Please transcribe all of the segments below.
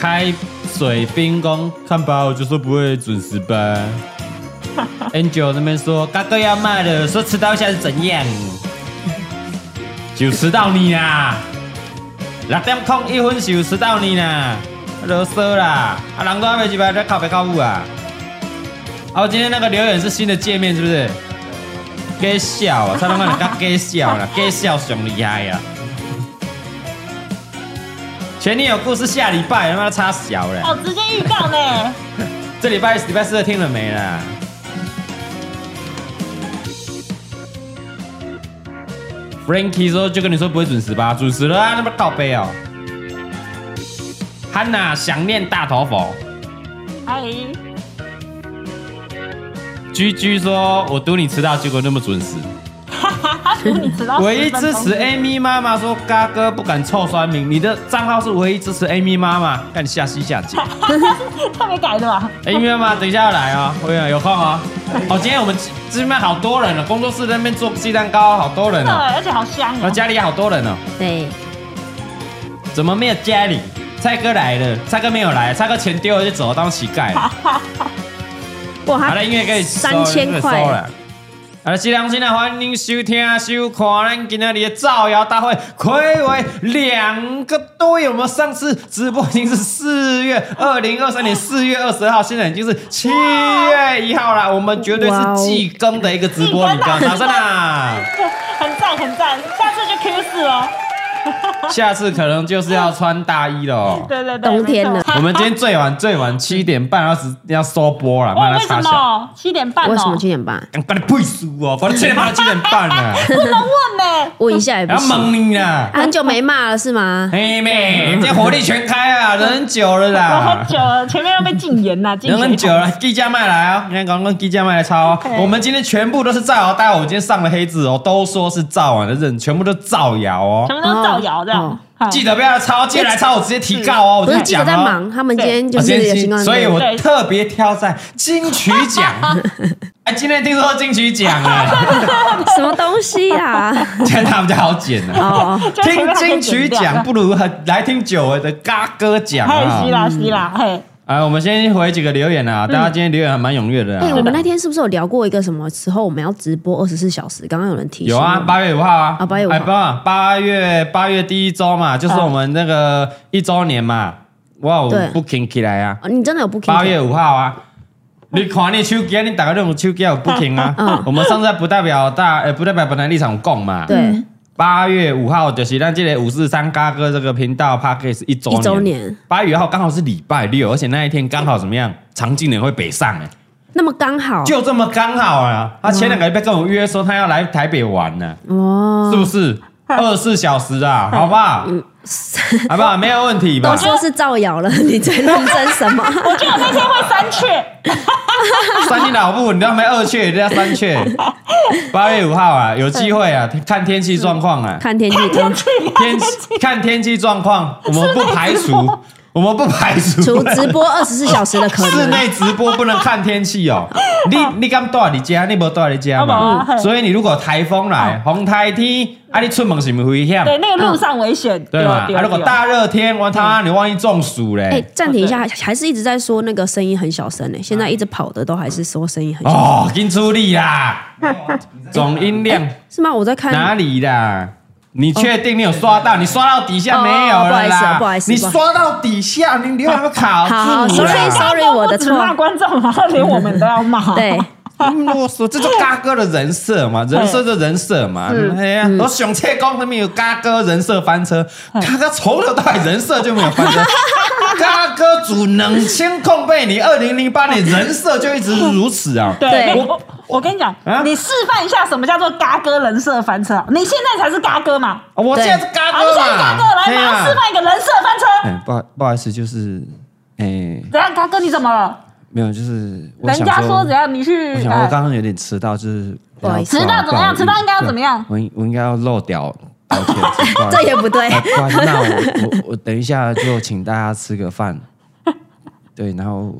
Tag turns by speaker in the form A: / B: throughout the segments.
A: 开水兵工，看吧，我就说不会准时吧。Angel 那边说嘎哥要卖了，说迟到一下是怎样？就迟到你啦，六点空一分就迟到你啦，啰嗦啦，啊人都还没几百，在靠北靠物啊。哦，今天那个留言是新的界面是不是？给笑啊，他他妈的他给笑了，给笑熊厉害呀、前女友故事下礼拜他妈差小了。
B: 哦，直接预告呢，
A: 这礼拜礼拜四的听了没啊啦？Frankie 说就跟你说不会准时吧，准时了啊，那么靠背哦。汉娜想念大头佛
B: 嗨，
A: 居居说我赌你迟到，结果那么准时。
B: 他说你迟到10分钟，
A: 唯一支持 Amy 妈妈说嘎哥不敢臭酸民，你的账号是唯一支持 Amy 妈妈，看你下西下姐。
B: 他没改的吧？
A: Amy 妈妈等一下要来哦，会啊，有空 哦。哦，今天我们这边好多人了，工作室那边做鸡蛋糕，好多人
B: 对，
A: 哦。
B: 而且好香
A: 然后
B: 哦。
A: 家里好多人哦，
C: 对，
A: 怎么没有家里？蔡哥来了，蔡哥没有来，蔡哥钱丢了就走了，当乞丐了。好
C: 哇，
A: 了，
C: 他
A: 音乐可以收
C: 三千块
A: 音乐收了。好了，西良心的欢迎收听、啊收看咱今天的造谣大会，暌违两个多月。我们上次直播已经是四月二零二三年四月二十号，现在已经是七月一号了。我们绝对是
C: 哇哦
A: 季更的一个直播，
C: 哦
A: 你知
C: 啊
A: 道吗？马上啊啦！
B: 很赞很赞，下次就 Q 四哦。
A: 下次可能就是要穿大衣了哦。
B: 对对对，
C: 冬天了
B: 没错
A: 我们今天最晚最晚七点半要是要收播了，妈
B: 哇，
A: 的
B: 为什
A: 插小，
B: 么七点半哦？
C: 为什么七点半？
A: 赶快你背书哦，把你七点半七点半 了，
B: 不能问呢？
C: 问一下也不
A: 然后
C: 行。
A: 蒙你 啦。
C: 很久没骂了是吗？
A: 嘿妹，你这火力全开 啊，忍很久了
B: 我 喝
A: 啦，
C: 啊
B: 酒了，前面又被禁言呐，禁
A: 忍很
B: 言。
A: 久了，低价卖来哦，你看刚刚低价卖来抄 哦
B: OK。
A: 我们今天全部都是造谣，待会我今天上了黑字哦，都说是造谣的认，全部都造谣哦
B: 全。部都是造谣这
C: 哦
B: 样。好
A: 记得不要抄，记得来抄，我直接提告哦，我
C: 不
A: 直接
C: 是记
A: 讲
C: 者
A: 哦。
C: 在忙，他们今天就
A: 啊
C: 是
A: 今天
C: 有
A: 金
C: 新冠
A: 所以
C: 肺炎
A: 我
B: 对
A: 特别挑在金曲奖。 哎，今天听说金曲奖啊 了，
C: 什么东西 啊？
A: 今天他们就好剪 了。
C: 哦，
B: 就前
A: 听
B: 面还可以
A: 金曲
B: 剪掉
A: 奖不如来听久违的嘎歌奖
B: 嘿，
A: 啊
B: 希！啦希啦，嘿，
A: 哎，我们先回几个留言啊，大家今天留言还蛮踊跃的
C: 嗯哎，我
A: 啊。
C: 们那天是不是有聊过一个什么时候我们要直播二十四小时？刚刚有人提醒
A: 有
C: 我
A: 啊，八月五号啊，
C: 啊8月5号啊
A: 哎不八月八月第一周嘛，就是我们那个一周年嘛，哇，我
C: 对
A: booking 起来啊，
C: 哦你真的有不？
A: 八月五号啊。你看你手机啊，你打开那种手机啊有 booking 啊
C: 嗯。
A: 我们上次在不代表大，呃，不代表本来立场有讲嘛。
C: 对
B: 嗯
A: 八月五号就是咱这个五四三嘎哥这个频道 p a c k a s 一周
C: 一周。年，
A: 八月一号刚好是礼拜六，而且那一天刚好怎么样？常静人会北上哎、
C: 那么刚好
A: 就这么刚好啊！他前两个礼拜跟我约说他要来台北玩呢、
C: 哦
A: 是，不是？二十四小时啊，好不好？ 好不好？没有问题吧
C: 都？说是造谣了， 你在认真什么？
B: 我觉得我那天会删去，
A: 三星老布，你要卖二雀，人家三雀。 八月五号啊，有机会啊，
C: 嗯
A: 看天气状况啊，
C: 看 天气状况，
A: 天看天气状况，我们不排 除，我们不排除
C: 除直播二十四小时的可
A: 室
C: 能。
A: 内直播不能看天气哦。你你敢住你家，你无住你家
B: 我没
A: 嘛
B: 啊？嘿
A: 所以你如果台风来、红台天，啊，你出门是不是危险？
B: 对，那个路上危险，
A: 对嘛？
B: 对
A: 啊，如果大热天，我他妈你万一中暑
C: 哎
A: 嘞，？
C: 暂停一
A: 哦
C: 下，还是一直在说那个声音很小声哎呢。现在一直跑的都还是说声音很小，
A: 啊哦，紧出力啦，总音量
C: 是吗？我在看
A: 哪里啦？你确定你有刷到？你刷到底下没有
C: 哦不好
A: 了
C: 意思
A: 啦？
C: 不好意思
A: 你
C: 不好意思
A: 刷到底下，你留有卡住
C: 好好
A: 啦
C: sorry，sorry
B: 大家
C: 我的
B: 不止骂
C: 错
B: 观众嘛，连我们都要骂。
C: 对，
A: 嗯啰嗦，这就嘎哥的人设
B: 嗯
A: 嘛，人设就人设嘛。哎呀，我想切工上面有嘎哥人设翻车，
B: 嗯
A: 嘎哥从头到尾人设就没有翻 车。嘎哥主冷清控被你二零零八年人设就一直如此啊。
B: 对，
C: 对
B: 我我跟你讲
A: 啊，
B: 你示范一下什么叫做嘎哥人设翻车。你现在才是嘎哥嘛，
A: 啊我现在是嘎
B: 好，你
A: 哥
B: 现在嘎
A: 嘛
B: 哥，来，
A: 哎
B: 马上示
A: 呀，
B: 范一个人设翻车。
A: 哎，不好不好意思，就是哎，
B: 怎样，嘎哥你怎么了？
A: 没有，就是我
B: 人
A: 想
B: 家说怎样，你去
A: 我想我
B: 哎
A: 刚刚有点迟到，就是
C: 不好意思
A: 不
B: 迟到怎么
A: 不好
B: 样
A: 意思
B: 迟到应该要怎么样
A: 我应我应该要漏掉道 歉，不好意思
C: 这也不 对。
A: 啊，不好意思，那我我我等一下就请大家吃个饭， 对，然后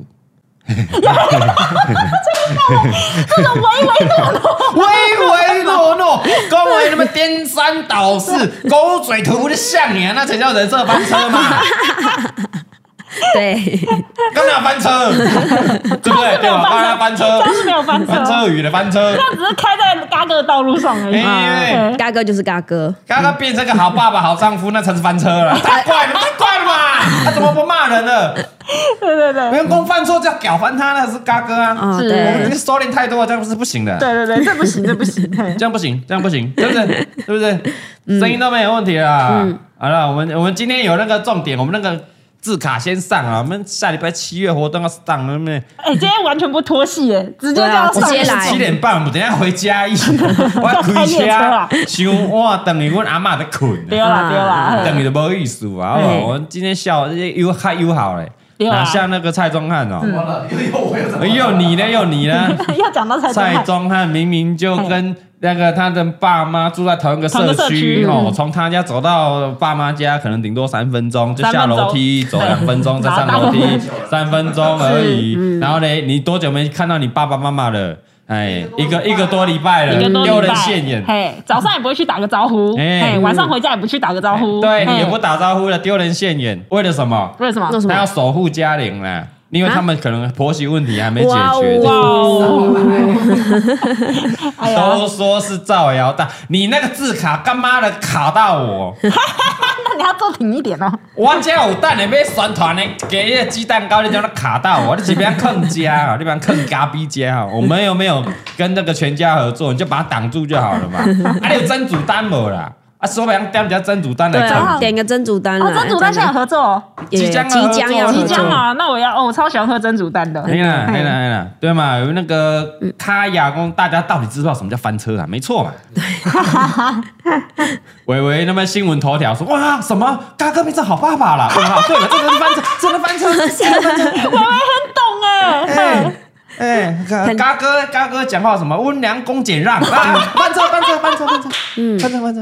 B: 这种唯唯诺诺，
A: 唯唯诺诺，恭维他们颠三 倒四、狗嘴吐的像你啊，那才叫人设翻车嘛！
C: 对，
A: 干嘛翻车？对不对？对吧？帮他翻车，
B: 但是没有翻车
A: 翻，车雨的翻车。
B: 他只是开在嘎哥的道路上而已。
A: 哎，
C: 嘎哥就是嘎哥，
A: 刚刚变成个好爸爸、好丈夫，那才是翻车了。太快了，太快了吧？他怎么不骂人了？
B: 对对对
A: 员工犯错就要搞翻他，那是嘎哥啊。
C: 啊，
B: 是
A: 我们
C: 对
A: 这，收敛太多了，这样是不行的。
B: 对对对，这不行，这不行。嘿
A: 这样不行，这样不行，对不对？对不对？声音都没有问题啦。好了，我们我们今天有那个重点，我们那个字卡先上啊。我们下礼拜七月活动要上，对不对？
B: 哎，今天完全不脱戏，哎，直接这样
C: 对啊
B: 上
C: 直接
B: 去
C: 来
A: 七点半，我们等一下回家一 起，我要开
B: 开夜车啊
A: 车，想哇，等于我阿嬷在困，啊
B: 丢啦丢啦，
A: 等
B: 嘿
A: 于都没意思啊。
C: 哎
A: 哦我们今天笑这些又嗨又好嘞，
B: 对啊嗯
A: 哪像那个蔡宗翰哦，
D: 完了，又又我又怎么
A: 哎又你呢，又你呢。
B: 要讲到 才
A: 蔡
B: 对。
A: 宗翰明明就跟那个他的爸妈住在同一个社
B: 同一个社
A: 区
B: 区嗯
A: 哦，从他家走到爸妈家可能顶多三分钟，就下楼梯 走两分钟，再上楼梯三分钟而
B: 嗯
A: 已。然后呢，你多久没看到你爸爸妈妈了？哎，一个一个多礼拜了，
B: 一个多
A: 丢嗯
B: 礼
A: 人
B: 拜，
A: 现眼。
B: 嘿，早上也不会去打个招呼，
A: 哎
B: 嘿，
A: 嗯
B: 晚上回家也不去打个招呼，
A: 对你
B: 嘿
A: 也不打招呼了，丢人现眼，为了什么？
B: 嗯为什么？
C: 那什
A: 他要
C: 么？
A: 守护家庭啦，因为他们可能婆媳问题还没解
C: 哇
A: 决。
B: 哇
C: 哦，
B: 哦！哎呀，
A: 都说是造谣大，你那个字卡干妈的卡到我，
B: 那你要做挺一点哦。
A: 我家有蛋的要宣传的，给那个鸡蛋糕你叫他卡到我，你这边坑家啊，这边坑嘎逼家啊，我们有没有跟那个全家合作？你就把它挡住就好了嘛。啊，你有珍珠丹没啦？啊，说不定点人家珍珠丹
C: 对
A: 来
C: 啊，
A: 看。
C: 点个珍珠丹
B: 哦，
C: 来，
B: 珍珠丹现在有合作哦，
C: 也
A: 即将啊要
C: 即将要
A: 合作
B: 即
C: 合
B: 将
C: 作
B: 啊，那我要哦，我超喜欢喝珍珠丹的。
A: 哎呀，哎
B: 嘿
A: 呀，哎呀，对嘛？有那个卡雅公，大家到底知道什么叫翻车啊？没错嘛。对。伟伟那么新闻头条说哇什么嘎哥变成好爸爸了，哇对了，这个是翻车，真的翻车，真的翻车。
B: 微微很懂哎，
A: 哎
B: 嘿
A: 哎，嘎
C: 很
A: 嘎哥嘎哥讲话什么温良恭俭让啊，翻车翻车翻车翻车，嗯，翻车翻车。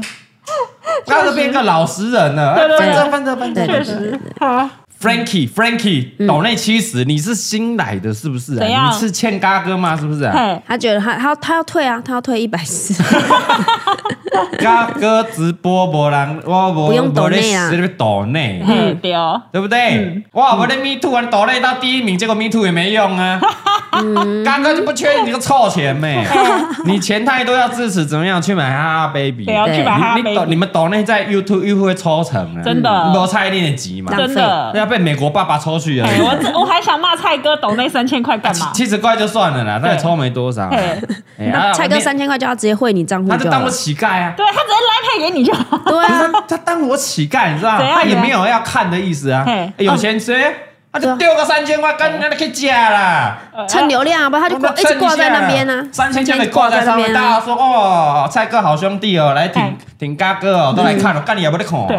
A: 嘎哥变个老实人了，哎
B: 对对
A: 翻
B: 对
A: 车翻车翻车。
B: 确实啊，
A: Frankie Frankie，岛内七十，你是新来的是不是
B: 怎
A: 啊？
B: 样
A: 你是欠嘎哥吗？是不是啊？
B: 嘿，
C: 他觉得他他要他要退啊，他要退一百四， 啊
A: 嘎哥直播无人，我无
C: 不用抖内啊
A: 在那边抖内，
C: 嗯
B: 嘿，对哦，
A: 对不对？哇，我的 Me Too 啊，你抖内到第一名，结果 Me Too 也没用啊。
C: 嗯
A: 嘎哥就不缺你这个臭钱 妹，你钱太多要支持，怎么样去买哈哈 baby？
B: 对哦，
C: 对
B: 去把它
A: 你你抖你们抖内在 YouTube 又会抽成啊，
B: 真的
A: 没差一点点急嘛，
C: 浪
B: 真的。
A: 要被美国爸爸抽去了。
B: 嘿哎我这我还想骂蔡哥抖那三千块 干嘛？
A: 七十块就算了啦，他也抽没多少啊。
B: 嘿
A: 哎 啊
C: 蔡哥三千块就要直接汇你账户
A: 他
C: 就
A: 就
C: 好
A: 当我
C: 了，
A: 乞丐啊。
B: 对他直接拉配给你 就好。
C: 对
A: 可是
C: 啊，
A: 他他当我乞丐，你知道吗
B: 怎？样
A: 他也没有要看的意思啊
B: 嘿。
A: 欸有
C: 嗯
A: 钱谁？他就丢个三千块，跟人家去嫁啦。
C: 蹭流量啊啊，不然他就挂一直挂在那边啊，
A: 三千就得
C: 一直
A: 挂在上面。大
C: 啊，
A: 家说哦，蔡哥好兄弟哦，来挺
B: 哎
A: 挺嘎哥哦，都来看哦
C: 嗯
A: 了，干你也不得恐。
B: 对，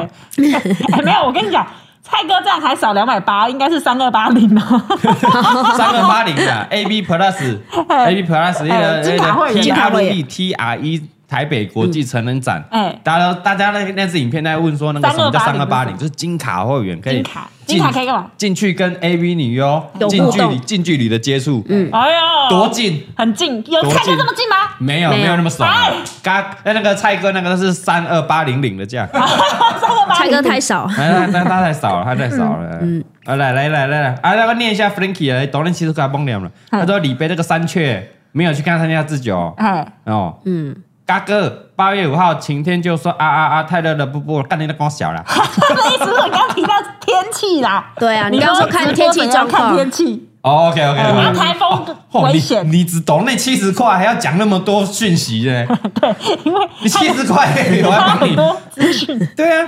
B: 哎没有，我跟你讲，蔡哥这样还少两百八，应该是三二八零哦。
A: 三二八零啊，A B Plus A B Plus 那个
B: 金卡会员
A: T
B: 金
A: R
C: 卡会
A: E
C: 员
A: T R E 台北国际成人展，
B: 哎
A: 大家都大家那那支影片在问说那个什么叫三二八零，就是金卡会员可以
B: 金卡
A: 进
B: 金卡可以干嘛
A: 进去跟 A V 女优
C: 有
A: 近
C: 互
A: 距离
C: 动
A: 近距离的接触，嗯，
B: 哎呦，
A: 多近？
B: 很近，有
A: 多近
B: 蔡哥这么近吗？
A: 没有
C: 没有
A: 没有那么爽啊
B: 哎，
A: 嘎那那个蔡哥那个是三二八零零的价，
C: 蔡哥太少，
A: 哎，那那他太少了，他太少了。嗯，啊，来来来来来，啊，那个念一下 Frankie 来，董人其实快崩凉了。他说李贝那个三雀没有去看参加自酒
B: 哎，
A: 哦。
C: 嗯，
A: 嘎哥，八月五号晴天就说啊啊啊，太热了，不不，干你那光小了。
B: 他的意思是我刚提到天气啦。
C: 对啊，你刚刚说看天气状
B: 看
C: 况，
B: 天气，
A: 哦，OK OK，
B: 然后台风危险，
A: 你你只懂那七十块，还要讲那么多讯息呢？
B: 因为
A: 你七十块，我
B: 他
A: 还帮
B: 很
A: 你。
B: 多资讯。
A: 对啊，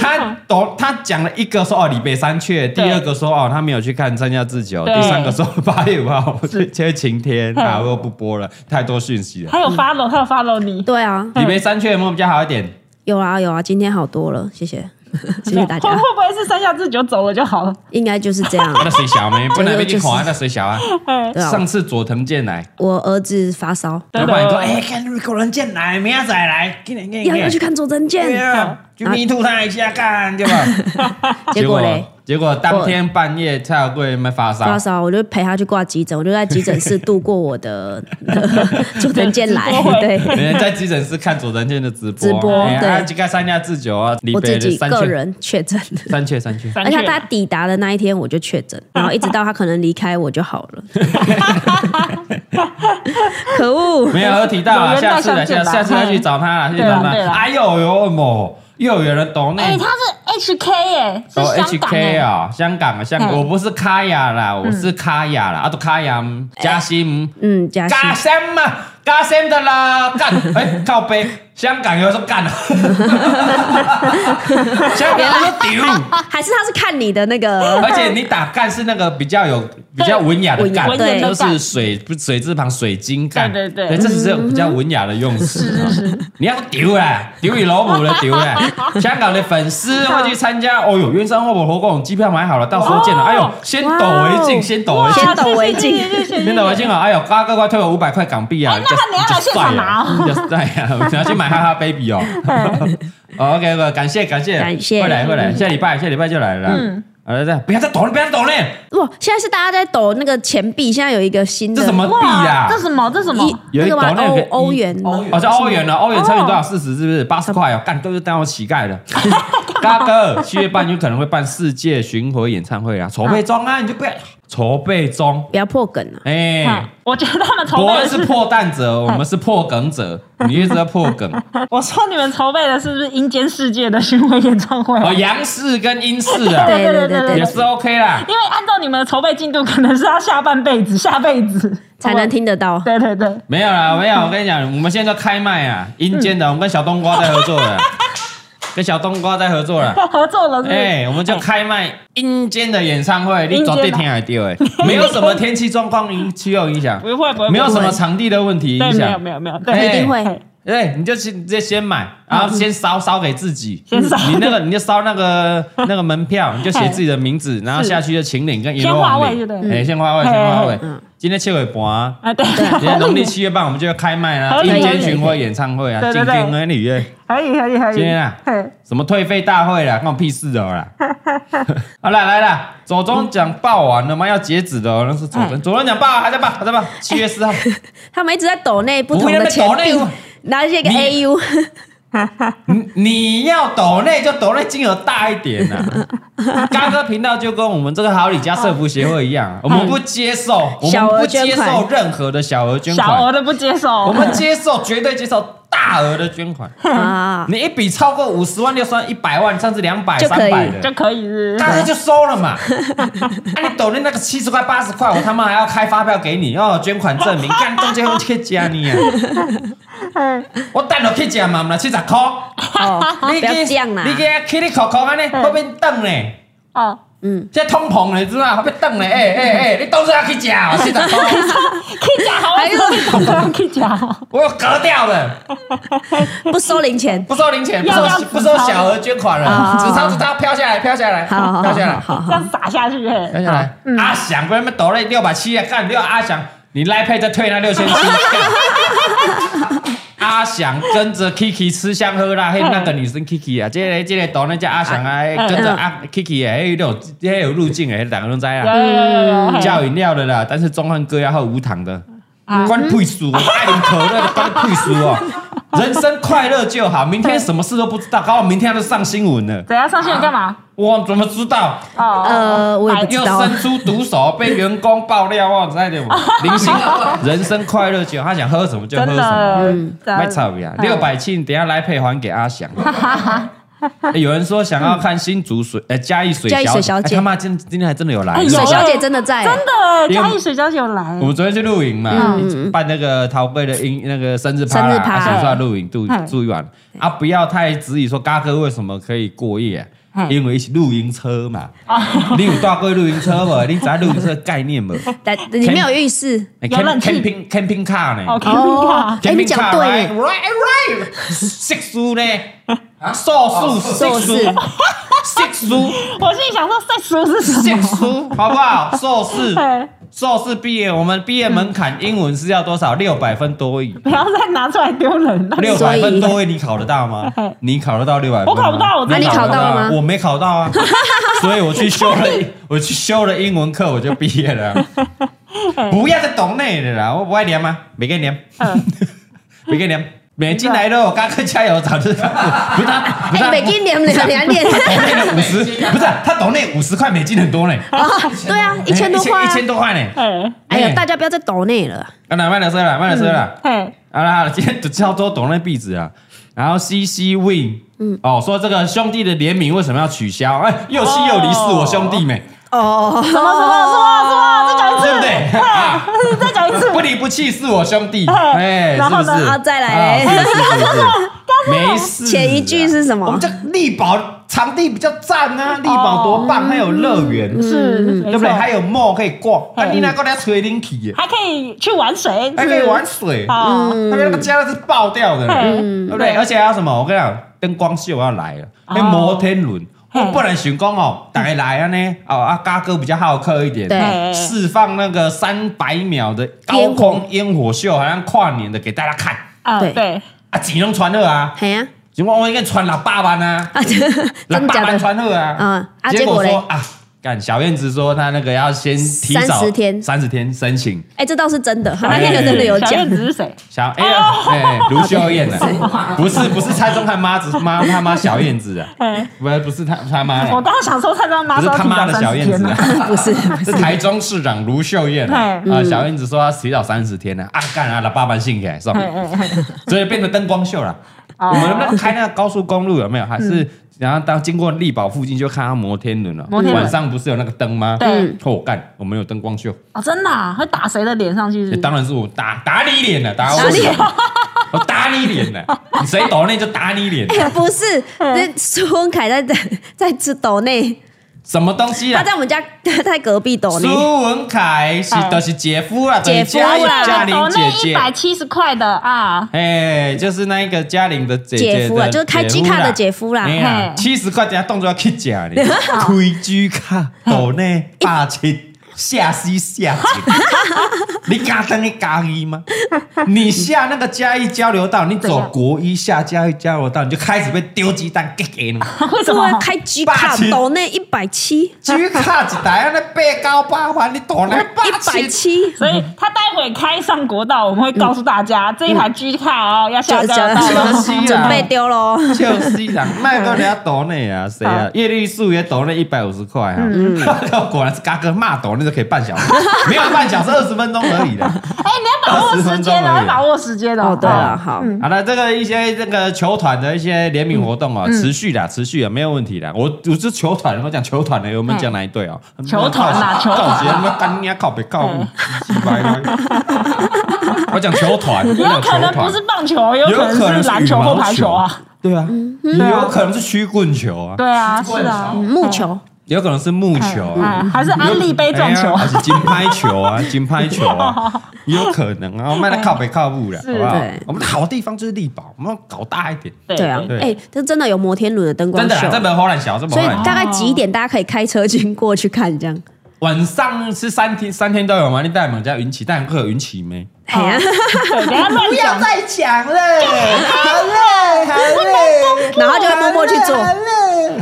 A: 他懂，他讲了一个说哦，李北三雀，第
B: 哦对
A: 二个说哦，他没有去看参加自酒，
B: 对嗯
A: 第三个说八月五号我去切晴天，啊，我又不播了，太多讯息了。
B: 他有 follow，他有 follow 你。
C: 对啊，
A: 李北三雀有没有比较好一点？
C: 有啊有啊，今天好多了，谢谢 谢谢大
B: 会
C: 家，
B: 会不会是三下自久走了就好了？
C: 应该就是 这样，
A: 那谁小没？不能被
C: 就
A: 你
C: 是
A: 口啊，那谁小啊？
B: 哎，
C: 对啊
A: 上次佐藤健来，
C: 我儿子发烧，
A: 哎老板说哎，看瑞国人健来，明仔载来，今天今
C: 要
A: 天
C: 要去看佐真
A: 对
C: 健，
A: 啊去 me too 他一下干，对吧？
C: 结果嘞，，
A: 结果当天半夜蔡小贵没发
C: 发
A: 烧，
C: 烧，我就陪他去挂急诊，我就在急诊室度过我的 佐藤健 来
B: 直播，会
C: 对。
A: 每天在急诊室看佐藤健的直播，
C: 直播
A: 哎
C: 对
A: 啊，几个三亚自酒啊，李
C: 我自
A: 北的
C: 己
A: 三
C: 个
A: 缺
C: 人确诊，
A: 三缺三 缺，
B: 三
C: 而且
B: 确
C: 他抵达的那一天我就确诊，然后一直到他可能离开我就好 了。可恶！
A: 没有有提到啊，
B: 有缘
A: 下
B: 到
A: 次了，
B: 相
A: 下
B: 见吧
A: 下次再去找他了，去
B: 对啦
A: 找他
B: 对。啦
A: 哎呦呦么，又有人懂
B: 哎、
A: 那
B: 他是 HK 哎、是
A: 哦
B: 香港哎、
A: ，HK 啊，香港啊，香港，
B: 嗯
A: 我不是卡雅啦，我是卡雅啦，啊，都卡雅嗯加西姆。
C: 嗯，加
A: 嘎
C: 薪，
A: sem 嘛，嘎 sem 啊的啦，干，哎、靠背，香港有人说干了，香港人说丢，
C: 还是他是看你的那个
A: 而且你打干是那个比较有比较文雅的干，
B: 文
C: 雅
A: 就
B: 的干
A: 是水不水字旁水晶干，
B: 对对对
A: 这只是有比较文雅的用词。你要丢啦，丢你老母的丢 啦！香港的粉丝会去参加，哦呦，冤山花火活动机票买好了，到时候见了。哎呦，先抖为
B: 哦
A: 敬，先抖为敬。
C: 先
B: 啊
C: 抖为敬，
A: 真的，我心想，哎呦，嘎哥快退我五百块港币啊！
B: 哎那他你要来现场拿哦
A: 就帅啊！你要去买哈哈 baby 哦。哦 OK，我感谢感谢，
C: 感谢
A: 会来会来，下礼拜下礼拜就来了。嗯，好这样不要再抖了，不要再抖了，
C: 哇！现在是大家在抖那个钱币，现在有一个新的
A: 这什么币啊
B: 哇，这？什么这什么？
A: 有
C: 那
A: 一
C: 个吗
A: 抖那个一
C: 欧欧元吗
A: 哦，是欧元了，欧元乘以多少？四十是不是？八十块哦，干都是当我乞丐了。 嘎哥，七月半有可能会办世界巡回演唱会啊，筹备中啊，你就不要筹备中，
C: 不要破梗啊！
A: 哎
B: 嗯。我觉得他们筹
A: 伯
B: 备
A: 恩
B: 的
A: 是
B: 是，
A: 破蛋者，我们是破梗者，你一直在破梗。
B: 我说你们筹备的是不是阴间世界的巡回演唱会？
A: 哦，杨氏跟英氏啊，
C: 对对对
A: 也
C: 对，
A: 是 OK 啦。
B: 因为按照你们的筹备进度，可能是要下半辈子，下辈子
C: 才能。听得到。
B: 哦对对对，
A: 没有啦，没有，我跟你讲，我们现在开麦啊，阴间的，我们跟小冬瓜在合作了，跟小冬瓜在合作了。
B: 合作了是不 是？
A: 哎、我们就开麦阴间的演唱会，你
B: 阴间
A: 走
B: 啊
A: 对天还丢哎， 没有什么天气状况影气候影响
B: 不，会不会不会，
A: 没有什么场地的问题
B: 对，
A: 影
B: 没有
A: 响，
B: 没有没有，
A: 哎
B: 对，
C: 一定会
B: 哎
A: 对，你就先直接先买，然后先烧烧给自己，
B: 嗯 先烧
A: 你那个你就烧那 个那个门票，你就写自己的名字，然后下去就请领跟阎罗王领
B: 先花位对不对
A: 哎，先花位，先花位
C: 嗯。
A: 今天七月半 啊，
B: 啊对，
A: 今天农历
B: 可
A: 七月半我们就要开卖啦，
B: 合理
A: 阴
B: 合
A: 间
B: 理
A: 巡回演唱会啊，
B: 对
A: 今
B: 对对
A: 天儿女耶，
B: 以可以可以，
A: 今天啊
B: 嘿
A: 什么退费大会啦，关我屁事的啦。好啦，来啦，左中奖报完了吗？要截止的哦，那是左中左中奖报还在报还在报，七月四号。
C: 他们一直在抖内不同的钱
A: 不会那么抖内
C: 币，然后这个
A: 你
C: AU
A: 你你要抖内就抖内金额大一点呐、嘎哥频道就跟我们这个好礼家社福协会一样、啊我们不接受，我们
C: 小
A: 不
C: 额
A: 接
C: 捐款
A: 受任何的小额捐
B: 小额
A: 款，
B: 的不接受，
A: 我们接受绝对接受大额的捐款。
C: 啊，
A: 你一笔超过五十万就算一百万，甚至两百、
C: 就
A: 三
C: 可以
A: 百的
B: 就。可以 是不是
A: 嘎哥就收了 嘛，啊、你抖的那个七十块、八十块，我他妈还要开发票给你，要有捐款证 明，干中间我去加你啊！啊
B: 哎
A: 我等落去加嘛，唔啦七十块。
C: 哦，不
A: 你
C: 要这样啦
A: 你，个起你口口安尼，后边等嘞，
B: 哦，
C: 嗯，
A: 这通膨嘞，知道吗？后边等嘞，哎哎哎，你当初要去吃哦，四十 块，
B: 可以讲好，
C: 还有
B: 有可以讲好，
A: 我有格掉了，
C: 不收零 钱，
A: 不收零钱，不
B: 要不要
A: 收
B: 纸
A: 不收
B: 钞
A: 小额捐款了
C: 啊，
A: 纸钞纸钞飘下来，飘下来，
C: 好好
A: 飘下来
C: 好，
B: 这
C: 好好，
B: 样撒下去，嘿
A: 飘下来。
B: 嗯
A: 阿翔不然被抖了六百七啊，干你六阿翔，你赖配再退那六千 七。干阿翔跟着 Kiki 吃香喝辣，
B: 嗯
A: 嘿，那个女生 Kiki 啊，这个这个抖那叫阿翔啊，嘿跟着阿 Kiki 啊，嘿，那种嘿有路径诶，嘿两个人在啊。
B: 嗯有有有
C: 嗯
B: 有有，
A: 叫饮料的啦，但是中汉哥要喝无糖的，
B: 啊
A: 关你屁事！我爱饮可乐 的，关你屁事哦！人生快乐就好，明天什么事都不知道，搞好明天就上新闻了，
B: 怎样上线干嘛？
A: 我怎么知道？
B: 哦哦，
C: 呃，我也不知
A: 又
C: 道
A: 伸出毒手，被员工爆料哦，在 的零星人生快乐就好，他想喝
C: 嗯
A: 什么就喝
B: 真
A: 什么，
B: 的，嗯
A: 卖草呀！六百七，你等一下来配还给阿 翔。欸有人说想要看新竹水，呃，嘉义水
C: 嗯嘉义水
A: 小
C: 小
A: 姐，
C: 姐
A: 哎
C: 啊
A: 他妈今今天还真的有来，
B: 哎
C: 水
B: 有
C: 小姐真的
A: 啊
C: 在，
B: 真的，
A: 因为
B: 嘉义水小姐有来
A: 我，们昨天去露营嘛，办那个陶贵的音那个生日趴啦，
C: 嗯生日趴
A: 啊想说要露营住
B: 嗯
A: 住一晚啊，不要太质疑说嘎哥为什么可以过夜啊，
B: 嗯
A: 因为是露营车嘛，
C: 哦
A: 你有大过露营车无？你知道露营车的概念 无？
C: 但里面有浴室，
A: 欸
B: 有冷
A: camp-
B: 气
A: camping camping car 呢
B: 哦，看
C: 哎，你讲对
A: ，right
C: 了，
A: right right，食素呢，啊素素
C: 素
A: 食
C: 食
A: 素食素
B: 我心里想说，赛叔是什
A: 食
B: 么？
A: 素，好不好？素食
B: 哎
A: 硕士毕业，我们毕业门槛英文是要多少？六百分多一。
B: 不要再拿出来丢人了。
A: 六
C: 所
A: 百
C: 以
A: 分多一，你考得到吗
B: 嘿？
A: 你考得到六百？
B: 我考不到我真
C: 的啊你考
A: 得
C: 到吗
A: 我没考到啊，所以我去修了，我去修了英文课，我就毕业了。不要再懂那的啦，我不爱念吗？没给念，
B: 嗯，
A: 没给念，每进来都有嘎克加油，早就不是啊不是
C: 哎，
A: 啊
C: 每一年两两年，
A: 抖内五 十，不是啊他抖内五十块美金很多呢，
C: 对啊，一千多块
A: 哎一
C: 啊，
A: 千多块呢。
B: 哎
C: 哎呀嗯
A: 哎，
C: 大家不要再抖内了，
A: 啊，那慢点说啦，慢点说啦。
B: 哎，
A: 好啦，好啦，今天就超多懂那壁纸啊。然后 CC Win，嗯，哦，说这个兄弟的联名为什么要取消？哎，又西又离是我兄弟妹，
C: 哦，
B: 什么什么什么什
A: 哦
B: 么？再讲一次，
A: 对不对？啊，
B: 再讲一次
A: 不。离不弃是我兄 弟，
C: 嗯
B: 哎
A: 哎，
B: 然
A: 是
B: 后
A: 不
B: 呢
A: 是？
C: 啊再来
A: 啊是 是是是没事。
C: 前一句是什么哦
A: 我们这力宝场地比较赞啊，力宝多棒，还有乐园，
C: 嗯
B: 是，
A: 对不对？还
B: 有
A: 有 mall 可以逛，那
B: 嗯
A: 你那个在吹冷气
C: 嗯
A: 耶，
B: 还可以去玩水，
A: 还可以玩水，
B: 啊，
A: 那边那个家是爆掉的。
B: 嗯
A: 对不对？而且还有什么？我跟你讲，灯光秀要来了，
B: 哦
A: 那摩天轮。
B: 嘿
A: 我本来想讲哦，大家来啊呢，哦啊，嘎哥比较好客一点，
C: 对
A: 释放那个三百秒的高空烟火秀，好像跨年的给大家看
B: 啊，
C: 对
B: 对，
A: 啊，钱拢穿好啊，
C: 嘿呀，
A: 情况我应该穿六百万啊，
C: 啊，
A: 六
C: 真的
A: 百
C: 假
A: 万
C: 的？
A: 穿好啊
C: 嗯，啊
A: 结果
C: 结
A: 说
C: 果
A: 啊，干小燕子说她那个要先提早
C: 30天
A: 三十天申请，
C: 哎，这倒是真的，他那天就真的有
B: 小
C: 讲
B: 燕，子是谁？
A: 小哎呀，哎哎卢秀燕啊，不 是不是蔡宗翰妈子妈他妈小燕子啊，
B: 哎，
A: 不是不是他他妈嘞
B: 我刚刚想说蔡庄
A: 哎
B: 妈
A: 不是
B: 说
A: 他妈的小燕子、啊，
C: 不 是，
A: 是台中市长卢秀燕啊，
B: 嘿
A: 啊小燕子说要提早三十天呢，啊干啊，老爸爸信起来是吧？所以变成灯光秀了。
B: 哦
A: 我们那开那个高速公路有没有？还是然后当经过力宝附近就看到摩天轮了
B: 摩天。轮
A: 晚上不是有那个灯吗？
B: 对，
A: 哦干，我们有灯光秀，
B: 哦，真的啊会打谁的脸上去是不
A: 也
B: 是？
A: 当然是我打打你脸了，打我
C: 打你
A: 脸，我打你脸了，你谁抖那就打你脸
C: 哎，呀，不是，
A: 嗯
C: 那苏文凯在在在吃抖内，
A: 什么东西
C: 他
A: 啊？
C: 在我们家他在隔壁抖内，
A: 苏文凯是
B: 哎
A: 就是姐夫啊啦，
C: 姐
A: 就
C: 夫
A: 是
C: 啦
A: 嘉嘉玲
B: 啊抖
A: 姐
B: 那
A: 姐
B: 一，百七十块的啊，
A: 哎，就是那一个嘉玲的姐姐的
C: 姐夫啊就是开
A: 姐夫
C: G 卡的姐夫啦
A: 哎呀，
B: 嘿
A: 七十块钱动作要去假 呢，开 G 卡抖呢八千。下西下井， 你敢当你嘉义吗？你下那个嘉义交流道，你
C: 怎
A: 走
C: 样
A: 国一下嘉义交流道，你就开始被丢鸡蛋给给 你。
B: 为什
C: 苏
B: 么
C: 文？开 G 卡抖内一百七，哎
A: G 卡一台，那八高八万，你抖那八
C: 一百
A: 千
C: 七，
B: 所以他待会开上国道，我们会告诉大家这一台 G 卡哦要下交
C: 嗯
B: 流道
A: 就
B: 了
A: 是。西啊啦
C: 准备丢喽。
A: 就是人卖个俩抖内啊，谁啊
B: 好？嗯
A: 叶绿素也抖那一百五十块啊哈，果然是嘎哥骂抖那就可以半小 时，没有半小时二十分钟而已的。
B: 哎，你要把握时间
A: 20分钟而
B: 哦，
A: 已啊
B: 要把握时间哦。
C: 哦，对了，好，
A: 好了，这个一些这个球团的一些联名活动啊，
B: 嗯
A: 持续的，持续的，没有问题的。我我是球团，我讲球团的，我们讲哪一队哦？
B: 球 团啊球团
A: 告他妈干你啊靠北靠
B: 嗯，
A: 鸡鸡掰掰 我讲球团，我
B: 有
A: 讲球
B: 可能
A: 团
B: 不是棒球，有
A: 有
B: 可能是篮球或排球啊。，
A: 对啊，也有可能是曲棍球啊，
B: 对啊，是啊，
C: 嗯木球，
A: 也有可能是木球啊
B: 哎，还是安利杯撞球
A: 哎呀还是金拍球啊，金拍球啊，也有可能啊，我们来靠北靠步了，好不好
C: 对？
A: 我们的好地方就是力宝，我们要搞大一点，
C: 对啊
A: 对，
C: 哎，这真的有摩天轮的灯光
A: 真的哦
C: 秀
A: 啦，，这本好难小，这
C: 所
A: 本
C: 以
A: 好难
C: 大概几点大家可以开车经过去看这
A: 哦
C: 样？
A: 晚上是三天，三天都有吗？你带我们家云起，带会有云起没？
C: 哎呀，
B: 对，不要乱讲。
A: 再讲了，好累，好累，
C: 然后就会默默去做
A: 好累。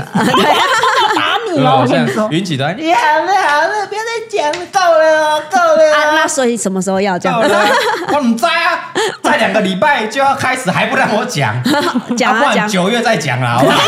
B: 打你
A: 对
B: 哦！
A: 啊，
B: 我
A: 这
B: 跟
A: 样
B: 你 说，
A: 云起的，你好了好了，不要再讲了，够了哦，够了
C: 啊，
A: 哦。
C: 那所以什么时候要这
A: 够
C: 样？
A: 了 啊，我唔知啊，再两个礼拜就要开始，还不让我讲，
C: 讲
A: 啊不
C: 啊
A: 然
C: 讲，
A: 九月再讲啦，好不好？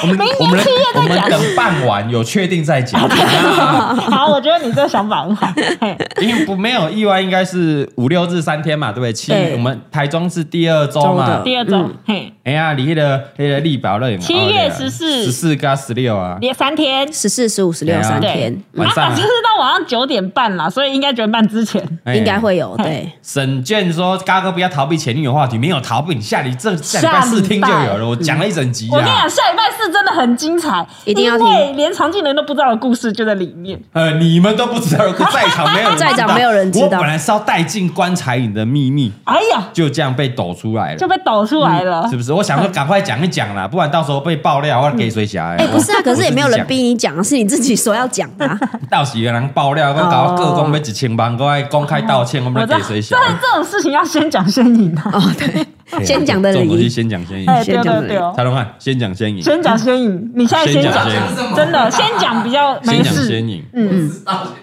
A: 我们我们我们等傍晚有确定再讲，啊
B: 好，我觉得你这个想法很好。嘿
A: 因为不没有意外，应该是五六日三天嘛，对不对？七
C: 对
A: 我们台中是第二周
C: 周
A: 嘛
C: 的，
B: 第二种，嘿，
A: 哎呀，你那个那个力宝乐园，
B: 7月14
A: 哦啊十四加十六啊，
B: 连三天，
C: 十四、十五、十六
A: 对啊
C: 三
B: 对
C: 天，
A: 晚
B: 啊，
A: 上啊
B: 反正是到晚上九点半啦，所以应该九点半之前。
A: 哎
C: 应该会有对。
A: 沈健说：“嘎哥不要要逃避前女友话题，没有逃避，你下礼这下礼拜
B: 下礼
A: 四听就
B: 拜
A: 有了。我讲了一整集
B: 我跟你
A: 啊
B: 讲，，下礼拜四真的很精彩，
C: 一定要
B: 因
C: 听
B: 为连常进人都不知道的故事就在里面。
A: 呃，你们都不知道，如果在 场没有人知道
C: 在场没有人知道
A: 我本来是要带进棺材里的秘密，
B: 哎呀，
A: 就这样被抖出来了
B: 就。被抖出来了。
C: 啊
A: 嗯是不是？我想说赶快讲一讲啦，不然到时候被爆料，我给谁侠
C: 嗯哎、不是啊，可是也没有人
A: 逼。
C: 逼你讲，是你自己说要讲 的、啊。
A: 到时有人爆料，我搞我个公要一千万，我爱公开道歉，我们
B: 我
A: 要
B: 知道
A: 给，谁
B: 哦这
A: 想？
B: 这种事情要先讲先赢啊！
C: 哦，对，先讲的
A: 这种东西
C: 理，
A: 先讲先赢。
B: 哎，
C: 嗯先
B: 对
C: 讲
B: 对
C: 的
B: 对哦，
A: 蔡龙汉先讲先赢，
B: 先讲先赢，你现在先
A: 先讲
B: 讲
A: 先赢，
B: 真的先讲比较没
A: 先讲
B: 事。
A: 先赢
B: 嗯，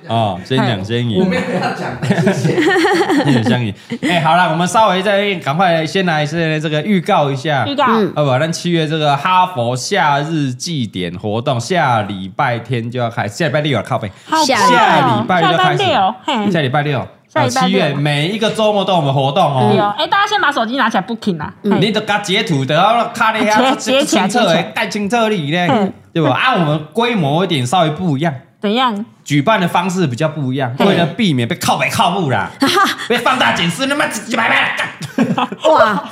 A: 哦，先讲先赢
D: 我，没有要讲，谢谢。
A: 先讲 先赢。哎，好了，我们稍微再赶快先来先这个预告一下
B: 预。告
C: 嗯
A: 好吧，那七月这个哈佛夏日祭典活动，下礼拜天就要开始，下礼拜六啊，靠背，
B: 好
C: 下
B: 快哦
A: 下礼拜
B: 下
A: 就开
B: 礼
A: 始
B: 拜六，嘿，
A: 下礼拜六，
B: 下
A: 呃
B: 礼拜六
A: 七月每一个周末都有我们活动哦。
B: 对哦，哎，大家先把手机拿起来 booking 啊，
C: 嗯
A: 你都甲截图的，然后卡你遐
B: 截截起来
A: 清澈
B: 截起
A: 的
B: 来，
A: 带清澈力呢
B: 嗯，
A: 对吧？按我们规模有点稍微不一样，
B: 怎样？
A: 举办的方式比较不一样，
B: 嗯
A: 为了避免被靠北靠步 啦，被放大检视，他妈几百倍，干
C: 哇，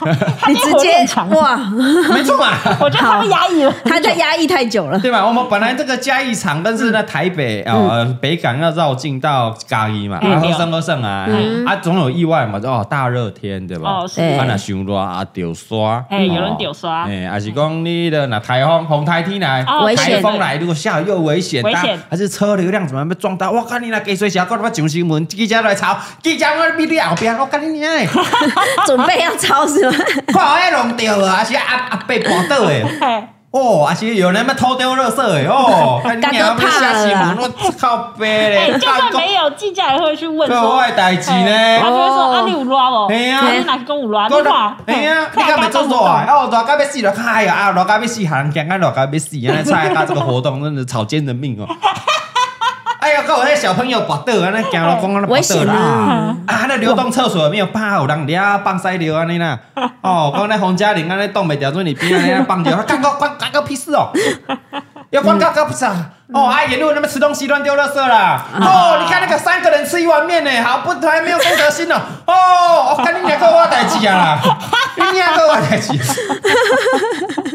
C: 你直
B: 他火
C: 接
B: 很强
C: 哇，
A: 没错嘛，
B: 我觉得他们压抑了，
C: 他在压抑太久 了。
A: 对吧？我们本来这个嘉义场，但是呢，台北啊、呃北港要绕境到嘉义嘛，
B: 嗯
A: 啊，喝剩喝剩啊，啊，总有意外嘛，哦，大热天对吧
B: 哦？是
A: 啊，若伤热啊，掉沙，
B: 哎有人
A: 哦
B: 掉沙
A: 哎，还是讲你的那台风、红台天来
B: 哦，
C: 危
A: 台
C: 险
A: 风来，如果下雨又危险，
B: 危险
A: 大家还是车流量怎么被撞到？我看你那给水小，搞他妈上新闻，记者来吵，记者我比你后边，我跟你娘的，
C: 准备要超是吗？
A: 看我那弄掉啊，还是阿阿被绊倒 的。
B: 嘿，
A: 哦，而且有人嘛偷丢垃圾哎，哦，
C: 大
A: 你
C: 哥
A: 要
C: 怕
A: 下
C: 了
A: 新
C: 啦
A: 闻，我靠背
B: 哎，
A: 嘞，
B: 就算没有计价也会去问
A: 对啊
B: 说，
A: 我的代志呢
B: 嘿他就会说
C: 哦
B: 啊，你有拉哦，
A: 哎呀
B: 啊你哪个跟我拉？你话，
A: 哎呀，
B: 嘿
A: 你干嘛做
B: 不
A: 错啊？哦，热到要死了，哎呀，啊，热到要死，喊人讲啊，热到要死，原来参加这个活动真的草菅人命哦。哎呀，够有那小朋友跋倒啊，那行路讲啊，那跋倒
C: 危险
A: 啦
C: 啊！
A: 啊，那流动厕所没有怕有人俩放屎流安尼啦。哦，讲那洪嘉玲安尼冻袂掉，做你边安尼啊放尿，干个关干个屁事哦！要关干个屁事啊！
B: 嗯
A: 哦，啊，沿路那边吃东西乱丢垃圾啦！
B: 啊
A: 哦，你看那个三个人吃一碗面呢，好不还没有公德心哦！哦，我跟你两个我代志啊啦， 你两个我代志。啊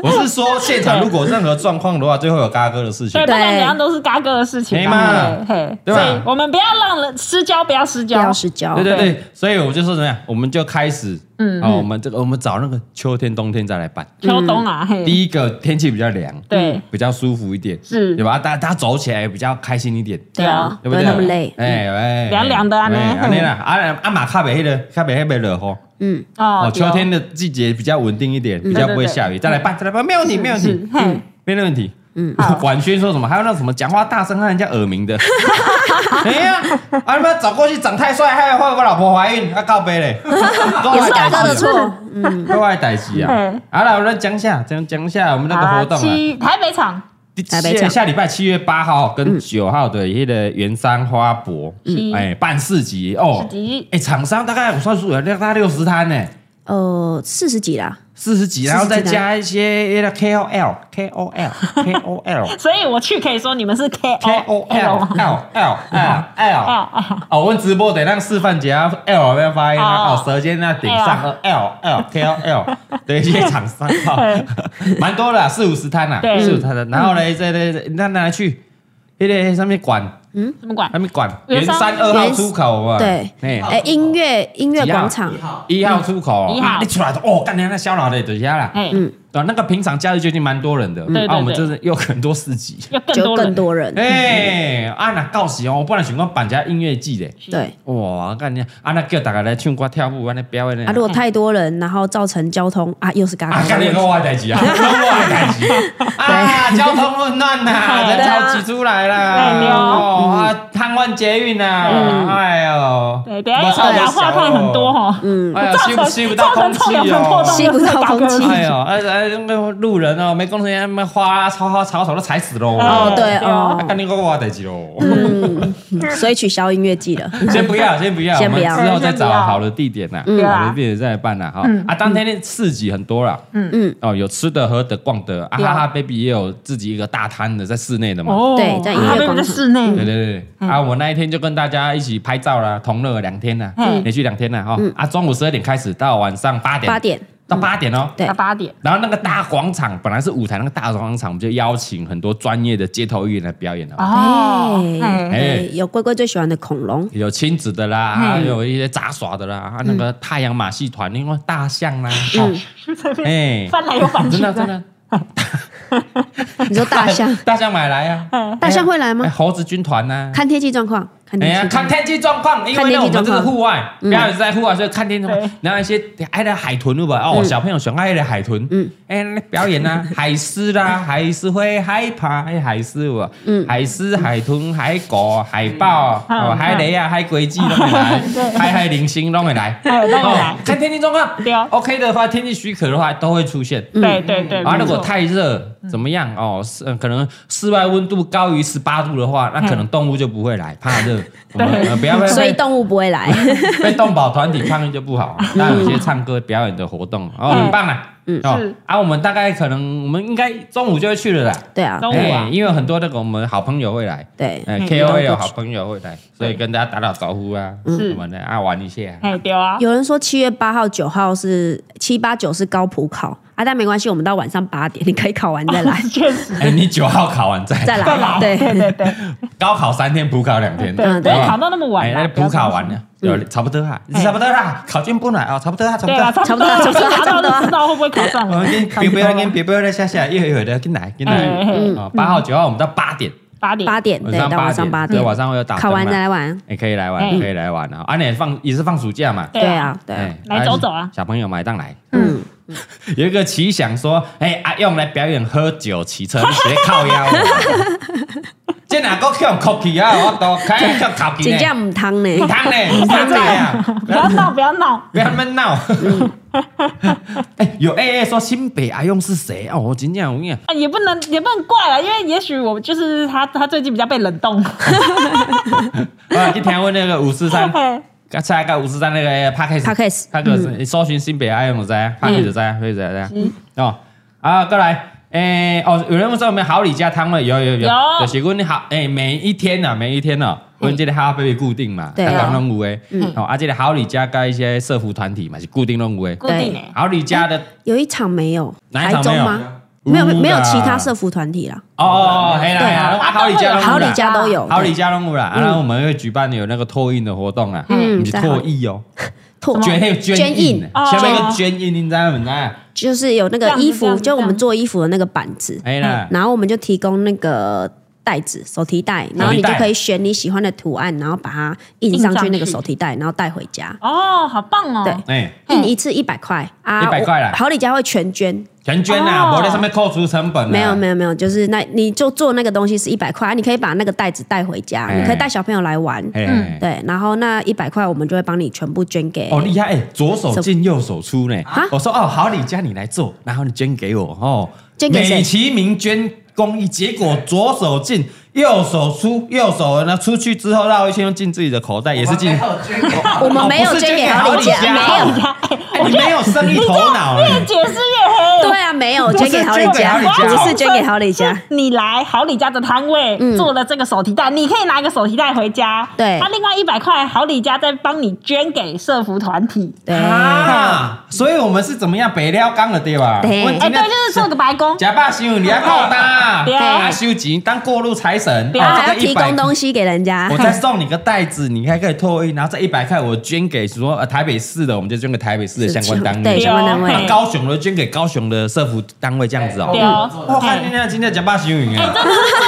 A: 我是说，现场如果任何状况的话，最后有嘎哥的事情
B: 对，。不管
C: 对
B: 怎样都是嘎哥的事情
A: 哎
B: 嘛
A: 嘛，
B: 嘿，
A: 对吧
B: 嘿所以我们不要让人失焦，不要失
C: 不
B: 焦，
C: 要失焦
A: 对，对
B: 对
A: 对，所以我就说怎么样，我们就开始，嗯，
B: 嗯
A: 啊，我们这个我们找那个秋天、冬天再来办。
B: 秋冬啊，嘿，
A: 嗯第一个天气比较凉，
B: 对，
A: 比较舒服一点，
B: 是
A: 对吧？大大家走起来比较开心一点，
B: 对啊，
A: 对不
C: 不会
A: 对？
C: 那么累
A: 哎哎，
B: 凉凉的啊呢
A: 安尼啦，啊啊嘛较袂迄个，较袂迄个热吼。
C: 嗯，
B: 哦嗯
A: 哦，，秋天的季节比较稳定一点，比较不会下雨。再来办，再来办，没有问题，没有问
B: 是
A: 题，，
B: 嘿，
A: 没有问题。嗯
B: 好，
A: 婉轩说什么？还有那什么讲话大声让人家耳鸣 的？哎呀，啊他妈走过去长太帅，害坏我老婆怀孕，啊靠背 嘞，
C: 也
A: 也
C: 是大哥的错。嗯，
A: 另外代志啊
B: 嘿，
A: 好了，我们讲一下，讲讲一下我们那个活动
B: 好啦
A: 啊。
B: 七台北场，
C: 台北
A: 下
C: 场
A: 下礼拜七月八号跟九号的一个圆山花博，
B: 嗯
A: 哎，办市集哦
B: 市集，
A: 哎，厂商大概我算数了，大概六十摊呢，哦
C: 呃，四十几啦，
A: 四十几，
C: 40
A: 然后再加一些那个 KOL、KOL、KOL、
B: 所以我去可以说你们是 K O L
A: KOL、L L L L。
B: 啊，
A: 哦，我们直播得让示范节啊，L 要发音啊，
B: 哦
A: 哦，舌尖那顶上
B: 哎呀
A: L L K L L 的一些厂商啊，蛮多的啊，四五十摊啊，
B: 对嗯
A: 四五十摊。然后呢，这这那拿来去，那个上面管，
B: 怎么管
A: 上？面管，圆
B: 圆山
A: 山二号出口嘛，
C: 对
A: 哎，
C: 哎，音乐音乐
A: 几啊号
C: 广场
D: 你，好，
A: 一号出口，
B: 一号
A: 啊你出来就哦，干娘那小老的等下啦，
B: 哎，
C: 嗯
A: 对吧，那个平常假日就已经蛮多人的，
B: 对
A: 啊，
B: 对
A: 我们
B: 对嗯
A: 就是有很多市集，
B: 要更
C: 就
B: 多
C: 更
B: 人，
C: 多人，嗯
A: 哎，啊那到时哦，我本来想讲办一下音乐季的。
C: 对。
A: 哇，干你啊！那叫大家来唱歌跳舞，安尼表演呢
C: 啊，如果太多人，然后造成交通啊，又是嘎
A: 啊，
C: 嘎
A: 干
C: 的
A: 你跟
C: 问题。
A: 我的代志啊，跟我的代志啊，交通混乱呐，
B: 哎
A: 人潮挤出来
B: 哎对
A: 啦，
B: 哦
A: 哦啊，瘫痪捷运呐，
B: 嗯
A: 哎呦，
B: 对，等一下
A: 不
B: 又
A: 是我
B: 二氧化碳很多
A: 哦，
B: 哈，
C: 嗯，
A: 哎呀，吸不吸不到
B: 造
A: 空
B: 成
A: 气
B: 臭氧层破
A: 哦
B: 洞，。
C: 吸不到空气
A: 哎呦，哎哎，那个路人哦，没工程员，那花草花草草都踩死喽。
B: 哦
C: 对
A: 啊，
C: 哦，
A: 干你跟我的代志喽。
C: 嗯，所以取消音乐季了。
A: 先不要，先不要，
C: 先不要
A: 我们之后再
B: 先不
A: 找
B: 要
A: 好的地点呐，啊
C: 嗯
A: 好的地点再来办呐哈。啊，当天的市集很多啦，嗯
C: 嗯，
A: 哦，有吃的、喝的、逛的，啊
B: 对啊
A: 哈哈 baby 也有自己一个大摊的，在室内的嘛。
B: 哦，
C: 对在音乐嗯
B: 啊
C: 广场
B: 没有在室内
A: 对，对对，啊，我那一天就跟大家一起拍照啦，同乐两天啦，
B: 嗯
A: 连续两天啦哈。啊，中午十二点开始到晚上八点，
C: 八点，
A: 到八点哦。
C: 对
B: 到八点，
A: 然后那个大广场本来是舞台，那个大广场我们就邀请很多专业的街头艺人来表演哦。
B: 哦，
C: 哎、
B: 哎，
C: 对有龟龟最喜欢的恐 龙，
A: 有亲子的啦，还
B: 嗯
A: 有一些杂耍的啦，啊，那个太阳马戏团，另外大象啦，哦，
B: 这 边
A: 哎，
B: 嗯翻来又翻
C: 哦
B: 去
A: 真的真的，
C: 你说大象，
A: 大象买来啊，
B: 嗯
C: 大象会来
A: 哎
C: 吗？
A: 猴子军团啊呐，
C: 看天气状况，看
A: 哎呀，
C: 天气状
A: 看
C: 况。
A: 天气状况，因
C: 看
A: 为
C: 天
A: 呢
C: 气
A: 我们这是
C: 状况
A: 户外，
C: 嗯
A: 表演是在户外，所以看天气状况
B: 对。
A: 然后一些爱的海豚，对吧？哦，
C: 嗯
A: 小朋友喜欢爱的海豚，嗯
C: 嗯，
A: 哎，那表演 啊，海狮啦，海狮会害怕，哎，海狮我，嗯，海狮、海豚、海狗、海豹，
B: 嗯
A: 哦，
B: 嗯
A: 海雷啊，海鬼记都会 来，海海零星都会来，
B: 哎都会来
A: 哦看天气状况
B: 对哦
A: ，OK 的话，天气许可的话都会出现。
C: 嗯哦
B: 对对 对，
A: 啊，如果
B: 没错嗯
A: 太热怎么样？哦，是、呃可能室外温度高于十八度的话，
B: 嗯
A: 那可能动物就不会来，怕 热，我们呃不要被
C: 所以
A: 被
C: 动物不会 来，
A: 被动保团体抗议就不好。 那有些唱歌表演的活动，哦，很棒啊。嗯哦
B: 是，
A: 啊，我们大概可能我们应该中午就会去了啦。
C: 对啊，
B: 中午啊
A: 哎因为很多那个我们好朋友会来，
C: 对，
A: 哎
B: 嗯
A: k o
C: 都
A: 有
C: 不
A: 好朋友会来，所以跟大家打打招呼啊，
C: 嗯
B: 是
A: 什么的啊，玩一下。
B: 哎对啊，，
C: 有人说七月八号、九号是七八九是高普考啊，但没关系，我们到晚上八点，你可以考完 再来
B: 确实
A: 哎，你九号考完再
C: 再
A: 来，
C: 来，对，
B: 对对对
A: 高考三天，补考两天。
B: 对，
C: 嗯
B: 不
C: 对
B: 要考到那么晚
A: 哎，
B: 啦，
A: 那
B: 不要
A: 补考
C: 啊
B: 考
A: 完了，有差不多啊，
B: 哎
A: 差不多啦，考卷不难啊，差不多啊，差不
B: 对
A: 多
B: 啊，
A: 啊。
B: 差不多啦，
C: 差不多啦
B: 拿
C: 差
B: 到
C: 不 多啦嗯
B: 就知道会不会考上
A: 我
B: 了。
A: 们先别不要跟别不要再下下，一会儿一会儿的，进来进
B: 哎
A: 来。
B: 哎哎
A: 啊，八号九号我们到八点，
B: 八点，
C: 八点
A: 晚
C: 对，
A: 上
C: 到晚上
A: 八
C: 八
A: 点，
C: 点
A: 对，，晚上会有打
C: 考完
A: 灯
C: 再
A: 嘛，
C: 来玩，
A: 哎，可以来玩，
B: 哎
A: 可以来玩啊。啊，你放也是放暑假嘛？
C: 对啊，对啊，
A: 哎
B: 来走走啊
A: 小朋友买档来。
C: 嗯，
A: 有一个奇想说，哎，阿用来表演喝酒、骑车，你直接靠腰啊。这哪个叫 cookie 啊？我都开叫 cookie
C: 紧
A: 呢？
C: 张唔汤呢，
A: 唔通呢？唔通呢啊？
B: 不要闹，不要闹，
A: 不要闷闹。哎、有 A A 说新北阿用是谁？哦，我今天我跟你讲，
B: 啊，也不能也不能怪啊，因为也许我就是他，他最近比较被冷冻。
A: 我啊去听问那个五四 三，刚才个五四三那个 p a c k a g e p
C: Podcast，嗯
A: a c k a g e 你搜寻新北阿用在 p a c k a g e 在，会在在哦啊，过来。哎、哦，有人问说有没有好礼加汤了？有有有，
B: 有
A: 就是问你好，哎、每一天呐、啊，每一天哦、我们这个哈贝固定嘛，
C: 嗯对啊
A: 刚拢有诶，哦，啊，这个好礼加加一些社服团体嘛，是固定拢有诶，
B: 固定欸诶，
A: 好礼加的
C: 有一场没有，
A: 哪一
C: 嗯台
A: 场
C: 中
A: 没有啊
C: 吗？没有，没有其他社服团体啦，
A: 哦哦，哦，嘿啦
C: 对
A: 嘿啦，啊好礼加拢有啦
C: 好礼家都有，
A: 好，李家龙舞啦，啊然后我们会举办有那个拓印的活动啊，
C: 嗯
A: 不是拓印哦，
C: 拓
A: 捐那个捐
C: 捐
A: 印
C: 印，
B: 哦
A: 前面一个捐印，你知道吗？你知道吗？
C: 就是有那
B: 这
C: 个
B: 样子
C: 衣
B: 这样
C: 服，
B: 子
C: 就我
B: 这样
C: 们
B: 子
C: 做衣服的那个板子，
A: 哎啦，
C: 然后我们就提供那个袋子、手提袋，然后你就可以选你喜欢的图案，然后把它印上去那个手提袋，然后带回家。
B: 哦，好棒哦！
C: 对
A: 哎，
B: 嗯
C: 印一次一百块啊，
A: 100块啦
C: 我好李家会全捐，
A: 全捐啦，
B: 哦
A: 我在上面扣除成本啊，
C: 没有没有没有，就是那你就做那个东西是一百块，啊你可以把那个袋子带回家，
A: 哎
C: 你可以带小朋友来玩，
A: 哎，哎，
C: 嗯对，然后那一百块我们就会帮你全部捐给
A: 哦，厉害！哎，左手进右手出呢
C: 啊。
A: 我说哦，好李家你来做，然后你捐给我哦。
C: 捐给谁
A: 美其名捐公益，结果左手进右手出，右手呢出去之后绕一圈又进自己的口袋，也是进。
C: 我们没有
A: 哦不是
C: 捐给
A: 好
C: 好李家，
A: 家，
B: 哦
C: 没有，
A: 哎，你没有生意头脑哎。
B: 越解释越黑。
C: 对啊，没有捐给好李家，
A: 不是捐给好李家
C: 不是捐给好李家，
B: 是你来好李家的摊位、
C: 嗯
B: 做了这个手提袋，你可以拿一个手提袋回家。
C: 对
B: 他另外一百块好李家再帮你捐给社服团体。
C: 对，
A: 啊，所以我们是怎么样北料缸的对吧？
C: 对
A: 我
B: 哎、对，就是做个白工，
A: 假爸修，你要够大，
B: 对啊
A: 还修钱当过路财神，
B: 对啊
C: 然后
A: 哦
C: 还
A: 这
C: 要
A: 个
C: 提
A: 100
C: 供东西啊给人家，
A: 我 再送你个袋子，你还可以托运，然后这一百块我捐给说呃台北市的，我们就捐给台北市的相关单
C: 对
A: 位
B: 是。
C: 相关单
B: 对
A: 啊
C: 位，
A: 高雄的捐给高雄的社福单位这样子
B: 对
A: 哦。
B: 哦
A: 我看今天今天假爸修云
B: 哎
A: 啊，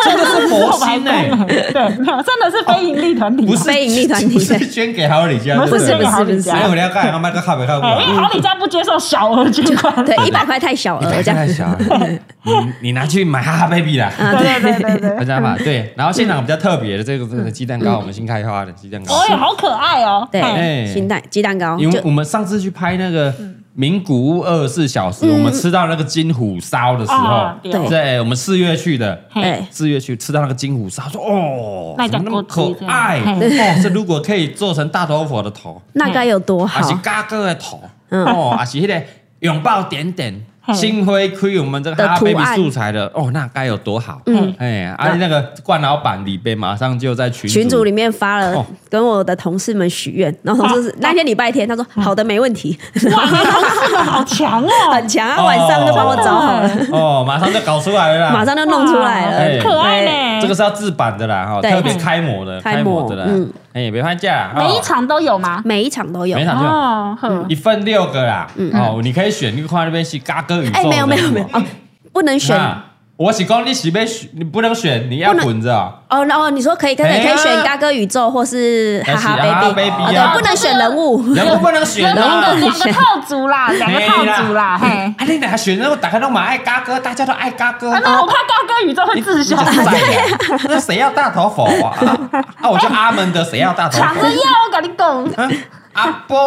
A: 真的是
B: 做
A: 佛
B: 白
A: 心
B: 工、
A: 哎，
B: 对，没有，真的是非盈利团体、
A: 不是啊
C: 非盈利团 体
A: 不是捐给好礼家，
B: 不
A: 对
B: 是
A: 对
B: 捐给好李
C: 不是不是不
A: 哎，
B: 家
A: 我。要干，我买个靠北靠
B: 哎、因为
A: 过。
B: 好李家不接受小额捐款。对
C: 对，一百块太小 额，呃这样
A: 太小了， 你你拿去买哈哈 baby 啦，
B: 啊对对对
C: 嗯
B: 对。
A: 知道吧？对，然后现场比较特别的这个这个鸡蛋糕，我们新开发的鸡蛋糕。
C: 嗯
B: 哦哟，好可爱哦！嘿
A: 哎
C: 对，鸡蛋鸡蛋糕
A: 因为
C: 就
A: 我们上次去拍那个
B: 嗯
A: 《名古屋二十四小时》，我们吃到那个金虎烧的时候
B: 哦，
C: 对
A: 对，我们四月去的。
B: 嘿
C: 哎，
A: 四月去吃到那个金虎烧，说哦，
B: 那叫
A: 怎么那么
B: 国
A: 可
B: 际这样
A: 爱
B: 嘿
A: 哦！这如果可以做成大头佛的头，
C: 那该有多
A: 还是
C: 好？
A: 嘎哥的头，
C: 嗯
A: 哦，还是那个拥抱点点，
B: 嘿
A: 新辉亏我们这个
C: 的
A: 哈
C: 图
A: baby
C: 案
A: 素材的哦，那该有多好！
C: 嗯
A: 哎，而且那个冠老板李贝马上就在群
C: 群
A: 组
C: 组里面发了
A: 哦
C: 跟我的同事们许愿，然后同事
B: 啊
C: 那天礼拜天，他说
B: 嗯
C: 好的没问题，
B: 哇，你同事们好强哦，
C: 很强啊，晚上就帮我找好了，
A: 哦，马上就搞出来了啦，
C: 马上就 弄出来
A: 哎
B: 很
C: 了，
B: 可爱
C: 对
B: 呢。
A: 这个是要制版的啦，哈，
C: 对
A: 特别开模的，
C: 开模
A: 开模的啦
C: 嗯，
A: 哎，别放假啦，哦
B: 每一场都有吗？
C: 每一场都有
A: 每一。场就有
B: 哦，呵
A: 一份六个啦，哦，你可以选，你看那边是嘎哥宇宙的，
C: 嗯哎，没有没有没有哦，不能选
A: 啊。我是讲你是被你不能选，你要
C: 不能
A: 混着哦。
C: 哦，然后你说可以，可
A: 哎
C: 以
A: 呀
C: 可以选嘎哥宇宙或是哈哈
A: 还是哈哈 baby
C: baby，哦
A: 啊
C: 对，不能选人物，
A: 人物不能选的、
B: 两
A: 啊
B: 个。两个套组啦，两个套组啦，嘿。
A: 哎，你俩选人物打开都蛮爱嘎哥，大家都爱嘎哥。哦
B: 啊，那我怕高歌宇宙会自
A: 你
B: 杀
A: 就。是在呀那谁要大头佛啊？啊啊，我就阿门的，谁要大头
B: 抢着
A: 佛？
B: 要，我跟你讲，
A: 啊阿波、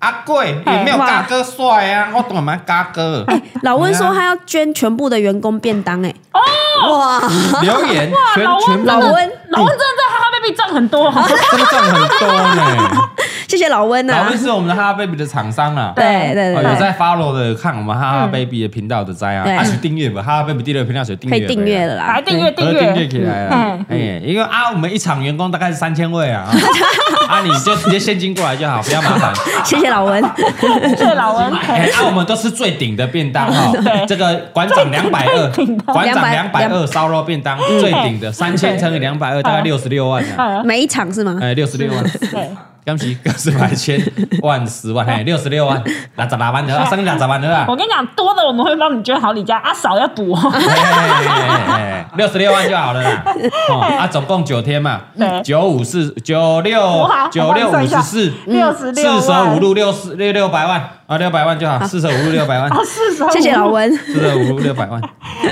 A: 阿贵也没有嘎哥帅啊，我懂蛮嘎哥。
C: 老温说
A: 对啊
C: 他要捐全部的员工便当、欸，哎、哇，
A: 留言全
B: 老温
A: 全部
C: 老温，
B: 老温真的在哈哈 baby 赚很多，
A: 真的赚很多 呢。
C: 谢谢老温
A: 老
C: 啊
A: 温，是我们的哈哈 baby 的厂商啊。
C: 对对
A: 哦，
C: 对
A: 有
C: 对，
A: 在 follow 的看我们哈哈 baby 的频道的在啊，
C: 对
A: 啊去订阅吧，哈哈 baby 第六频道去订
C: 可
A: 阅，
C: 以订阅了啦
B: 来，订阅订
A: 呃订阅
B: 阅，
A: 起来了
B: 嗯，
A: 哎，因为啊，我们一场员工大概是三千位啊，啊，你就直接现金过来就好，不要麻烦。
C: 谢谢老 温，
B: 谢谢老温。
A: 哎，啊，我们都是最顶的便当哈
B: 对，
A: 这个馆长两百二
B: 最顶的，
A: 馆长两
C: 200
A: 百二烧肉便当最顶的，三千乘以两百二，大概六十六万啊，
B: 嗯
C: 每一场是吗？
A: 哎，六十六万。
B: 对，
A: 刚是刚是百千万十万，哎，六十六万，六十六万的，剩六十万的啊
B: 我。跟你讲，多的我们会帮你捐好礼家，啊少要补哦。
A: 六十六万就好了啦。哦，啊，总共九天嘛，
B: 对
A: 九五四九六
B: 哇
A: 九六五十四，
B: 六十六
A: 四舍五入六四六六百万啊，六百万就好，四舍五入六百万，
B: 啊，四十，
C: 谢谢老。温，
A: 四舍五入六百万。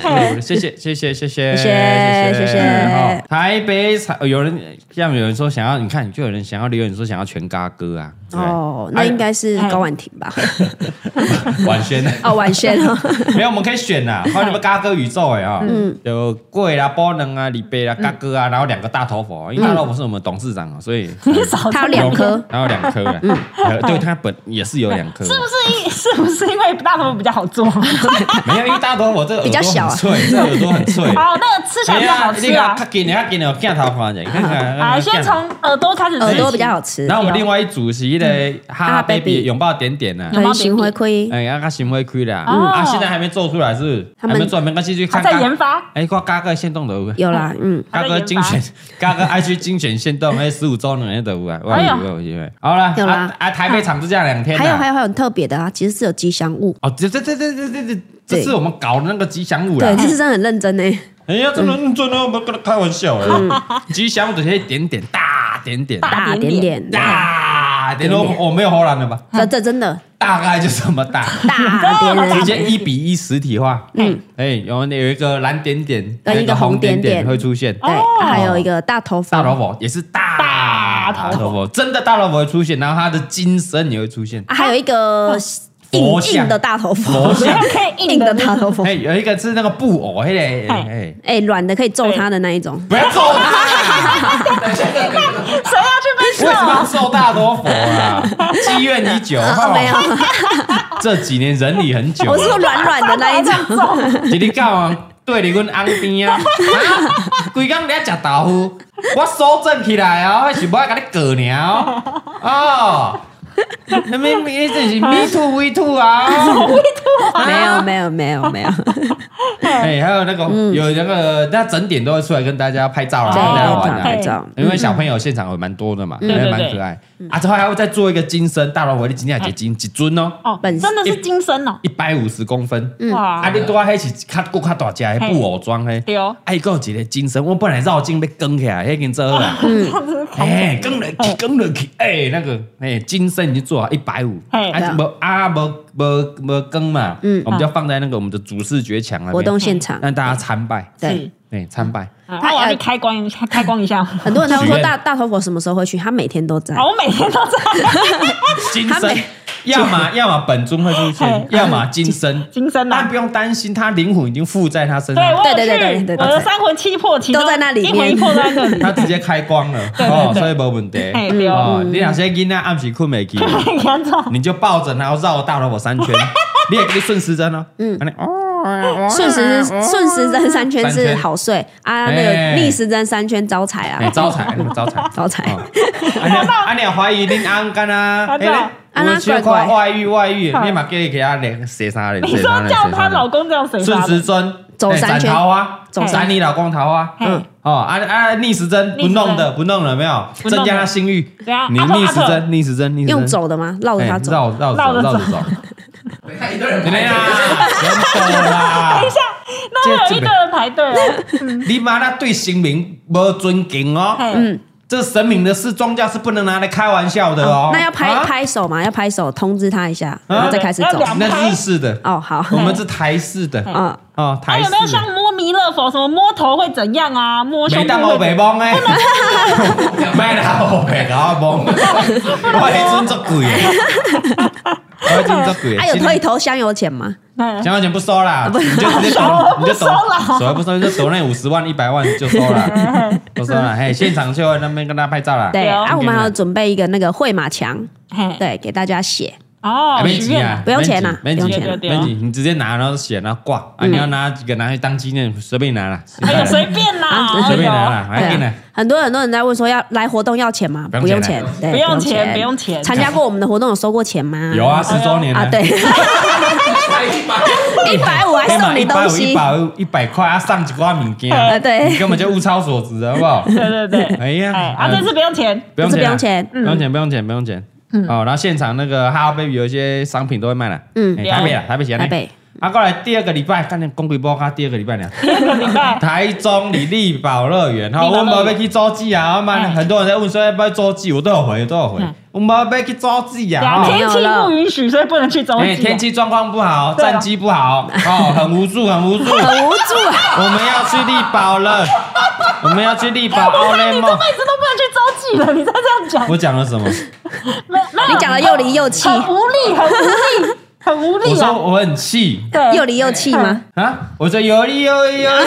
A: 对谢谢谢谢谢谢
C: 谢谢谢谢
A: 哦台北采有人下面有人说想要，你看就有人想要留言说想要全嘎哥啊， 对哎不对
C: 哦，那应该是高婉婷吧？
A: 婉轩呢？
C: 哦，婉轩 哦，
A: 没有，我们可以选啊 呐，还有什么嘎哥宇宙哎啊，
B: 嗯
A: 有贵啦、波能啊、李贝啦、嘎哥啊，然后两个大头佛，因为大头佛是我们董事长
B: 嗯
A: 啊，所以
B: 少
C: 他有两颗，
A: 然后两颗啦，
B: 嗯
A: 呃对他本也是有两颗，
B: 是不是因是不是因为大头比较好做？哦，
A: 没有，因为大头佛这个耳
C: 比
A: 朵
C: 较小
A: 很
C: 啊
A: 脆，这个耳朵 很脆。
B: 那个吃起来
A: 哎
B: 比较
A: 呀
B: 好
A: 那
B: 吃
A: 个
B: 啊
A: 他。给你，他给你，我镜头看一下，看看。
B: 啊，
A: 看
B: 先从耳朵开始吃起，
C: 耳朵比较好吃
A: 然，后我们另外一组是那
B: 嗯
A: 个哈哈
C: 哈
A: baby
C: baby
A: 拥抱点点呢，
B: 有猫
C: 很
B: 鼻
C: 行回馈，
A: 哎，啊，他行为亏啦，
B: 嗯哦
A: 啊，现在还没做出来是不是？
C: 他
A: 还
C: 们
A: 没做，没关系，去
B: 还
A: 看。
B: 在研发。
A: 哎，看嘎哥现动的有没有
C: 有啦，嗯，
A: 嘎哥精选，嘎哥 IG 精选限动，哎，十五周年的有啊，我
B: 哎呦
A: 有我有有，好啦，
C: 有啦
A: 啊啊，台北场就这样两天啦，
C: 还有还有还有很特别的啊，其实是有吉祥物，
A: 哦，这这这这这这这，这
C: 对
A: 是我们搞的那个吉祥物啦
C: 对，，这嗯次真的很认真欸呢，
A: 哎呀，真的认真的，我们跟他开玩笑
C: 嗯
A: 的，吉祥物这些点点大点点
C: 大点点，
A: 大点点，
C: 点点
A: 我我没有荷兰的吧？
C: 这这真的
A: 大概就这么大，
C: 大 点
A: 直
C: 点，
A: 接一比一实体化，
B: 嗯，
A: 哎，然后有一个蓝点点，
C: 呃跟一个
A: 有
C: 红
A: 红
C: 点
A: 点
C: 点
A: 会出现，
B: 哦
C: 对，啊还有一个大头发，
A: 哦大头佛也是大
B: 大头佛
A: 头佛，真的大头佛会出现，然后他的金身也会出现。
C: 啊，还有一个硬
A: 佛像
C: 硬的大头佛
A: 佛，像，
B: 可以
C: 硬
B: 硬
C: 的
B: 的
C: 大头佛
A: 哎，，有一个是那个布偶，嘿嘞，哎哎，
C: 哎，软的可以揍他的那一种，
A: 不要揍 他！
B: 谁要去
A: 为
B: 被
A: 什么要
B: 揍？
A: 揍大多佛 啊？积怨已久，
C: 啊没有，
A: 哈这几年忍你很久啊
C: 我是说
A: 了。
C: 软软的那一种，
A: 一日到晚对你阮翁边啊，啊规工在食豆腐，我手震起来哦，是无爱甲你过尔哦哦。那么你这是 me too we too 啊？me too
C: 没有没有没有没有，
A: 哎，还有那个、有那个，那整点都会出来跟大家拍照啦，
C: 嗯对
A: 跟大家玩
C: 对
A: 啊
C: 对，
B: 哎
C: 拍照，嗯
A: 因为小朋友现场有蛮多的嘛，
B: 嗯
A: 还
B: 对对
A: 蛮可爱啊。之后还会再做一个金身大老虎的金
C: 啊
A: 甲结晶几尊哦，
B: 哦，
C: 本
B: 真的是精神哦，
A: 一百五十公分。
C: 嗯
A: 啊，
B: 哇，
A: 你多迄是较骨较大只的布偶装嘿，
B: 对哦
A: 啊，伊还有一个金身，我本来绕颈要卷起来，迄经做好
C: 哦
A: 了，
B: 这
C: 嗯
B: 样子
A: 哎，卷落去，卷落去，哎，那个哎金身已经做好一百五，
B: 嘿
A: 啊无啊无无无卷嘛，我们就放在那个我们的主视觉墙那
C: 嗯活
A: 边
C: 动，现场，
A: 让大家参拜，
C: 对，呃嗯
A: 哎，参拜。
B: 他我要去开光一下，开光一下。
C: 很多人他会
A: 许愿
C: 说大大头佛什么时候会去，他每天都在，
B: 好，我每天都 在
A: 金
C: 他
A: 身
C: 每，
A: 要么要么本尊会出现
B: 嘿，
A: 要么金身。
B: 精神
A: 但
B: 啊
A: 不。用担心，他灵魂已经附在他身
B: 对，
A: 上，
B: 我有
C: 对对对对
B: 去，
C: 对
B: 我的三魂七魄其中
C: 都在那里面
B: 一魂一魄都在 那里。
A: 他直接开光了，
B: 对
A: 哦，
B: 对
A: 所以没问题。
B: 哎，对哦，嗯
A: 哦，你若些囡仔暗时困袂去，
B: 严重。
A: 你就抱着然后绕大萝卜三圈，你也可以顺时针哦，嗯，哦，
C: 顺时顺时针三圈
A: 三
C: 是
A: 圈
C: 好睡啊，那
A: 哎
C: 个逆时针三圈招财
A: 哎，
C: 啊，
A: 招财，你们招 财，
C: 招财
A: 哦。啊你啊你也怀疑恁翁干啊？
B: 啊
A: 哎
B: 对啊
A: 你有小可外遇外遇，
B: 啊
A: 你嘛叫伊给他连写啥咧？
B: 你
A: 写
B: 说
A: 啥咧
B: 叫
A: 写啥
B: 她
A: 咧
B: 老公这样谁
A: 顺
B: 杀
A: 时
B: 的？
A: 针
C: 走
A: 哎
C: 三
A: 斩
C: 圈
A: 桃花，
B: 走三
A: 斩你老公桃花。
B: 嘿
A: 哦，啊啊，逆时针不
B: 逆时针
A: 弄的，不弄了，有没有
B: 不弄
A: 增加
B: 了
A: 他性欲。
B: 对啊
A: 你
B: 阿拓
A: 逆
B: 阿
A: 时
B: 拓
A: 针，逆时针，逆时针，
C: 用走的吗？绕着
A: 哎
C: 它走，
A: 绕绕
B: 绕
A: 着
B: 着
A: 绕
B: 走
A: 着走。
D: 你看一堆人
A: 怎么
D: 排队
A: 样？真走啦！
B: 等一下，那会有一个人排队哦。
A: 你妈那对神明无尊敬哦，
B: 嗯，
A: 这神明的事，宗教是不能拿来开玩笑的哦。
C: 那要拍
A: 啊，
C: 拍手嘛，要拍手通知他一下，然后再开始
B: 要
C: 走。
B: 两
A: 那日式的，
C: 哦，好，
A: 我们是台式的
C: 嗯，
A: 哦，
B: 还
A: 台
B: 啊有
A: 式
B: 没有
A: 的。
B: 像摸弥勒佛什么摸头会怎样啊？摸胸
A: 没
B: 部
A: 当我
B: 会怎
A: 北
B: 样？
A: 崩哎， 卖啦我北搞崩， 我迄阵足贵的，我迄阵足贵的。
C: 啊还有退头香油钱吗？
B: 嗯
A: 香港钱不收啦，你就直接抖，你就抖，手不收就抖那五十万、一百万就收 了，就收了。嘿，现场就那边跟他拍照啦。
C: 对，
B: 有
C: 啊，我们还有
A: 有
C: 准备一个那个会马墙，
B: 嘿
C: 对，给大家写。
B: 哎哦，
A: 没
B: 许
A: 急
B: 愿
A: 啊，
C: 不用钱啊嗯
A: 没
C: 不
A: 急
C: 用钱
B: 啊
A: 没急，你直接拿然后写然后挂啊，你要拿几个拿去当纪念，随便拿啦，
B: 哎呦，随便
C: 啊
B: 啦，
A: 随便拿
B: 哎
A: 啦，
C: 对
A: 还定了
C: 啊。，很多很多人在问说要来活动要钱吗？
A: 不
C: 不
A: 用
C: 用
A: 钱
C: 钱
A: 啊，
C: 对，
B: 不用钱不用钱
C: 参加过我们的活动有收过钱吗？
A: 有啊，十周年
C: 啊，
A: 了，
C: 对，
D: 排一排，
C: 一百五还
A: 干嘛
C: 送你
A: 一百
C: 东
A: 五、一
C: 西，
A: 百五、一百块啊，上几挂物件，
C: 呃，
A: 你
C: 对，
A: 根本就物超所值，好不好？
B: 呦对对对，
A: 哎呀
B: 哎啊，
A: 嗯
B: 这次不用钱，
A: 不用
C: 这
A: 钱啊，
C: 不用钱
A: 不
C: 嗯
A: 用钱，不用钱，不用钱。哦，然后现场那个哈 baby 有一些商品都会卖了，
C: 嗯
A: 哎台北啊，台北前
C: 台北
A: 啊，过来第二个礼拜，看见公鬼波卡第二个礼拜 呢，
B: 一个礼 拜，
A: 台中李力宝乐园，哈，
B: 力宝
A: 我
B: 乐园
A: 们要去洲际
C: 嗯
A: 啊，妈，
B: 哎
A: 很多人在问说要不要洲际，我都有回，都有回
B: 嗯，
A: 我们要去洲际
B: 对
A: 啊，
B: 啊，
A: 哦
B: 天气不允许，所以不能去走
A: 哎，
B: 几啊
A: 天气状况不好，
B: 对啊
A: 战绩不好，哦，很无助， 很无助，
C: 很无助啊。
A: 我们要去力宝 了，我们要去力宝奥莱
B: 那你这
A: 梦，
B: 辈子都不能去周记了，你再这样讲，
A: 我讲了什么？
B: 没没有
C: 你讲的又离又气，
B: 很无力，很无力，很无
A: 我
B: 力
A: 说
B: 啊！
A: 我很气
B: 对，
C: 又离又气吗？
A: 啊！我说有理有理有 理，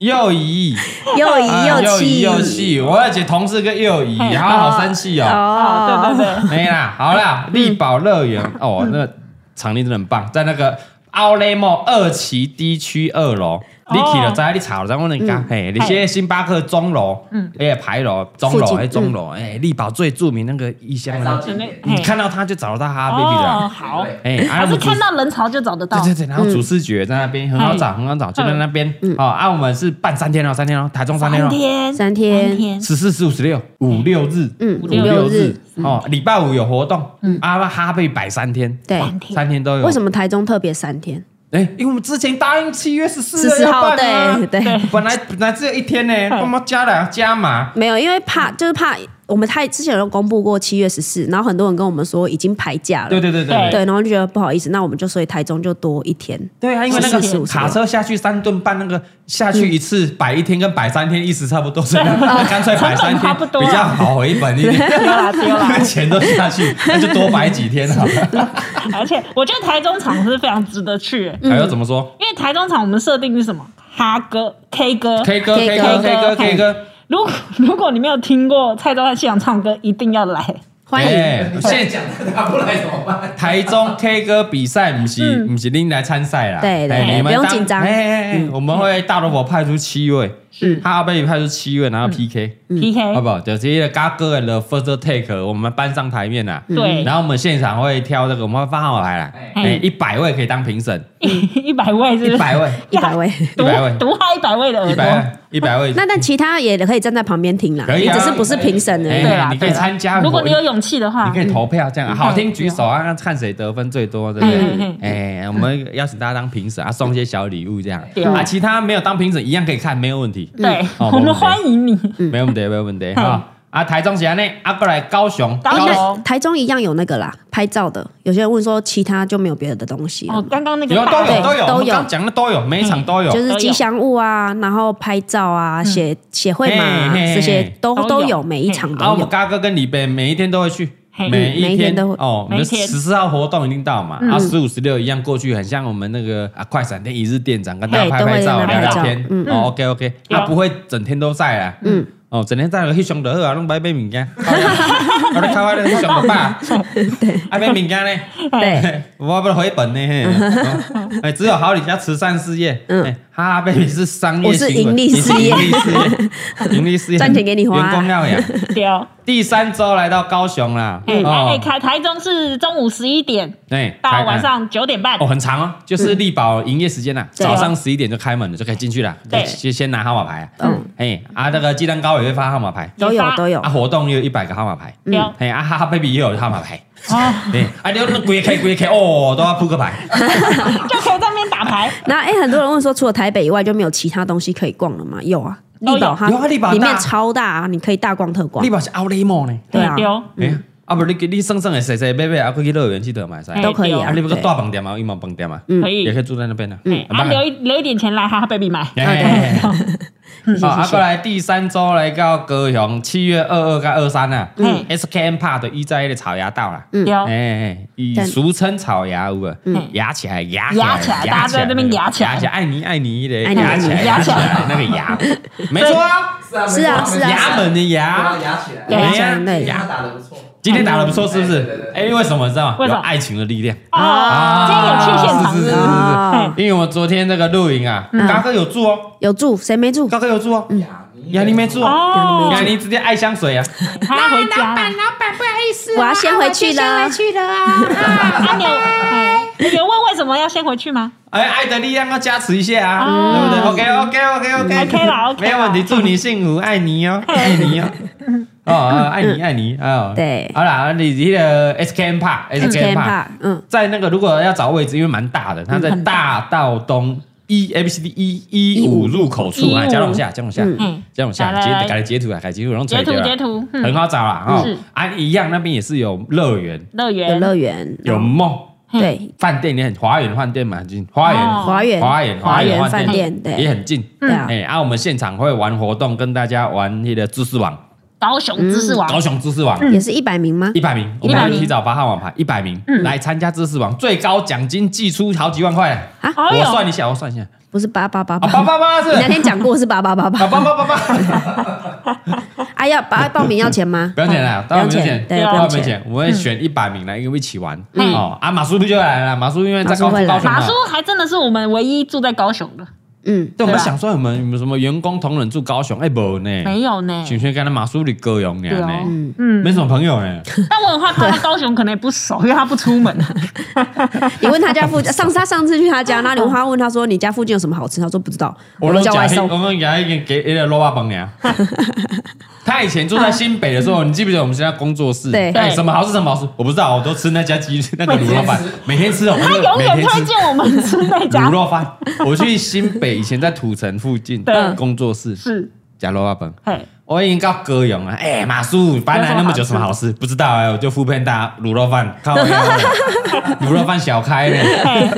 A: 又疑
C: 又
A: 啊
C: 疑
A: 又疑
C: 气，
A: 又气，我有姐同事跟又疑，然后好生嗯气哦。
B: 啊，
C: 哦，
B: 对对
A: 没啦，好啦，力宝乐园哦，那个场地真的很棒，在那个奥雷莫二期 D 区二楼。你去了，在你查了，然后你讲，嘿，你些星巴克钟楼，嗯，哎，牌楼、钟
C: 附
A: 楼、
C: 近
A: 哎，钟楼，哎，力宝最著名那个异乡的那个，
B: 对，准备
A: 你
B: 嘿
A: 看到他就找到他 baby
B: 哦，
A: 了，
B: 好，
A: 哎，啊
B: 还
A: 我
B: 是
A: 们主
B: 看到人潮就找得到
A: 对，对对，然后主视觉在那边很好找，很好找，就在那边。哦，啊，我们是办三天哦，三天哦，台中三天
B: 三
A: 哦，
B: 天，
C: 三天
B: 三天，
A: 十四、十五、十六，五六日，
C: 嗯，五
A: 五六
C: 六日，。
A: 哦，礼拜五有活动，啊，哈贝摆三天，
C: 对，
B: 三天
A: 三天都有。
C: 为什
A: 么？
C: 么台中特别三天？
A: 哎，因为我们之前答应七月十四
C: 十四号，
A: 对
C: 对对，
A: 啊本来本来只有一天呢，干嘛加了加码？
C: 没有，因为
A: 嗯
C: 怕就是怕我们太之前有公布过七月十四，然后很多人跟我们说已经排假了，
A: 对对对对
C: 对，然后就觉得不好意思，那我们就所以台中就多一天，
A: 对啊，因为那
C: 14 15
A: 个
C: 16
A: 卡车下去三顿半，那个下去一次摆一天跟摆三天意思差不多， 所以那干脆摆三
B: 成本
A: 天
B: 差不多啊
A: 比较好回本一点。
B: 丢啦丢啦
A: 因，为钱都下去，那就多摆几天好了。
B: 而且我觉得台中场是非常值得去，欸
C: 嗯
A: 还要怎么说
B: 因为台中场我们设定是什么？哈歌 K 歌。
A: ？K 歌 K
C: K
A: 歌
C: 歌
A: K 歌 K 歌，
B: 如果 如果你没有听过蔡宗翰现场唱歌，一定要来。
C: 欢迎。
A: 哎
D: 你
A: 现
D: 现在讲他不来怎么办？
A: 台中 K 歌比赛不是不是拎来参赛啦，
C: 嗯对对
A: 哎你们
C: 不用
A: 当
C: 紧张嗯
A: 哎哎哎，我们会大萝卜派出七位，哈贝派出七位，然
C: 嗯
A: 后 PK，
B: PK
A: 好不好？就是一个嘎哥的 first take，我们搬上台面啊
C: 嗯
A: 啦。
B: 对
A: 嗯然后我们现场会挑这个，我们会放好牌啦，
B: 哎
A: 哎，一百位可以当评审，
B: 一百位是不
A: 一
B: 是？
A: 百位，
C: 一百位，
B: 毒
A: 100位
B: 毒害一百位的
A: 一
B: 耳朵。
A: 百位，一百位。
C: 那但其他也可以站在旁边听啦，
A: 可以
C: 你
A: 啊
C: 只是不是评审而
A: 哎
C: 已。
B: 对啦，
A: 你可以
B: 对啦
A: 参加
B: 如果你
A: 我
B: 有勇气的
A: 你
B: 话
A: 可，以投票，这样好听举手啊，看谁得分最多，对不对
B: 嗯？
A: 哎，我们邀请大家当评审啊，送一些小礼物这样
B: 对
A: 啊，其他没有当评审一样可以看，没有问题，
B: 嗯
C: 嗯
B: 对，
A: 哦嗯
B: 我们欢迎你。
A: 没问题，没问题哈。啊，台中是安尼，啊，过来高雄，
B: 高雄
C: 哎那台中一样有那个啦，拍照的。有些人问说，其他就没有别的东西了
B: 哦，刚刚那个
A: 有
B: 大
A: 都有
C: 对
A: 都有，
C: 都有
A: 我们刚讲的都有，每一场哦都有嗯
C: 就。是
B: 都有
C: 吉祥物啊，然后拍照啊，写写会码啊
A: 嘿嘿嘿
C: 这些都
B: 都有
C: 都有，每一场
A: 啊，我
C: 都
A: 们
C: 有。
A: 嘎哥跟李贝每一天都会去。每
B: 嘿
C: 嗯每
A: 一天
C: 一天嗯都会
A: 哦，我们
B: 每一天
A: 十四号活动一定到嘛，啊，十五、十六一样过去，很像我们那个啊快闪店一日店长跟大家
C: 对
A: 拍拍照、
C: 嗯
A: 聊
C: 都会在那拍
A: 聊
C: 照
A: 天，
C: 嗯
A: 哦，OK OK，
B: 有
A: 他不会整天都在啊，嗯，哦，整天带了去上就好啊，拢不爱买 物件。我咧靠我咧去上就罢，爱买物件 呢？
C: 对，
A: 嘿我不回本呢。嘿哦哎，只有好李家慈善事业，
C: 嗯
A: 哎，哈哈 baby 是商业
C: 我
A: 行
C: 是
A: 为
C: 盈利
A: 你是
C: 事业
A: 盈利事业， 盈利事业
C: 赚钱给你花
A: 员工要养。
B: 对哦，
A: 第三周来到高雄啦，
C: 嗯
A: 哦
B: 哎哎哎，，台台中是中午十一点
A: 哎
B: 到
A: 台
B: 晚上九点半
A: 哦，，很长哦，就是力宝营业时间呐，
C: 嗯对
A: 早上十一点就开门了，就可以进去了，
B: 对
A: 就就先拿号码牌啊。
C: 嗯，
A: 哎啊，那个鸡蛋糕也会发号码牌，
C: 都有都有
A: 啊，，活动也有一百个号码牌，
B: 对
C: 嗯
B: 哦，
A: 哎啊，哈哈 baby 也有号码牌，
B: 哦，
A: 对，啊，你那鬼开鬼开哦，都要扑克牌，
B: 就可以在那边打牌。
C: 然后哎、很多人问说，除了台北以外，就没有其他东西可以逛了吗？有啊，
B: 都有
C: 力宝它
A: 有啊力宝大
C: 里面超大啊，你可以大逛特逛
A: 力。宝是奥利莫呢，
C: 对啊，
B: 对哦
A: 哎呀，啊不，你你省省的谁谁买买，啊，可以去乐园去得买噻，
B: 哎
C: 都可以
A: 啊，
C: 啊。
A: 你不个
C: 对
A: 大饭店嘛，有毛饭店嘛，
C: 嗯
B: 可
A: 也
B: 以
A: 可，以住在那边呢，
B: 哎
A: 嗯很
B: 啊，
A: 棒
B: 留一留一点钱来哈哈 baby 买，
A: 哎哎哎哎
C: 谢谢
A: 好，啊，过
C: 谢谢。
A: 来第三周来到高雄，七月二二跟二三啊
B: 嗯
A: ，SKM Park 的一在的草芽道啦，
C: 嗯
B: 对
A: 哎
B: 哦，
A: 哎，以
C: 但
A: 俗称草芽舞啊
B: 嗯，
A: 牙起来，牙
B: 牙起来大家都在那边牙起来
A: 牙起来，爱你爱你的，
C: 爱你
A: 牙起来，
B: 爱你
A: 牙起
B: 牙
A: 来，那个 牙，没错啊，
D: 是啊，
C: 是啊是啊
A: 牙本的
D: 牙
A: 牙。
D: 牙起来，
C: 牙起来
A: 哎呀
C: 对
D: 牙打的不错，
A: 今天打的不错，是不
D: 哎对对
A: 是
D: 对？
A: 哎，为什么知道吗？
B: 为什
A: 有
B: 么
A: 爱情的力量。啊
B: 哦，今天有去现场嗯
A: 是是是是
B: 的，
A: 是
C: 哦，
A: 因为我昨天那个露营啊，嘎哥有住哦，
C: 有住谁没住？
A: 嘎哥有住哦，
C: 嗯
D: 牙
A: 雅尼没住哦，
B: 哦
A: 雅，尼直接爱香水啊。
B: 他要回家了。
C: 我要先回去了。
B: 啊，你有哎你有问为什么要先回去吗？
A: 哎，爱的力量要加持一下啊，
B: 哦
A: 对不对？OK OK OK OK
B: 嗯 OK 啦，OK 啦
A: 没有问题，祝你幸福，爱你哦，爱你 哦，哦哦，爱你爱你哦，
C: 对
A: 好啦，你你的 SKM Park SKM
C: SKM
A: Park，
C: Park，嗯，
A: 在那个如果要找位置，因为蛮大的，
B: 嗯
A: 它在大道东。一 A B C D 一一
B: E
A: 五入口处啊，
B: 15
A: 加龙下，加龙下
B: 嗯，
A: 加龙下，
B: 来来
A: 截
B: 来
A: 改截图啊，改截图，然后
B: 截图截图，
A: 很
B: 嗯，
A: 好找啦哦
B: 是。
A: 啊，一样那边也是有乐园，
B: 乐
C: 有
B: 园，
C: 乐园，
B: 嗯
C: 嗯
A: 有梦，
B: 嘿
C: 对
A: 饭店也很华园饭店嘛，近花园
B: 哦
C: 华园
A: 花园
C: 华园
A: 饭
C: 饭店，
A: 也
C: 对
A: 很近。
C: 对啊，
A: 哎，啊，我们现场会玩活动，跟大家玩那个知识网，
B: 高雄知识
A: 高
C: 嗯
B: 王，
A: 雄知识网
C: 也是一百名吗
A: 一？百名，我
B: 100
A: 们会
B: 名
A: 提早发号码牌一百名
B: 嗯
A: 来参加知识网，最高奖金寄出好几万块。
B: 哎
A: 我
B: 呦
A: 算一下，我算一下，啊，
C: 不是八八八
A: 八
C: 八。
A: 八八是
C: 你那天讲过是八八八
A: 啊，
C: 八，
A: 八八八八，
C: 哎呀，报报名要钱
A: 哦
C: 吗
A: 不？要钱了，当然不用钱，
C: 对，
B: 对
C: 不
A: 当
B: 啊
C: 用
A: 然不用
C: 钱。
A: 钱，我们会选一百名来跟我们一起玩。
B: 嗯
A: 哦，啊，马叔就来了，马叔因为在高
C: 马叔会来
A: 高雄
B: 马
A: 嘛
B: 叔。还真的是我们唯一住在高雄的，
C: 嗯，
A: 对，我们
B: 对啊
A: 想说，我们有没有什么员工同仁住高雄？哎，没呢，
B: 没有呢，
A: 想说跟他马叔里高雄
B: 对
A: 俩
B: 哦
A: 呢，，
B: 嗯，
A: 没什么朋友呢。
B: 但我很害怕他高雄可能也不 熟，因为他不出门，
C: 你问他家附近，上次他上次去他家，然后你问他问他说你家附近有什么好吃，他说不知道，
A: 我
C: 们
A: 都
C: 叫外
A: 讲
C: 送。
A: 我们牙已经给那个肉霸帮娘。他以前住在新北的时候，你记不记得我们现在工作室？
C: 对
A: 哎什么好吃什么好吃，我不知道，我都吃那家鸡那个卤肉饭，每天吃哦，
B: 他
A: 我
B: 永
A: 每
B: 远
A: 天
B: 推
A: 吃
B: 荐我们吃那家
A: 卤，肉饭。我去新北以前在土城附近
B: 对
A: 工作室
B: 是，
A: 加肉霸饭。
B: 嘿，
A: 我已经到高雄了，哎、马叔，搬来那么久，什么好吃？不知道哎、我就副片大卤肉饭，靠腰嘞卤肉饭小开嘞。
B: 嘿，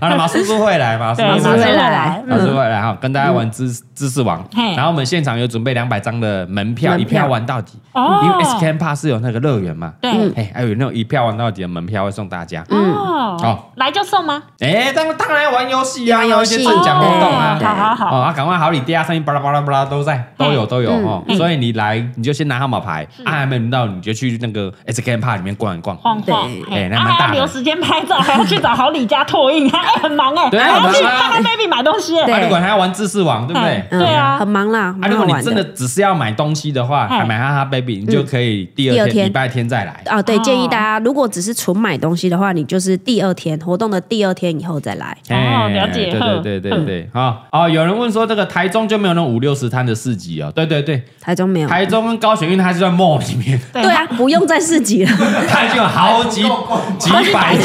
A: 好了，马叔叔会来，马叔
B: 对，马
A: 叔
B: 叔
A: 会
B: 会
A: 来。
B: 来，
A: 老师
B: 嗯，
A: 会来哈，跟大家玩知知识王
B: 嘿，
A: 然后我们现场有准备两百张的门票，
C: 门
A: 一
C: 票
A: 票玩到底，
B: 哦
A: 因为 S Can Pass 是有那个乐园嘛，
B: 对
C: 嗯，
A: 哎，还有那种一票玩到底的门票会送大家。
B: 哦
A: 好，
B: 来就送吗？
A: 哎，当当然要玩游戏啊，
C: 玩
A: 有
C: 游
A: 一些
C: 戏
A: 正奖活动啊
B: 哦，好好好
A: 哦，啊，赶快好礼第二声音巴拉巴拉巴拉都在，都有都有哦，
B: 嗯
A: 所以你来你就先拿号码牌，啊，还没轮到你就去那个 S Can Pass 里面逛一逛。
B: 晃晃，
C: 对
B: 嘿
A: 哎那
B: 啊
A: 蛮大
B: 还
A: 的
B: 要留时间拍照，还要去找好李家拓印，哎，很忙哎，
A: 对啊
B: 还要去
A: 很忙啊
B: 看看 baby 买东西，
C: 对
A: 啊，你管他玩知识王，对不对
B: 嘿？
C: 嗯
B: 对啊
C: 很忙啦，
A: 啊，
C: 蛮
A: 如
C: 好
A: 果你
C: 玩
A: 真的只是要买东西的话，
B: 嗨
A: 还买哈哈 baby，你就可以第二
C: 第二
A: 天
C: 天
A: 礼拜天再来。
C: 啊，对，
B: 哦
C: 建议大家如果只是纯买东西的话，你就是第二天活动的第二天以后再来。
B: 哦
A: 哎
B: 了解
A: 对
B: 哼
A: 对对
C: 嗯
A: 对对，啊哦，有人问说这个台中就没有那种五六十摊的市集哦，对对对，
C: 台中没有，
A: 台中跟高雄因为它是在 mall 里 面，
B: 对
C: 对啊，不用再 市集了，
A: 它已经有好几几百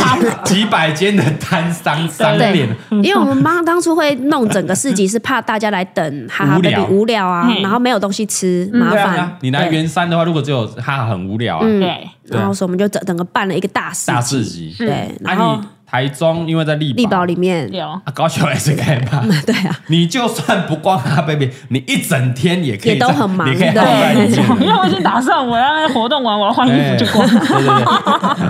A: 几百间的摊商商
C: 对
A: 店，，
C: 因为我们妈当初会弄整个市集，是怕大家来等哈 哈
A: 无聊
C: baby 无聊啊
B: 嗯，
C: 然后没有东西吃，麻
A: 对啊对
C: 烦
A: 啊。你来
C: 对
A: 圆山的话，如果只有它很无聊啊，
C: 嗯
B: 对，
C: 然后所以我们就整整个办了一个大市
A: 大
C: 集，
A: 市集。
C: 对，然
A: 啊，
C: 后
A: 你台中因为在
C: 力
A: 力
C: 宝
A: 宝，
C: 里面，
B: 有
A: 啊，高雄也是可以吧？
C: 对啊，
A: 你就算不逛哈哈 baby，你一整天也可以
C: 也都
A: 在
C: 很忙
A: 你可以
C: 对
A: 耗在里面 哎
B: 因为我已经打算我要那活动完，我要换衣服去 逛。
A: 对对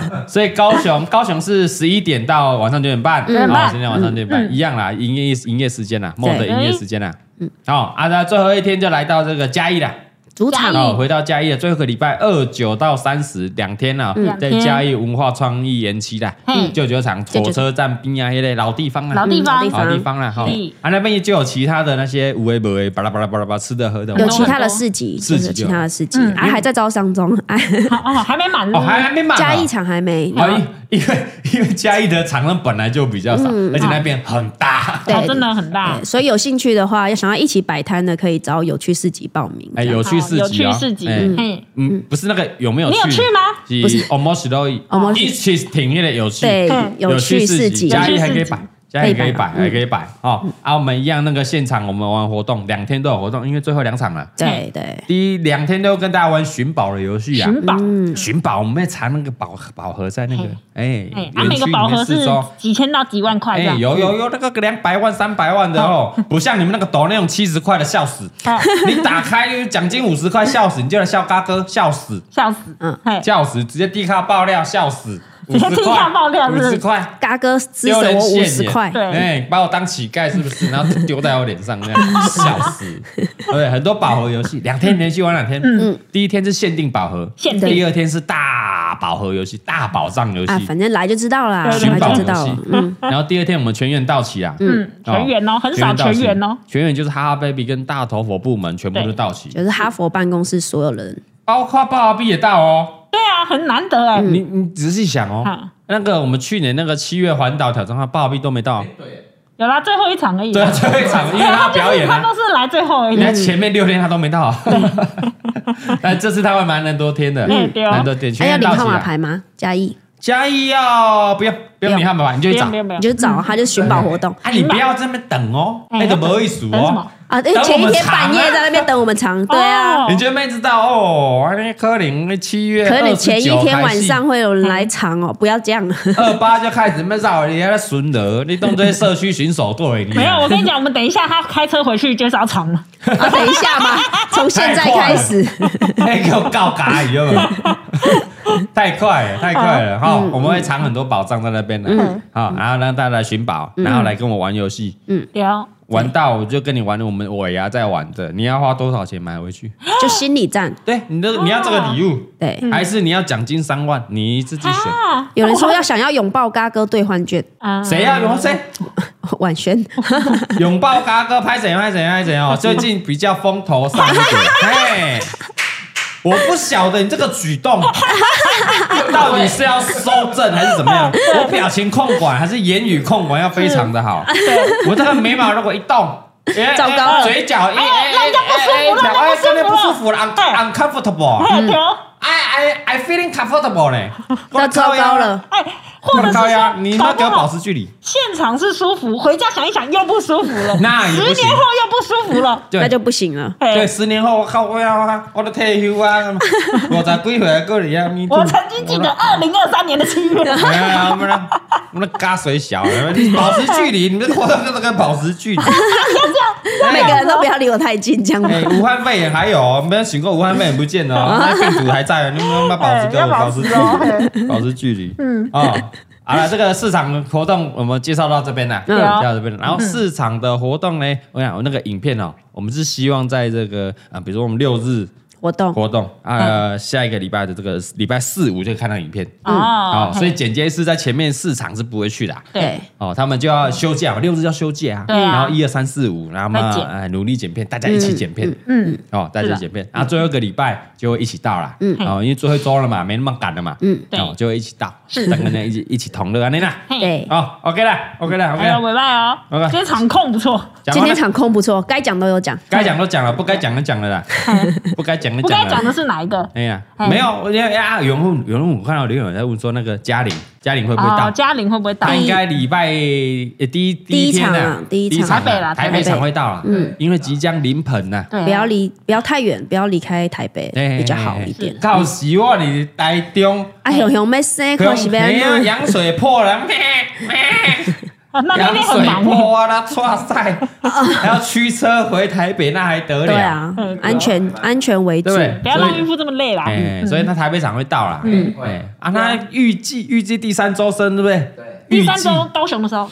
A: 对，所以高雄高雄是十一点到晚上九点半，
B: 点嗯半嗯
A: 好，今天晚上九点半一样啦，营业营业时间啦，梦的营业时间啦。嗯，好，啊，那最后一天就来到这个嘉义啦。
C: 主场
B: 嘉义
A: 哦，回到嘉义的最后一个礼拜二九到三十两天了、
B: 嗯
A: 在
B: 两天
A: 嘉义文化创意园区啦
B: 嘿，
A: 旧酒厂
C: 旧酒
A: 火车站边啊，那类老地方
B: 老
A: 啦，
B: 地方
C: 嗯
A: 老地方啦哈
B: 嗯。
A: 啊，那边就有其他的那些无为不为，巴拉巴拉巴拉巴拉吃的喝的。
C: 有
B: 很多
C: 其他的市集，
A: 市集
C: 就是有其他的市集
B: 就有，
C: 啊，还在招商中， 啊，
B: 哦，还没满呢
A: 哦，还还没满啊
C: 嘉义场还 没，
A: 啊，因因为因为嘉义的场呢本来就比较少，而且那边很大。
C: 对
B: 哦真的很大
C: 对，所以有兴趣的话，要想要一起摆摊的，可以找有趣市集报名。
A: 哎，
C: 这样
A: 有趣市
B: 有
A: 集
B: 趣
A: 哦，
B: 市集，
A: 哎
B: 嘿，
A: 嗯，不是那个有没有
B: 你有去吗？
A: 不是，almost 都
C: Almost
A: 一起挺那个有趣，
C: 对
B: 嗯，
C: 有趣市集，
A: 嘉义还可以
B: 有趣市
A: 摆
B: 集，
A: 嘉义还可以摆，
C: 可以摆
A: 还可以摆哦。啊，我们一样那个现场，我们玩活动，两天都有活动，因为最后两场了。
C: 对对，
A: 第一两天都跟大家玩寻宝的游戏啊，
B: 寻宝，
A: 寻宝，我们要藏那个宝宝盒在那个哎
B: 哎，
A: 园
B: 啊，每
A: 区
B: 个
A: 里
B: 宝盒
A: 面
B: 是
A: 四周。
B: 几千到几万块这
A: 哎，
B: 样，
A: 有有有，那个两百万、三百万的哦，不像你们那个抖那种七十块的，笑 死！
B: 哎，
A: 你打开奖金五十块，笑死！你就来笑嘎哥，笑死！
B: 笑死，哎
C: 嗯
B: 嘿，
A: 笑死，直接地卡爆料，笑死，五
B: 直接
A: 十
B: 地
A: 块
B: 卡爆料是
A: 五
B: 不是
A: 十块，
C: 嘎哥施
A: 丢
C: 舍
A: 人
C: 我五
A: 现
C: 十
A: 眼
C: 块，
B: 对
A: 哎、把我当乞丐是不是？然后丢在我脸上，这 样笑死。对，很多宝盒游戏，两天连续玩两天，嗯，第一天是限定宝盒，
B: 限定
A: 第二天是大宝盒游戏，大宝藏游
C: 啊，
A: 戏。
C: 反正来就知道啦，
B: 对对
C: 来
A: 寻宝
C: 就知
A: 游
C: 道
A: 戏
C: 了，嗯，，
A: 然后第二天我们全员到齐啊，
B: 嗯，全员哦，很少
A: 到
B: 全
A: 齐
B: 员哦，，
A: 全员就是哈哈 baby 跟大头佛部门全部都
B: 对
A: 到齐，
C: 就是哈佛办公室所有人，
A: 包括爸爸 B 也到哦，
B: 对啊，很难得哎，
A: 你你仔细想哦
B: 啊，
A: 那个我们去年那个七月环岛挑战赛，爸爸 B 都没到，
D: 对，
B: 有啦，最后一场而已啊，
A: 对啊，最后一 场因为
B: 对
A: 他
B: 他就
A: 表
B: 是
A: 演
B: 他
A: 啊，
B: 都是来最后而已
A: 人，家前面六天他都没到，啊 但这次他会蛮难多天的，
B: 嗯对哦
A: 难多天，全
C: 还要
A: 员
C: 领
A: 到齐啊
C: 号码
A: 了。
C: 牌吗？嘉义，
A: 嘉义要哦不要不要
C: 不
A: 领
C: 用
A: 号码牌，你就
B: 不
A: 去
B: 用
A: 找
B: 不。用不用嗯
C: 你，就找他就寻宝活动
A: 啊，你不要这么等哦，
B: 哎
A: 那个
B: 要等
A: 不意思
B: 等什
A: 哦
B: 么。
C: 啊，
A: 等我们
C: 前一天半夜
A: 藏啊
C: 在那边等我们藏，对啊，
B: 哦
A: 你就妹知道哦，那柯林七月
C: 可能前一
A: 29
C: 天
A: 开
C: 晚
A: 戏
C: 上会有人来藏哦，不要这样，
A: 二八就开始在那绕人家的巡逻，你当作社区巡守队。你啊
B: 没有，我跟你讲，我们等一下他开车回去就是要藏了，
C: 啊，等一 下嘛，从现在开始，
A: 那个哎告嘎一 样，太快了，太快
B: 啊
A: 了
B: 嗯
A: 哈！我们会藏很多宝藏在那边的，好，然后让大家来寻宝，
B: 嗯
A: 然后来跟我玩游戏，
B: 对哦，
A: 玩到我就跟你玩我们尾牙在玩的，你要花多少钱买回去？
C: 就心理战，
A: 对，你的你要这个礼物，
C: 对，
A: 还是你要奖金三万？你自己选。
B: 啊，
C: 有人说要想要拥抱嘎哥兑换券，
B: 啊
A: 谁要拥谁
C: 婉轩，
A: 拥抱嘎哥拍谁拍谁拍谁哦！最近比较风头上一点，嘿，我不晓得你这个举动到底是要收正还是怎么样？我表情控管还是言语控管要非常的好。我这个眉毛如果一动，哎
C: 糟糕
A: 哎
C: 了
A: 嘴角一哎
B: 哎人家不舒服了
A: 哎哎真的不舒服了
B: 哎
A: ，un uncomfortable。
B: 哎对哦，
A: I I I feeling comfortable 嘞，
C: 要糟糕了，
B: 哎，或者是
A: 高呀
B: 说，，
A: 你
B: 搞
A: 要
B: 不
A: 给我保
B: 好
A: 持距离。
B: 现场是舒服，回家想一想又不舒服了，
A: 那也
B: 十
A: 不行
B: 年后又不舒 服了，
A: 对
C: 那就不行了。
B: 哎
A: 对，十年后我靠，我要啊，我都退休啊，五十几岁还过来啊，咪
B: 我曾经记得二零二三年的 七月，
A: 哎呀，我们那我们那嘎水小，你保持距离，你们活到这个保持距离。
C: 每个人都不要离我太近，这样吗？
A: 哎，武汉肺炎还有哦，没有醒过，武汉肺炎不见了哦，那病毒还在哦，你们要保持
B: 哎
A: 跟
B: 要
A: 我
B: 保
A: 保
B: 持
A: 持距
B: 哦
A: 离，保持距离。嗯啊，好了，这个市场活动我们介绍到这边了，介
C: 嗯
A: 绍到这边了。然后市场的活动呢，我想我那个影片哦，我们是希望在这个啊，比如说我们六日。
C: 活
B: 哦
C: 动
A: 活动啊、呃下一个礼拜的这个礼拜四五就看到影片
B: 嗯哦
A: 哦，所以剪接是在前面市场是不会去的啊、
C: 对，
A: 哦，他们就要休假，六日要休假啊，
B: 对啊
A: 然后一二三四五，然后嘛
B: 快剪
A: 哎努力剪片，大家一起剪片，
B: 嗯，
A: 哦，大家一起剪片，然后最后一个礼拜就会一起到啦，嗯，哦，因为最后一周了嘛，没那么赶了嘛，嗯，哦，就会一起到，
B: 是
A: 三个人一起一起同乐啊， 那啦，
B: 嘿
C: 对，
A: 哦，OK 啦，OK 啦，OK
B: 哎呀，
A: 啦，
B: 委拜哦，
A: 拜拜
B: 今天场控不错，
A: 讲
C: 今
A: 完
C: 天
A: 了，
C: 场控不错，该讲都有讲。
A: 该讲都讲了，不该讲的讲了 啦，不该讲的
B: 哎不
A: 讲
B: 该
A: 了啦
B: 讲。的是哪一个？
A: 哎呀，没有，我因为啊，有人问有人问我看到留言有人在问说那个嘉玲，嘉玲会不会到
B: 哦，？嘉玲会不会到
A: 他？应该礼拜呃第一
C: 第一
A: 天
C: 场
A: 啊
C: 啊，第一场
A: 啊
B: 台北啦
A: 台
B: 台
A: 北
C: 北
A: 场会到了，嗯，因为即将临盆呐，
B: 对啊
C: 不要离，不要太远，不要离开台北
A: 哎
C: 比较好一
A: 是
C: 点。
A: 到时我你台中，
C: 啊，熊熊妹生可是
A: 哎呀
C: 要
A: 羊水破了，咩
B: 啊那那
A: 羊
B: 边很
A: 水
B: 忙哦，
A: 破啊，哇塞，还要驱车回台北，那还得
C: 对
A: 了？
C: 啊
B: 嗯，
C: 安全安全为主
A: 对。对
B: 不要
A: 所以
B: 让孕妇这么累啦。
A: 哎，所以那台北场会到啦，
D: 嗯
A: 哎啊，那预计预计第三周生对不对？
D: 对，
B: 第
A: 预
B: 三
A: 计
B: 周高雄的时候，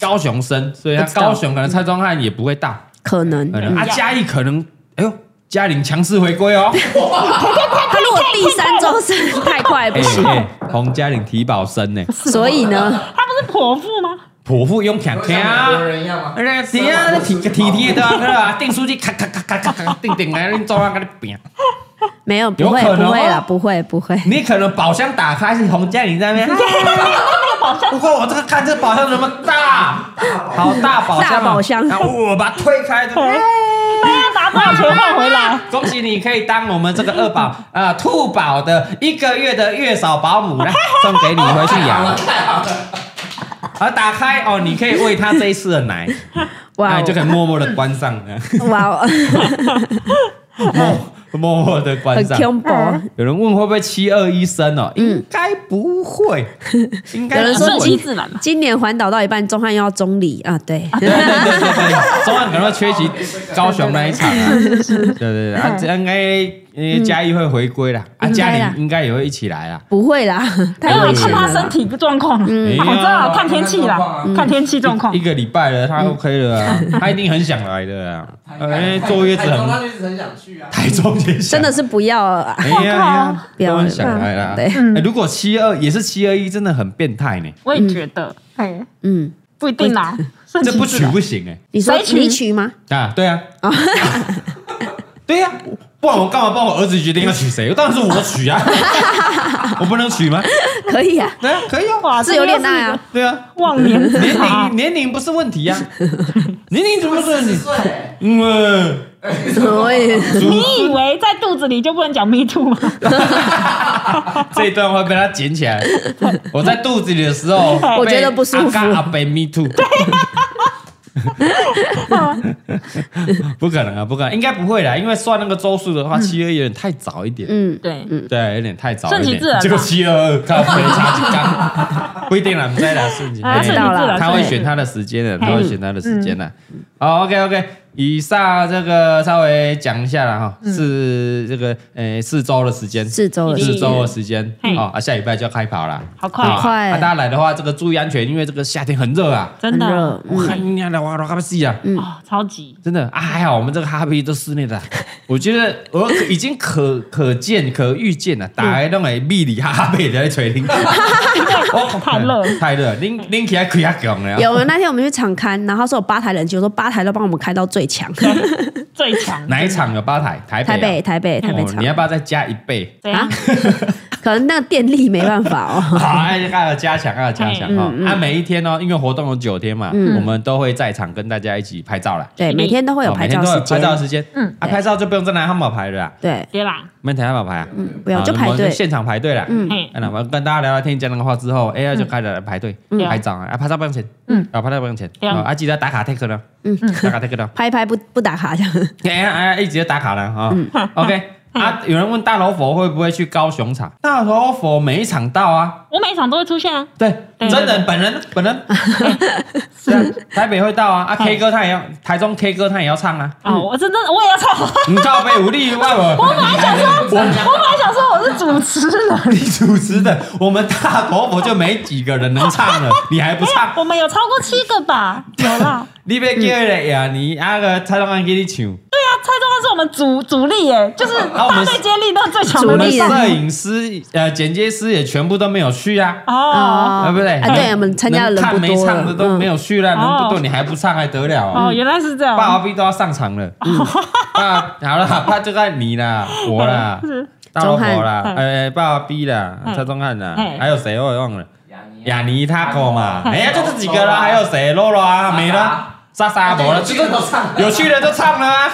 A: 高雄生，所以他
C: 不知道
A: 高雄可能蔡宗翰也不会到，
C: 可能嗯
A: 可能啊嘉义可能，哎呦，嘉玲强势回归哦！
C: 他如果第三周生太快
A: 哎
C: 不行，
A: 哎，洪嘉玲提保生呢，
C: 所以呢，
B: 她不是泼妇 吗？
A: 泼妇用强
D: 像
A: 强
D: 美国
A: 啊！
D: 人一样吗？
A: 哎，提啊，那提个提提的啊，对吧？订书机咔咔咔咔咔咔订订来，你照样给你变。
C: 没有不
A: 有
C: 会
A: 可能
C: 不会
A: 哦
C: 啦，不会不会。
A: 你可能宝箱打开是洪嘉玲在那边。不过我这个看这宝箱怎么大，好大宝箱啊，
C: 大宝箱
A: 然后我把它推开，对不对？
B: 哎拿多少钱换回来？
A: 恭喜你可以当我们这个二宝 啊兔宝的一个月的月嫂保姆， 来送给你回去
D: 好
C: 啊
A: 养
D: 了，。 太好了，
A: 而打开哦，你可以喂它这一次的奶，那
C: 哇
A: 你就可以
C: 哦
A: 默默的关上 了，
C: 哇哦，
A: 默默默的关
C: 很
A: 上。
C: 恐怖。
B: 嗯
A: 有人问会不会七二一生哦？
C: 嗯
A: 应该不 会，应该
C: 有人说
A: 不会
B: 顺 其自然嘛。
C: 今年环岛到一半，钟汉又要中离啊，对，
A: 对对对对对，中汉可能会缺席高雄那一场 啊。对对对，啊，这应该呃嘉义会回归啦，啊，
C: 嗯应
A: 嘉
C: 该啦
A: 玲应该也会一起来啦。
C: 不会啦， 太
B: 没有
C: 危
B: 看
C: 险
B: 她
C: 了
B: 身
C: 啦。
B: 体状况，我
A: 哎
B: 知
A: 呀
B: 道看天气
D: 看状况
B: 啦
D: 啊，
B: 看天气状况
A: 一。个礼拜了，他 OK 了啊，
C: 嗯
A: 他一定很想来的啊，因为坐月子
D: 台中他
A: 很，
D: 就是很想去啊。
A: 台中也想
C: 真的是不要啊，
A: 哎呀，哎呀
C: 不要
A: 都
C: 了
A: 很想来啦。
C: 对嗯
A: 哎如果七二也是七二一，真的很变态呢，
B: 我也觉得，哎，
C: 嗯，
B: 不一定啊啦，顺
A: 这
B: 其
A: 不
B: 自
A: 娶
B: 然
A: 不行哎。
C: 你说
B: 谁娶
C: 你娶吗？
A: 啊，对啊，
C: 哦
A: 对呀、不然我干嘛帮我儿子决定要娶谁？当然是我娶 啊，我不能娶吗？
C: 可 以啊，
A: 对啊，可以啊，
B: 哇
C: 自由恋爱啊，，
A: 对啊，
B: 忘年之
A: 年
B: 差
A: 龄。年龄不是问题呀、啊，年龄怎么是问
D: 40
A: 题？嗯呃
D: 岁欸，
A: 因为
C: 所以
B: 你以为在肚子里就不能讲 me too 吗？
A: 这一段会被他捡 起来。我在肚子里的时候，
C: 我觉得不舒服
A: 被阿嘎阿北 me too。不可能啊，不可能，应该不会啦，因为算那个周数的话，七月有点太早一点。
C: 嗯，
B: 对，
A: 对，有点太早
B: 顺
A: 一
B: 其
A: 点
C: 啊
B: 自然，吧
A: 结果七二二靠没差几缸，不一定啦，不在啦，顺其
B: 啊
A: 自
B: 顺其
A: 然。
B: 自
C: 到了
B: 然，
A: 他
B: 顺
A: 会
B: 其自
A: 选
B: 然
A: 他的时
C: 嗯
A: 间的，他会选他的时间的。好，OK OK，以上这个稍微讲一下了哈，
C: 嗯
A: 是这个呃四周的时间，
C: 四周了，
B: 一定
A: 四周的时间
B: 嘿
A: 哦，啊，下礼拜就要开跑啦，
B: 好快
A: 啊
C: 好快
A: 啊大家来的话，这个注意安全，因为这个夏天很热啊，
B: 真的
C: 很热嗯
A: 我看你俩哇哇哇死啊！
B: 哦，超级
A: 真的啊，还好我们这个哈皮都室内的啊，
B: 嗯
A: 我觉得我已经可可见可预见啊了，打开那个密里哈哈贝在吹 铃，哦
B: 太热了
A: 太热，拎拎起来可以强了啊。
C: 有那天我们去场刊，然后说有八台冷气，我说八台都帮我们开到 最强，
B: 最强。
A: 哪一场有吧台？台
C: 台
A: 北
C: 北台北
A: 啊
C: 台北
A: 哦
C: 场
A: 你，要不要再加一倍？
B: 怎样？
C: 可能那个电力没办 法哦。
A: 好，哎，还有加强，还有加
C: 嗯
A: 强哈。啊，每一天哦，因为活动有九天嘛，我们都会在场跟大家一起拍照啦。
C: 对，每天都会有
A: 哦
C: 拍
A: 每天
C: 照
A: 都有
C: 时
A: 拍照
C: 间，
A: 时间，
B: 嗯
A: 啊，拍照就不用再拿汉堡牌了啦，
C: 对，
B: 别啦，
A: 没拿汉堡牌啊，
C: 嗯不要
A: 啊
C: 就
A: 我
C: 排
A: 们
C: 队，
A: 现场排队啦。嗯
C: 嗯
B: 嘿，
A: 那我跟大家聊聊天，讲那个话之后，AI 就开始来排队
B: 嗯
A: 拍照啊，啊拍照不用钱，
B: 嗯，
A: 啊拍照不用钱，
B: 对啊
A: 啊啊记得打卡 take 呢，嗯，打卡 take 呢，
C: 拍一拍不不打卡这样。
A: 哎呀哎呀，一直打卡了
C: 嗯
A: 啊，OK
B: 嗯
A: 啊，有人问大老佛会不会去高雄场？大老佛每一场到啊，
B: 我每一场都会出现啊。
A: 对，
B: 对
A: 真
B: 对
A: 人本人本 人，是啊，台北会到啊，
B: 嗯
A: 啊 K 歌他也要，台中 K 歌他也要唱啊，
B: 哦，我真的我也要唱。
A: 你靠背无力外我。
B: 我本来想说，我本来想说我是主持人，
A: 你主持的，我们大头佛就没几个人能唱 了，你还不唱？
B: 我们有超过七个吧？有啦。
A: 你别叫了呀，你那个蔡宗汉给你唱。
B: 对啊，蔡宗翰是我们主主力耶，就是
A: 我
B: 大
A: 们
B: 队接力那最强
A: 我
B: 的
C: 主
A: 们
C: 力
B: 力
C: 啊
A: 摄影师、呃，剪接师也全部都没有去啊，
B: 哦
A: 对不对？
C: 啊，对，我们参加的
A: 能
C: 人
A: 看
C: 不
A: 没
C: 多
A: 唱的
C: 了，
A: 都没有去了，
B: 嗯
A: 能不多你还不唱还得了？啊
B: 哦，原来是这样。
A: 爸爸逼都要上场了，
C: 哦
A: 爸好了，爸就在你啦，我 啦，大老婆啦，
B: 钟汉
A: 呃，爸爸逼啦，
B: 嗯
A: 蔡宗汉啦
C: 哎
B: 嗯，
A: 还有谁我也忘了，
D: 雅尼
A: 雅尼他口 嘛，
D: 嗯
A: 哎呀，就这几个啦，
D: 嗯
A: 还有谁？Lolo 啊，没 了，莎莎没了，
D: 有
A: 就
D: 趣
A: 是
D: 的都唱了
A: 有趣的都唱了啊，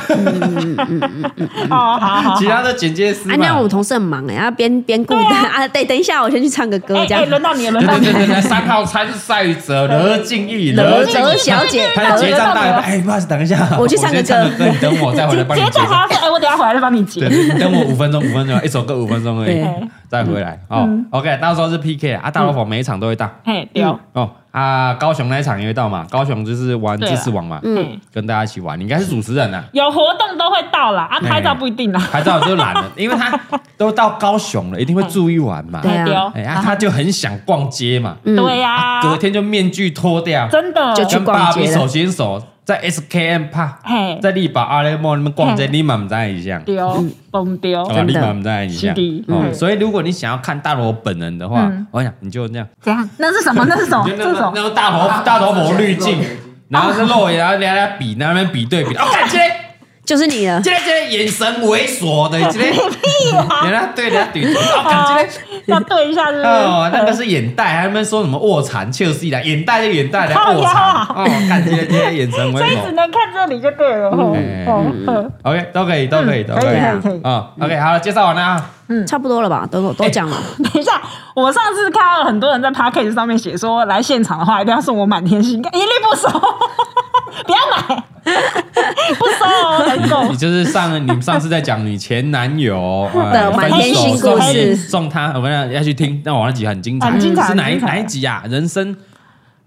B: 哦，好好 好
A: 其。他的剪接师
C: 啊，
A: 嘛。
C: 那样我们同事很忙哎，要边边顾
B: 对
C: 着 啊，对，等一下我先去唱个歌
B: 哎
C: 这
B: 哎，轮
C: 样。
B: 到你了，
A: 对
B: 轮到
A: 对
B: 你
A: 对
B: 了。
A: 对对，三号参赛者罗敬 义，
C: 罗
A: 敬
C: 泽
A: 义，
C: 小姐，
A: 他结账到一半，哎，不好意思，等一下，
C: 我去唱个
A: 先唱
C: 歌
A: 歌，你等我再回来 帮你
B: 结
A: 结
B: 账还
A: 账。
B: 要说，哎，我等一下回来再帮你
A: 对，
B: 结。
A: 你等我五分钟，五分钟，一首歌五分钟而 已
C: 对，
A: 再回来哦。OK，到
C: 嗯
A: 时候是 PK 啊，大老虎每一场都会到
B: 嘿，对，
A: 哦啊，高雄那一场也会到嘛，高雄就是玩
C: 啊
A: 知识网嘛，
B: 嗯。
A: 跟大家一起玩，你应该是主持人啊。
B: 有活动都会到啦，啊，拍照不一定啦。
A: 拍照就懒了，因为他都到高雄了，一定会注意玩嘛。
C: 对啊
A: 哎呀，他就很想逛街嘛，
C: 嗯
B: 对呀，
A: 隔天就面具脱掉，
B: 真的
C: 就去
A: 跟爸爸
C: 逛街了
A: 手牵手在 SKM 趴，
B: 嘿，
A: 在力宝阿雷莫那边逛街，
B: 嘿
A: 你嘛不知道一样。
B: 丢崩丢，
A: 好吧，
C: 真
A: 立
C: 的
A: 马我们再来一下
B: 是的。
A: 哦，
B: 嗯
A: 所以如果你想要看大罗本人的话
B: 嗯，
A: 我想你就这样，
B: 怎样？那是什么？那是什么？
A: 你就
B: 这
A: 那
B: 种
A: 那个大头大头魔滤镜，然后是肉眼，然后人家比，然后那边比对比，哦，看这个
C: 就是你了。
A: 这个这个眼神猥琐的，这个人家对人家怼，哦，看这个。
B: 要对一下，是不是？
A: 哦，那个是眼袋，还们说什么卧蚕、切尔西的眼袋就眼袋的
B: 靠
A: 卧
B: 腰
A: 蚕
B: 啊，
A: 哦，看这些这些眼神
B: 所
A: 猥
B: 以只
A: 琐。
B: 能看这里就对了。吼
A: 嗯
B: 吼吼
A: OK，都可以，都可以，
B: 嗯
A: 都
B: 可以
A: 啊
B: 可以可以
A: 哦，OK，好了，介绍完了啊。
C: 嗯差不多了吧，都都讲了，
B: 等一下，我上次看到很多人在 p a c k a g e 上面写说，来现场的话一定要送我满天星，一律不收，不要买，不收哦，团购
A: 你。就是上你上次在讲你前男友
C: 的满
A: 天
C: 天
A: 星
C: 星
A: 送
C: 故
A: 你
C: 事
A: 送他，我跟你讲要去听，那我那集很精彩，
B: 很精彩
A: 是哪一
B: 很精彩
A: 哪一集啊？人生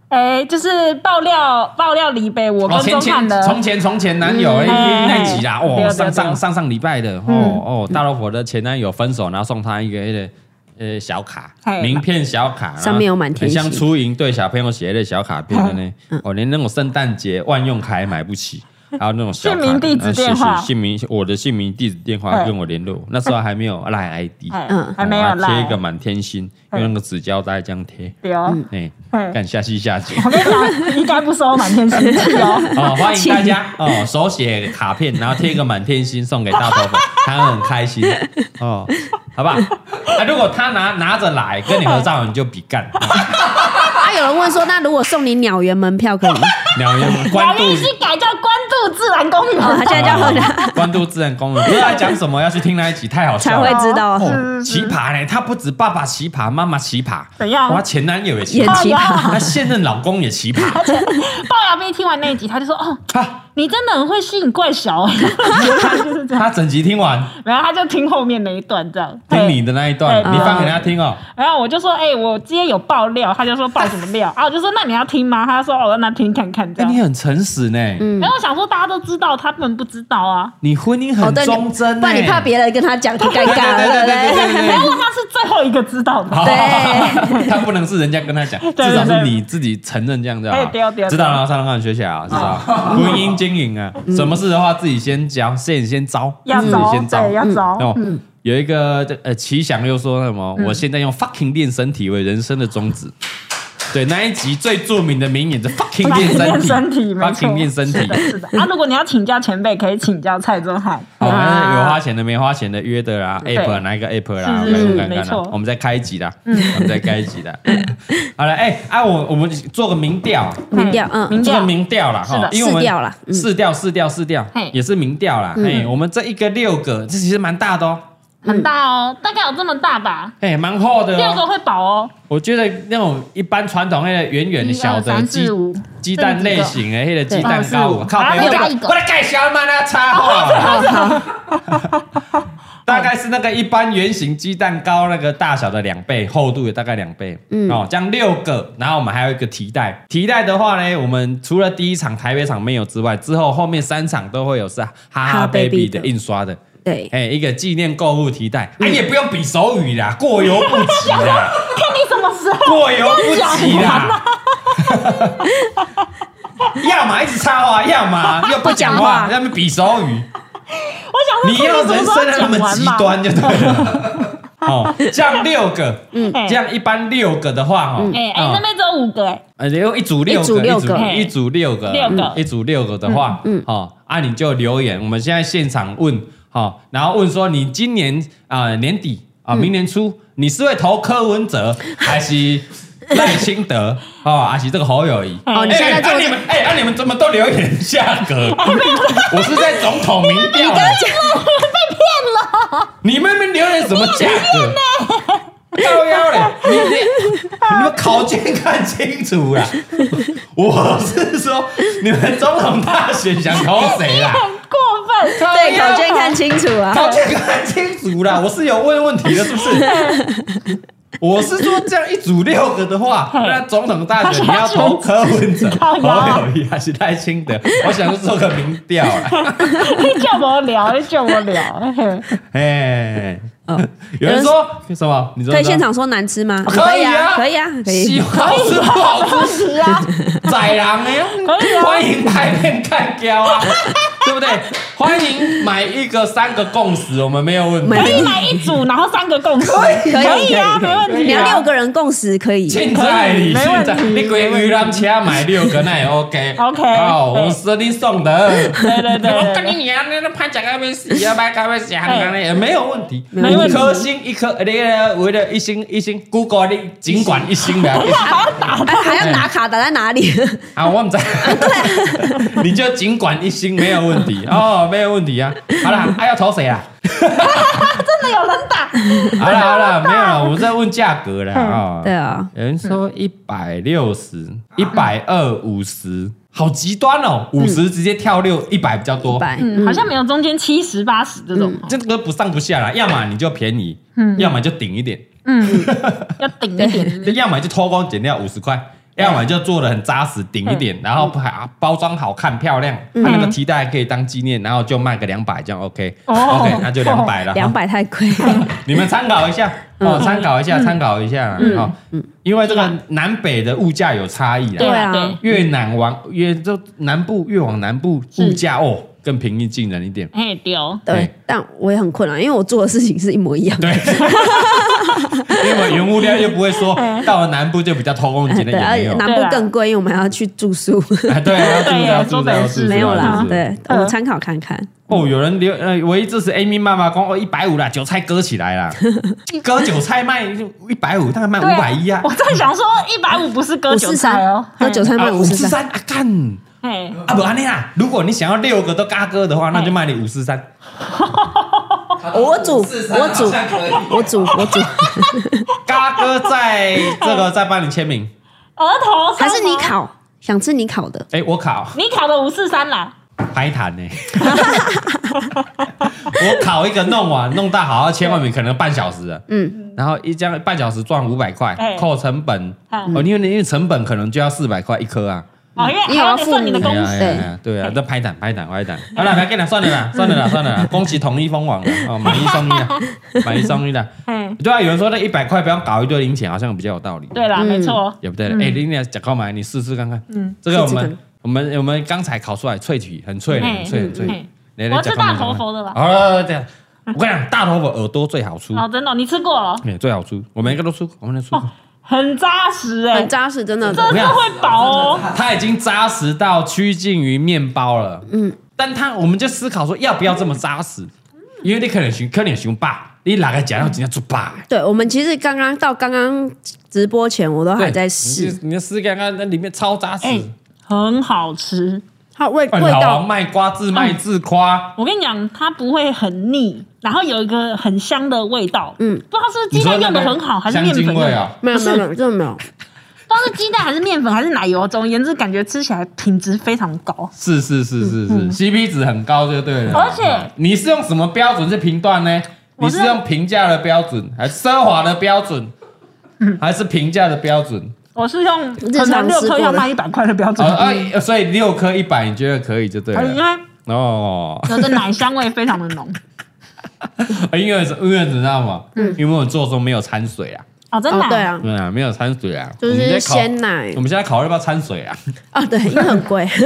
B: 哎，就是爆料爆料李北，我跟
A: 哦，前
B: 钟
A: 前
B: 汉的，
A: 从前从前男友
B: 嗯
A: 那那
B: 哎
A: 一集啦，
B: 对
A: 哦，
B: 对嗯
A: 上上
B: 对
A: 上上礼拜的哦哦，大老婆的前男友分手，然后送她一个那个呃小卡，
B: 嘿
A: 名片小卡，
C: 上面有满天
A: 很
C: 星
A: 像初营对小朋友写的小卡片的呢，
B: 嗯
A: 哦，连那种圣诞节万用卡也买不 起。还有那种小卡
B: 姓名地址
A: 嗯是是
B: 电话
A: 姓名我的姓名、地址、电话
B: 哎
A: 跟我联络。那时候还没有赖 ID，
B: 哎
C: 嗯
B: 还没有
A: 哦贴一
B: 来
A: 个，满天星，
B: 哎
A: 用那个纸胶带这样贴。
B: 对哦，
C: 嗯
A: 哎，
B: 哎
A: 干下期下集。
B: 我跟你讲，应该不收满天星，对 哦，
A: 哦，欢迎大家哦，手写卡片，然后贴一个满天星送给大头粉， 他会很开心哦，好不好？啊，如果他拿拿着来跟你合照，你就比干。
C: 啊，有人问说，那如果送你鸟园门票可以吗？
A: 两人关
B: 把
A: 渡
B: 明星改叫关渡自然公园，
C: 哦， 他现在叫喝的
A: 关渡自然公园，不知道在讲什么，要去听那一集，太好
C: 才
A: 笑
C: 会
A: 了。
C: 知道。
A: 哦，奇葩呢，他不止爸爸奇葩，妈妈奇葩，
B: 怎样
A: 哇，前男友也奇葩，
C: 也奇
B: 葩
A: 他现任老公也奇葩。
B: 龅牙妹听完那一集，他就说：“哦，
A: 他
B: 你真的很会吸引怪 小、欸。
A: 他整集听完，”
B: 然后他就听后面那一段这样。
A: 听你的
B: 对。
A: 那一段，
B: 对
A: 你放给他听哦。
B: 然后我就说：“哎、我今天有爆料。”他就说：“爆什么料？” 啊，我就说：“那你要听吗？”他说：“哦，那听看看这
A: 哎，
B: 样。
A: 你很诚实呢，
C: 嗯
B: 然后我想说，大家都知道，他们不知道啊。
A: 你婚姻
C: 哦，
A: 很
C: 对，
A: 忠贞呢。
C: 不然你怕别人跟他讲太尴尬了，对不
A: 对对对对
C: 对？
A: 对
B: 然后他是最后一个知道的，
A: 对，他不能是人家跟他讲，
B: 对
A: 至少是你自己承认这样就好
B: 哎。对哦对哦
A: 知道了，上上学起来啊，知道。婚姻经营啊，什么事的话自己先教，先先招，
B: 要
A: 自己
B: 招，
A: 先招
B: 对，。要招。
A: 哦，有一个呃，奇想又说什么？我现在用 fucking 练身体为人生的宗旨。对，那一集最著名的名言是 fucking 练
B: 练
A: 身
B: 身
A: 体
B: 体，没错
A: ，fucking 练身体
B: 是。的，是的。啊，如果你要请教前辈，可以请教蔡宗翰。
A: 好，那
C: 啊
A: 有花钱的、没花钱的、约的啦，app 啊哪一个 app 啦，我
B: 是是是
A: 们看看
B: 没
A: 啦
B: 错，嗯
A: 我们再开一集啦，我们再开一集 啦。好了，哎，啊，我我们做个民调，
C: 民调，嗯，
B: 民
A: 做个
B: 调，
A: 民调啦，
B: 是的
A: 哈，因为我们
C: 试调啦嗯
A: 试调试调试调
B: 嘿，嗯
A: 也是民调啦，哎，我们这一个六个，这其实蛮大的哦，
B: 很大哦，大概有这么大吧，
A: 哎，蛮厚的
B: 六
A: 哦。
B: 个会饱哦。
A: 我觉得那种一般传统那个圆圆的
B: 一
A: 小
B: 二
A: 的
B: 三
A: 鸡
B: 四五，
A: 鸡蛋类型的那个鸡蛋
B: 对
A: 糕，
B: 二四五
A: 我靠，
B: 啊
A: 没有
B: 那个
A: 那个我来盖小嘛那插
C: 好
A: 话。
C: 好，
A: 大概是那个一般圆形鸡蛋糕那个大小的两倍，厚度也大概两倍。嗯，哦，这样六个，然后我们还有一个提袋。提袋的话呢，我们除了第一场台北场没有之外，之后后面三场都会有是哈哈
C: 哈
A: baby
C: baby
A: 的
C: 的
A: 印刷的，
C: 对，
A: 哎，一个纪念购物提袋，哎，也不用比手语啦，过犹不及啦，
B: 看你什么时候
A: 过犹不及啦。 要么一直插话，要么又不讲话，
C: 不讲话
A: 要么比手语。
B: 我想
A: 你
B: 说
A: 要
B: 看
A: 人
B: 你什
A: 生的
B: 么时
A: 那么
B: 候讲完
A: 极
B: 嘛。
A: 端就对了。 哦，这样六个，嗯，
B: 哎
A: 这样嗯一般六个的话，哈，啊
B: 哎哎，那边只有五个哎，
A: 呃，留一组六
C: 一组
A: 个，
C: 六
A: 一
C: 个
A: 组一组六个，
B: 六个
A: 嗯一组六个的话，嗯，哦，啊，你就留言，我们现在现场问，好，然后问说你今年啊年底
C: 嗯
A: 啊明年初你是会投柯文 哲还是赖清德哦，还是这个侯友谊？
B: 哦
C: 你现在
A: 哎
C: 在做
A: 啊你们哎，啊你们怎么都留言价 格？我是在总统民调，
C: 你刚刚讲
A: 你们们留言什么价格？高腰嘞， 你你你们考卷看清楚 啦！我是说，你们总统大选想投谁啦？
B: 很过分。
C: 对，考卷看清楚啊，
A: 考卷看清楚啦！我是有问问题的，是不是？ 我是说，这样一组六个的 话，那总统大选你要投柯文 哲、
B: 靠
A: 侯
B: 腰
A: 友谊还是赖清德？我想做 个民调啦，啊
B: 你叫我聊，你叫我聊。嘿
A: 哎，
C: 嗯，
A: 有人说什么？你说
C: 可以现场说难吃吗？
A: 可以啊
C: 可以啊，可以
A: 喜。欢好吃不好吃，
B: 是啊，
A: 宰狼哎呦，
B: 可以啊
A: 欢迎台面看胶啊，对不对？欢迎买一个三个共识，我们没有问题。
B: 可
C: 买
B: 以 买一组，然后三个共识，
C: 以
B: 可以啊，
C: 可以
B: 没问
C: 你
B: 题
C: 要
B: 啊。
C: 六个人共识可以，
A: 现在你
B: 可以没
A: 现
B: 问题
A: 在你鬼鱼腩车买六个那也 OK
B: OK，Ừ.
A: 哦，
B: 对
A: 我是你送的。
B: 对对对
A: 我
B: 对
A: 跟
B: 对，
A: 你讲，那那拍假咖啡死啊，拍咖啡死啊，那也没有问题，
B: 没问
A: 一
B: 题
A: 颗星一颗，那个为了一星一星，Google 你尽管一星的。
B: 还要打
C: 哎，还要打卡打在哪里？
A: 啊，我们在，你就尽管一星没有问题哦，没有问题啊。好了，还、要投谁啊？
B: 真的有人打，
A: 好了好了，没有了，我在问价格啦啊。
C: 对啊，
A: 有人说一百六十、一百二、五十，好极端哦，五十直接跳六，一百比较多。
C: 百，
B: 嗯，好像没有中间七十八十这种哦，
A: 这个不上不下啦，要么你就便宜，要么就顶一点，
B: 嗯，要顶一点，
A: 要么就偷工减料五十块，要么就做的很扎实，顶一
C: 嗯
A: 点，然后还包装好看漂亮，它那个提袋可以当纪念，然后就卖个两百，这样 OK，OK，、
B: 哦
A: OK，那就两百了，
C: 嗯哦两百嗯太贵，
A: 你们参考一下哦，参考一下，参考一下
C: 嗯
A: 哦，因为这个南北的物价有差异
B: 对
A: 啊，
B: 啊
C: 对啊
B: 对，
A: 越南往越就南部越往南部物价哦更平易近人一点，
B: 哎丢，
C: 对
A: 对，
C: 但我也很困扰，因为我做的事情是一模一样的。
A: 对，因为原物料又不会 说
C: 哎
A: 到了南部就比较偷工减
C: 对，
A: 料，
C: 而
A: 也没
C: 且
A: 有
C: 南部更贵，因为我们还要去住宿。
A: 啊，对，要注意
B: 对
A: 要
B: 啊
A: 注意
B: 说得
A: 要
B: 是
A: 注意，
C: 没有
A: 要
C: 啦
A: 注，意
C: 对，
B: 嗯
C: 我们参考看看。
A: 哦，有人留呃，唯一支持 Amy 妈妈讲哦，一百五啦，韭菜割起来啦，割韭菜卖一百五，大概卖
B: 对
A: 五百一啊
B: 我，在想说一百五不是割
C: 五
B: 韭
C: 四
B: 菜
C: 三
B: 哦，，
C: 那韭菜卖五
A: 五
C: 十
A: 十
C: 三，
A: 三啊干。
B: 哎，嘿
A: 啊，不安尼啦。如果你想要六个都嘎哥的话，那就卖你五四三。
C: 我煮我煮
D: 我
C: 我 煮我煮，
A: 嘎哥在这个再帮你签名。
B: 额头
C: 还是你
B: 烤
C: 烤？想吃你烤的，
A: 哎、我考
B: 你烤的五四三啦，
A: 白谈呢、我考一个弄完弄到好好签完名，可能半小时了。
C: 嗯，
A: 然后一这样半小时赚五百块
B: 哎，
A: 扣成本。
B: 嗯
A: 哦，因为因为成本可能就要四百块一颗啊。
B: 哦，因为还
C: 你有
B: 要
C: 要
B: 你
C: 付
B: 算你的
C: 你
B: 工
A: 哎呀
B: 时，
A: 哎呀哎呀对啊
B: 哎，
A: 那拍档拍档拍档，好了，不要跟了，算了啦，算了啦，算了啦，恭喜统一蜂王了，哦，买一送一啦，买一送一啦。
B: 哎，
A: 对啊，有人说那一百块不要搞一堆零钱，好像比较有道理。
B: 对啦，
C: 嗯
B: 没错，
A: 也不对了。哎、林鸟讲购买，你试试看看。嗯，这个我
C: 试试
A: 们
C: 看
A: 我们我们刚才烤出来脆皮，很脆的，
B: 嘿
A: 很脆很脆
B: 嗯。
A: 来
B: 我吃
A: 吃看看
B: 大头佛的啦
A: 好了，这样我跟你讲，大头佛耳朵最好出，
B: 哦，真的哦，你吃过了，
A: 哎，最好出，我每一个都出，我们都出。
B: 很扎实哎
C: 很，扎实，真的。
B: 这是会饱哦，
A: 它已经扎实到趋近于面包了。嗯，但它我们就思考说，要不要这么扎实？因为你可能熊，可能熊爸，你哪个讲到今天做爸？
C: 对，我们其实刚刚到刚刚直播前，我都还
A: 对，
C: 在
A: 你
C: 试
A: 就，，你就试看看，那里面超扎实。哎
B: 哎，很好吃。
C: 它味味
A: 老王
C: 道
A: 卖瓜自卖自夸。
B: 我跟你讲，它不会很腻，然后有一个很香的味道。嗯，不知道是不
A: 你
B: 是鸡
A: 说
B: 蛋
A: 那
B: 用
A: 个
B: 的很好，还是
A: 香
B: 面粉
A: 精
B: 用
A: 味
B: 的？
A: 啊？
C: 没有
B: 不是
C: 没有没有，真的没有。
B: 不知道是鸡蛋还是面粉还是奶油，总而言之，感觉吃起来品质非常高。
A: 是是是是是、c p 值很高就对了。
B: 嗯
A: 嗯
B: 而且
A: 你是用什么标准去评断呢？你
B: 我是
A: 是用评价的标准，还是奢华的标准，
B: 嗯
A: 还是评价的标准？
B: 我是用
C: 常
B: 可能六
C: 吃
B: 颗
C: 过
B: 要
C: 的
B: 卖一百块的标准
A: 哦，，啊，所以六颗一百，你觉得可以就对
C: 哎
B: 呃因
A: 了。
B: 为
A: 哦，啊
B: 有的奶香味非常的浓。
A: 因为因为你知道吗？
C: 嗯
A: 因为我做的时候没有掺水啊，
B: 哦，真的、
C: 哦，对，啊，
A: 对啊，没有掺水啊，
C: 就
A: 我们在
C: 是
A: 考
C: 鲜。奶
A: 我们现在考虑要不要掺水啊？
C: 啊，对，因为很贵。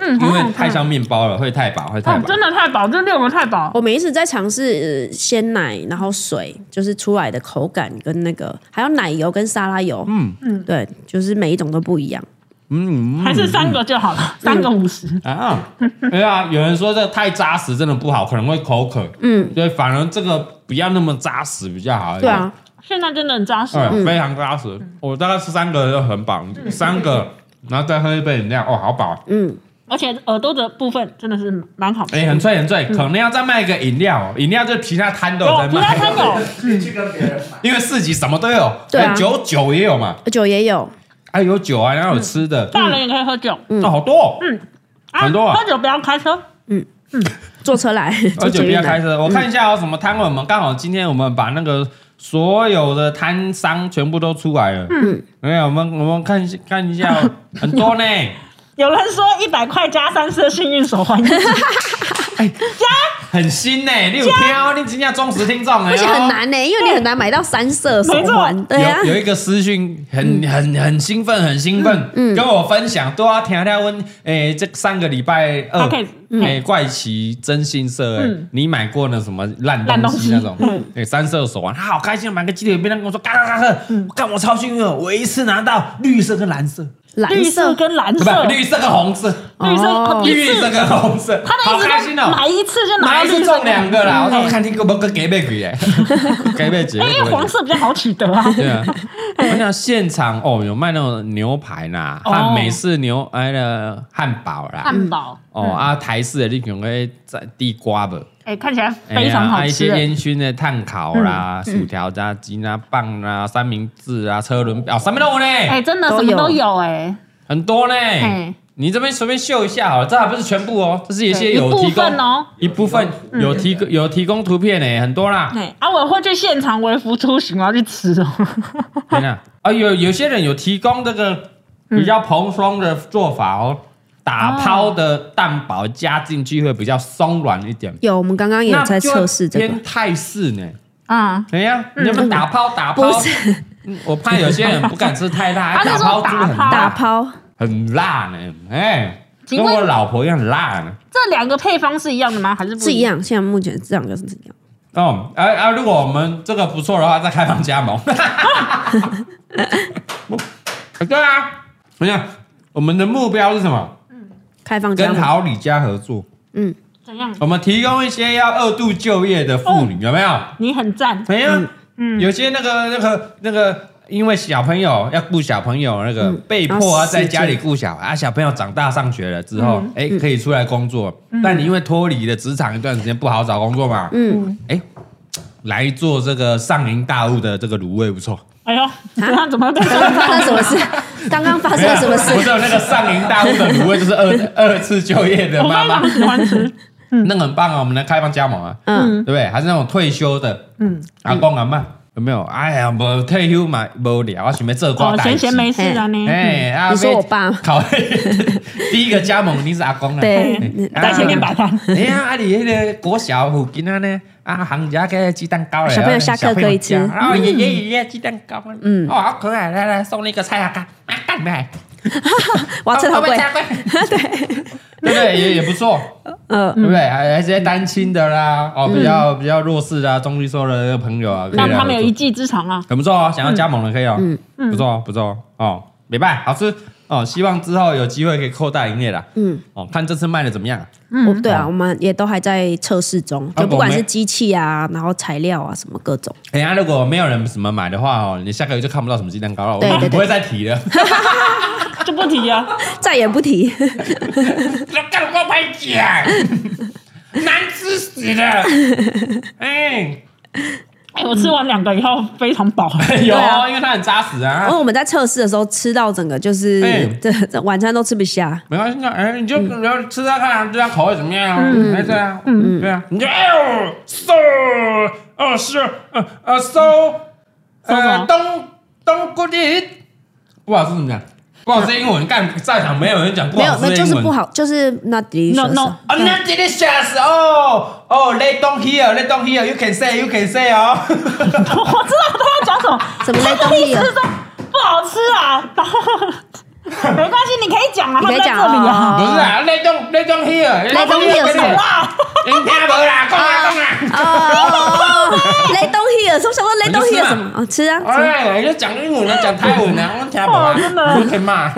B: 嗯，
A: 因
B: 好
A: 为
B: 好
A: 太
B: 看
A: 像面包了，会太
C: 嗯
A: 饱，会太
B: 哦，
A: 饱。
B: 真的太饱，这六个太饱。
C: 我每一次在尝试、呃鲜奶，然后水，就是出来的口感跟那个，还有奶油跟沙拉油，嗯嗯，对，就是每一种都不一样。
A: 嗯，嗯
B: 还是三个就好了，三个五十。
A: 啊，对啊，有人说这太扎实真的不好，可能会口渴。
C: 嗯，
A: 对，反而这个不要那么扎实比较好。
C: 对啊，，嗯
B: 现在真的很扎实，
A: 哎，非常扎实。我大概吃三个就很饱，三个，然后再喝一杯饮料，哦，好饱。
C: 嗯，
B: 而且耳朵的部分真的是蛮好吃。
A: 哎，很脆很脆，
C: 嗯
A: 可能要再卖个饮料，哦饮料就其他摊
C: 哦
A: 都有在
B: 有，其他
A: 卖，
B: 摊有，
D: 去跟别人买。
A: 因为市集什么都有，
C: 对啊
A: 酒酒也有嘛，
C: 酒也有，
A: 啊有酒啊，然后有吃
C: 嗯
A: 的，
B: 大人也可以喝酒。
A: 哦，好多哦。
B: 啊
A: 很多啊
B: 喝酒不要开车。
C: 坐车 来，
A: 而
C: 坐
A: 且
C: 捷
A: 不
C: 运
A: 要开
C: 来。
A: 车，我看一下哦有什么摊位。我们刚好今天我们把那个所有的摊商全部都出来了。嗯，没有，我们我们看一下看一下哦，很多呢。
B: 有人说一百块加三次的幸运手环，
A: 很新呢、你 有听哦，你今天忠实听众哎、欸，
C: 而且很难呢、因为你很难买到三色手环，对啊
A: 有，有一个私讯很
B: 嗯
A: 很很兴奋，很兴奋，跟我分享，对啊，听他问，诶、这上个礼拜二，
B: OK，
A: 诶、
B: 嗯
A: 怪奇真心社、诶、
B: 嗯
A: 你买过那什么烂东西那
B: 烂
A: 种
B: 东，
A: 诶、三色手环，他 啊好开心，买个鸡腿便当跟我说，嘎嘎嘎嘎，干我超幸运哦，我一次拿到绿色跟蓝色，
C: 蓝
B: 绿色
C: 色
B: 跟蓝
A: 不
B: 色，
A: 不，绿色跟红色，
B: 绿色
C: 哦
B: 一
A: 绿
B: 次
A: 色跟红色，
B: 他
A: 好
B: 的
A: 开
B: 意思
A: 心
B: 是
A: 哦，
B: 买一次就拿
A: 买
B: 到
A: 一
B: 绿
A: 次
B: 色
A: 中
B: 跟
A: 两个啦，我
B: 嗯
A: 说看听个不个给被 鬼哎，给被鬼，
B: 哎因为黄色比较好取得啊。
A: 对 啊，我想现场哦，有卖那种牛排啦，
B: 哦
A: 汉美式牛哎的汉堡啦，
B: 汉堡，
A: 哦啊台式的你可能会在地瓜吧，
B: 哎，看起来
A: 哎
B: 非
A: 呀
B: 常好
A: 啊一些
B: 吃嗯耶。
A: 烟熏的炭烤啦、薯条加鸡啊、棒啊、三明治啊、车轮饼哦，什么都有
B: 嗯哎，
A: 呢，
B: 真的
C: 都
B: 什么
C: 有
B: 都有哎，
A: 很多呢
B: 哎。
A: 你这边随便秀一下好了，这还不是全部哦，这是一些
B: 对
A: 有
B: 一
A: 提
B: 部分
A: 供
B: 哦。嗯
A: 一部分有提供有提供图片呢，很多啦。
B: 哎，啊，我会去现场微服出巡，我要去吃哦。
A: 天哪！啊，有有些人有提供这个
B: 嗯
A: 比较蓬松的做法哦，打抛的蛋
B: 哦
A: 堡加进去会比较松软一点。
C: 有，我们刚刚也
A: 那
C: 在
A: 就
C: 测试这个
A: 偏，泰式呢。
B: 嗯，
A: 哎呀，你们打抛打抛
C: 不，是
A: 嗯我怕有些人不敢吃太辣，
B: 他
A: 还
B: 是
A: 打抛
B: 说打
A: 猪很
B: 抛
C: 打
A: 辣，
C: 抛，
A: 很辣呢。哎，跟
B: 请问
A: 我老婆一样辣呢。
B: 这两个配方是一样的吗？还是不
C: 是一？样。现在目前这两个是一样，
A: 哦，哎啊，如果我们这个不错的话，再开放加盟。 对啊，你看我们的目标是什么？
C: 开放加
A: 跟
C: 盟，
A: 好礼家合作，
C: 嗯，
B: 怎样？
A: 我们提供一些要二度就业的妇
B: 哦
A: 女，有没有？
B: 你很赞，
A: 没
C: 啊
A: 有，嗯
C: 嗯
A: 有些那个那个那个，因为小朋友要顾小朋友，那个
C: 嗯
A: 被迫要
C: 然后时间嗯
A: 在家里顾小孩啊，小朋友长大上学了之后，哎，可以出来工作，但你因为脱离了职场一段时间，不好找工作嘛，
C: 嗯，
A: 哎，来做这个上林大悟的这个卤味不错。
B: 哎 呦，怎样？怎么会这
C: 刚刚
B: 样？
C: 发生什么 事？刚刚发生了什么
A: 不是
C: 事？
A: 有那个上林大悟的卤味，就是二二次就业的
B: 我
A: 妈妈
B: 非 常，喜欢吃。
A: 那个很棒啊，我们来开放加盟啊。
C: 嗯，
A: 对不对？还是那种退休的，
B: 嗯，
A: 阿公阿妈有没有？哎呀，无退休嘛，无聊啊，想要做挂
B: 哦，
A: 代
B: 闲
A: 志
B: 闲。没事啊你。
A: 哎，啊
C: 你说
A: 要
C: 我爸吗
A: 考 第一个加盟一定是阿公啊。
C: 对嗯
A: 哎
B: 在嗯前面摆。摊
A: 啊哎呀，啊你那个国小附近啊呢，啊行家给鸡蛋糕嘞，啊
C: 小朋友下课可以吃
A: 然哦后爷爷爷爷鸡蛋糕，嗯，哦好可爱，来来送你一个菜啊干啊干咩？
C: 我要吃
A: 哦
C: 头
A: 我
C: 贵
A: 要，菜龟 对 对对，也也不错。
C: 嗯，
A: 对不对？还还有一些单亲的啦，哦，比较比较弱势的啊，中低收入的朋友啊，可以
B: 让
A: 来
B: 他们有
A: 合
B: 一
A: 作
B: 技之长啊！
A: 很不错哦，想要加盟的可以哦，
C: 嗯
A: 不错哦不错哦哦，没办好吃哦，希望之后有机会可以扩大营业啦，嗯，哦，看这次卖的怎么样啊，
C: 我对啊，我们也都还在测试中，
A: 啊
C: 就不管
A: 我
C: 是
A: 们
C: 机器啊，然后材料啊，什么各种，
A: 哎呀，如果没有人什么买的话哦，你下个月就看不到什么鸡蛋糕了，我
C: 对对
A: 们
C: 对
A: 不会再提 了，
B: 就不提啊，
C: 再也不提。
A: 干我拍 姐，难吃死了，哎，
B: 哎，我吃完两个以后非常 饱，
A: 有
C: 对
A: 哦，
C: 啊
A: 因为它很扎实
C: 因为
A: 啊，
C: 我们在测试的时候吃到整个就是
A: 嗯
C: 这这 晚餐都吃不下，
A: 没关系，那哎，你就你要吃吃看啊，对它口味怎么样啊？哎，对啊，嗯，对啊，你就哎呦，so，哦是，呃呃，so，
B: 搜什
A: 呃
B: 么
A: 东东 good it，不好吃怎么讲？不好吃英文，干在场没有人讲不
C: 没有
A: 好，吃
C: 没
A: 的
C: 有，就是
A: 英
C: 不
A: 文。
C: 好，就是那
B: No,
C: delicious。啊
B: no.
A: 哦、oh,，那 delicious 哦哦，they don't hear, they don't hear, you can say, you can say ờ. 哦。
B: 我知道他在讲什么，
C: 什么
B: 他
C: they
B: 的
C: don't
B: 意思
C: hear
B: 是说不好吃 啊，然后没关系，你可以讲啊，
C: 你
B: 他
C: 可
B: 们
C: 以
B: 在这
C: 讲哦
B: 里啊，
A: 不是啊，they don't, they don't hear, they
C: don't hear
A: 给你
C: 什么
B: 哇，
A: 你听无啦，讲啦讲啦。
C: 哦，They don't hear，什么什么 They
A: 我
C: don't
A: 就吃
C: hear
A: 嘛
C: 什么啊？吃啊，吃啊
A: 哎，就讲英文啊，讲泰文啊，我听不懂啊，
B: 哦真的
A: 我可以骂。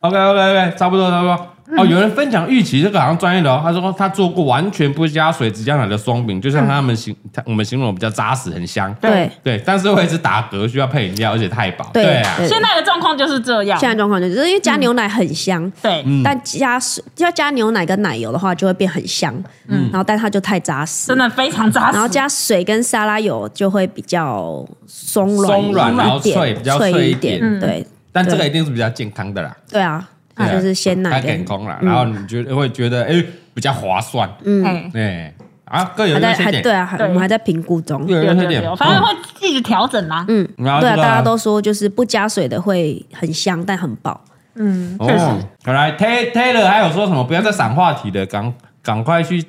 A: OK OK OK，差不多差不多。哦，有人分享玉琪这个好像专业的哦，他说他做过完全不加水直接奶的松饼，就像他们形，他我们形容比较扎实，很香。
C: 对
A: 对，但是会一直打嗝，需要配饮料，而且太饱。
C: 对
A: 啊，
C: 对
B: 现在的状况就是这样
C: 现，在状况就是，因为加牛奶很香，
B: 对，
A: 嗯
C: 但加水要加牛奶跟奶油的话，就会变很香，嗯，然后但它就太扎实
B: 真，的非常扎实，
C: 然后加水跟沙拉油就会比较松软
A: 松软然后
C: 一点
A: 脆比较脆
C: 脆
A: 一点
C: 点，对
A: 但这个一定是比较健康的啦，
C: 对啊，
A: 对啊
C: 就是鲜
A: 它
C: 奶
A: 健
C: 跟
A: 康啦，然后你觉得会觉得哎比较划算，
B: 哎，
C: 嗯
A: 哎啊各有
C: 还
A: 优
C: 在
A: 缺
C: 还
A: 点，
C: 对啊，还
B: 对
C: 我们还在评估中，
A: 各有
B: 对
A: 优缺
B: 对
A: 点
B: 对，，反正会一直调整啊，
C: 嗯，
A: 然后
C: 对啊，
A: 这个
C: 大家都说就是不加水的会很香，但很饱。
B: 嗯，确实
A: 哦，好来 Tay- Taylor 还有说什么不要再闪话题的，刚赶快去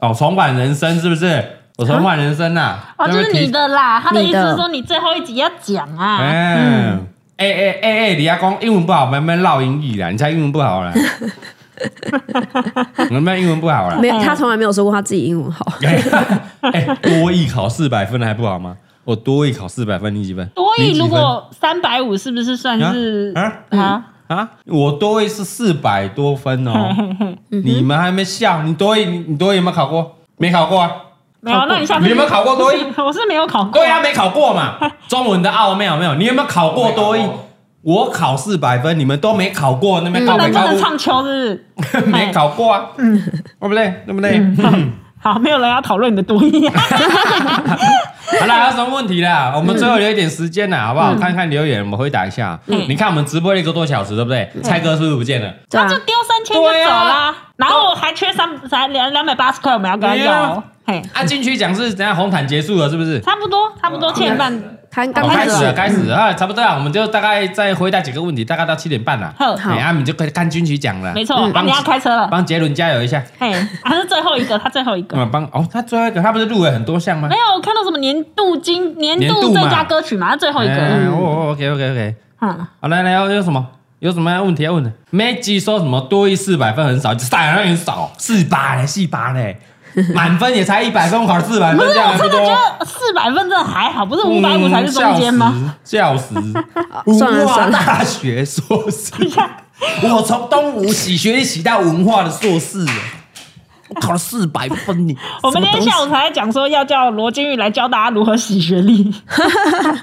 A: 哦，重返人生是不是？我重返人生啊呐、
B: 哦，就是你的啦。他的意
C: 你
B: 思
C: 的
B: 是说你最后一集要讲啊。
A: 哎哎哎哎哎，李亚光英文不好，慢慢唠英语啦。你才英文不好 啦，你们英文不
B: 嗯
A: 好啦。
C: 没有，他从来没有说过他自己英文好。
A: 哎、多艺考四百分还不好吗？我多艺考四百分，你几分？
B: 多
A: 你
B: 益
A: 几
B: 如
A: 分
B: 果三百五，是不是算是
A: 啊
B: 啊？
A: 啊，我多艺是四百多分 哦。你们还没笑，你多艺你你多艺有没有考过？没考过啊？
B: 没有，那你下次
A: 你有没有考过多益？
B: 我是没有考过。
A: 对啊，没考过嘛。中文的奥妙没有？你有没有考过多艺？我考四百分，你们都没考过，嗯那边
B: 不
A: 高
B: 能
A: 没
B: 不
A: 考
B: 能
A: 过？？
B: 唱秋是不是
A: 没考过啊，嗯，对不对？对不对？
B: 好，没有人要讨论你的多益、啊。
A: 好啦，还有什么问题啦？我们最后留一点时间啦，好不好？看看留言，我们回答一下。你看我们直播了一个多小时，对不对？蔡哥是不是不见了？
C: 对
B: 他
C: 啊
B: 就，丢三千就走
A: 对
B: 啦，
A: 啊
B: 然后还缺三才两两百八十块，我们要跟他
A: 对啊
B: 要，嘿，
A: 啊，进去讲是等下红毯结束了，是不是？
B: 差不多差不
D: 啊
B: 多欠一半。
C: 他
A: 好，
C: 刚
A: 开始了，
C: 了，
A: 开始
B: 嗯
A: 了啊，差不多了，我们就大概再回答几个问题，大概到七点半了。
B: 好
C: 好
A: 哎啊，你就可以看军旗讲了。
B: 没错，啊你要开车了，
A: 帮杰伦加油一下。
B: 嘿，还是最后一个，他最后一个。
A: 嗯，帮哦，他最后一个，他不是入围很多项吗
B: 没？有，我看到什么年度金年
A: 年
B: 度
A: 度
B: 最
A: 嘛
B: 佳歌曲嘛，他最后一个，
A: 哎哦，OK OK OK，
B: 嗯，
A: 好，来来，有有什么有什么问题要问的？Maggie 说什么多一四百分很少，当然很少，四八嘞，四八嘞，满分也才一百分，我考四百分
B: 不是，
A: 这样
B: 我
A: 还不
B: 真的觉
A: 多。
B: 得四百分真的还好，不是五百五才是中间吗？
A: 嗯？笑死！
C: 啊算了
A: 文化
C: 算了
A: 大学硕士，我从东吴洗学历洗到文化的硕士，我考了四百分呢。
B: 我们今天下午才在讲说要叫罗金玉来教大家如何洗学历，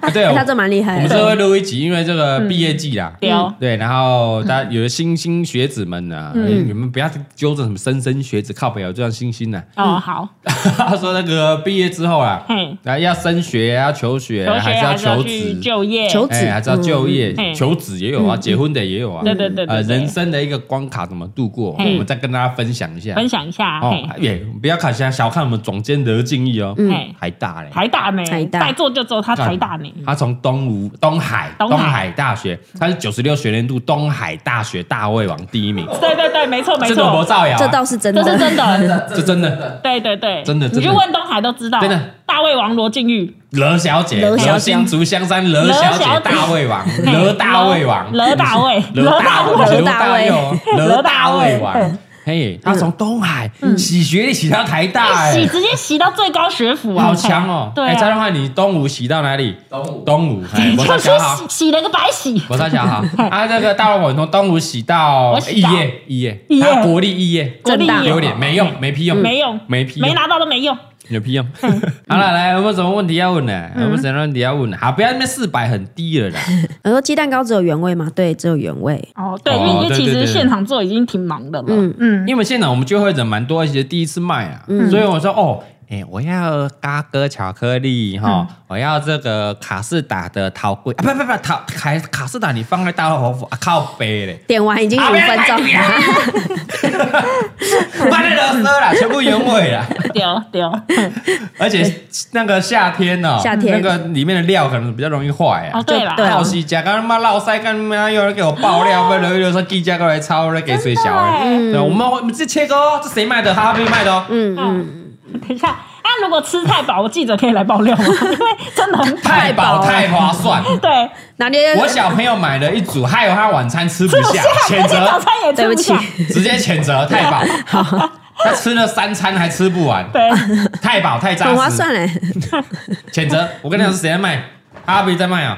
A: 啊对，
C: 哎
A: 我
C: 他这蛮厉害
A: 我们
C: 的。
A: 这会录一集，因为这个毕业季啦，
B: 对哦
A: 对，然后大家有的新兴学子们呢、啊，
C: 嗯
A: 你们不要揪着什么莘莘学子靠北，我啊就像星星呢、
B: 哦，好，
A: 他说那个毕业之后啊
B: 嘿，
A: 然后要升学，要求学，
B: 嗯留学
A: 啊还是
B: 还是要
A: 求
B: 去
A: 职，
B: 就业，
C: 求
A: 哎，还是要就业
B: 嗯，
A: 求职也有啊，结婚的也有啊，
B: 对对对对
A: 呃，
B: 对
A: 人生的一个关卡怎么度过，
B: 嘿
A: 我们再跟大家分享一下。
B: 分享一下，
A: 哦
B: 嘿，，
A: 也不要看小小看我们总监的敬意哦，
B: 嗯
A: 还大嗯嘞，
B: 台大呢，
C: 台大
B: 带做就做，他台大呢，
A: 他从东吴东海
B: 东
A: 东
B: 海嗯
A: 海大学，他是九十六学年度东海大学大胃王第一名，
B: 对对对，没错没
A: 这个我
B: 错，
A: 造谣
C: 这
A: 啊，
C: 倒是真
B: 这是
C: 的，
B: 真的，
A: 这真的
B: 对对对，
A: 真的
B: 你去
A: 真的
B: 问东海都知道，
A: 真的，
B: 大胃王罗晋玉，
A: 罗小姐，
C: 罗小姐
A: 罗新竹香山罗小
B: 罗小
A: 姐
B: 姐
A: 大胃王，
B: 嘿
A: 罗大胃王，
B: 罗大胃，
A: 罗大
B: 大
A: 王
C: 罗
A: 罗大
C: 大胃
A: 王
B: 罗
A: 罗
B: 大
A: 大
B: 胃
A: 胃王，嘿，他从东海洗学历洗到台大，
B: 哎嗯洗
A: 哎，
B: 直接洗到最高学府啊，
A: 好强哦！
B: 对
A: 哎蔡
B: 啊，
A: 中汉，你东吴洗到哪里？
D: 东吴
A: 东吴，哎， 我
B: 就
A: 大
B: 是
A: 小好
B: 洗，洗了个白洗，
A: 我大小好，啊，这个大胃王从东吴洗到
B: 我洗
A: 肄
B: 到
A: 业，肄
B: 肄业
A: 业，他国立肄业，
B: 国立
C: 正大
B: 也
A: 啊有点没用，没屁用，
B: 没用，
A: 没屁用
B: 没，嗯拿到都没用，
A: 有屁用。 好了，来，有没有什么问题要问
B: 嗯
A: 呢？有没有什么问题要问的？好，不要那边四百很低了啦。
C: 我说鸡蛋糕只有原味吗？对，只有原味。
B: 哦，对，
A: 哦
B: 因为因为
A: 对
B: 其
A: 对
B: 实
A: 对
B: 现场做已经挺忙的了，
C: 嗯
B: 嗯，
A: 因为现场我们就会人蛮多，而且第一次卖啊，所以我说哦。哎、我要嘎哥巧克力哈、
C: 嗯
A: 我要这个卡士达的桃桂啊，不不不，桃卡卡士达你放在大老虎啊靠背 嘞，
C: 点完已
A: 啊
C: 经五分钟，
A: 卖的垃圾啦，全部原味 啦。
B: 丢丢，
A: 而且那个夏天呢、
C: 夏天
A: 那个里面的料可能比较容易坏啊
B: 哦，。对啦，
C: 对啊
A: 好西家，刚他妈落塞，干他妈有人给我爆
C: 哦
A: 料，被人又说地价过来抄，来给水小
C: 欸
A: 啊。
B: 对，
A: 对，我们我们这切割哦，这谁卖的？哈哈贝卖的哦。
C: 嗯嗯，
B: 嗯，等一下，啊，如果吃太饱，我记者可以来爆料吗？因为真的很
A: 太饱太划算，
B: 对，
C: 哪里有
A: 我小朋友买了一组，害我他晚餐吃不下，谴
B: 连
A: 责，
B: 早餐也吃
C: 对不起
B: 下，
A: 直接谴责太饱。他吃了三餐还吃不完，
B: 对，
A: 太饱太
C: 很
A: 扎
C: 划
A: 实，
C: 算欸嘞，
A: 谴责。我跟你讲是谁在卖，阿比在卖啊。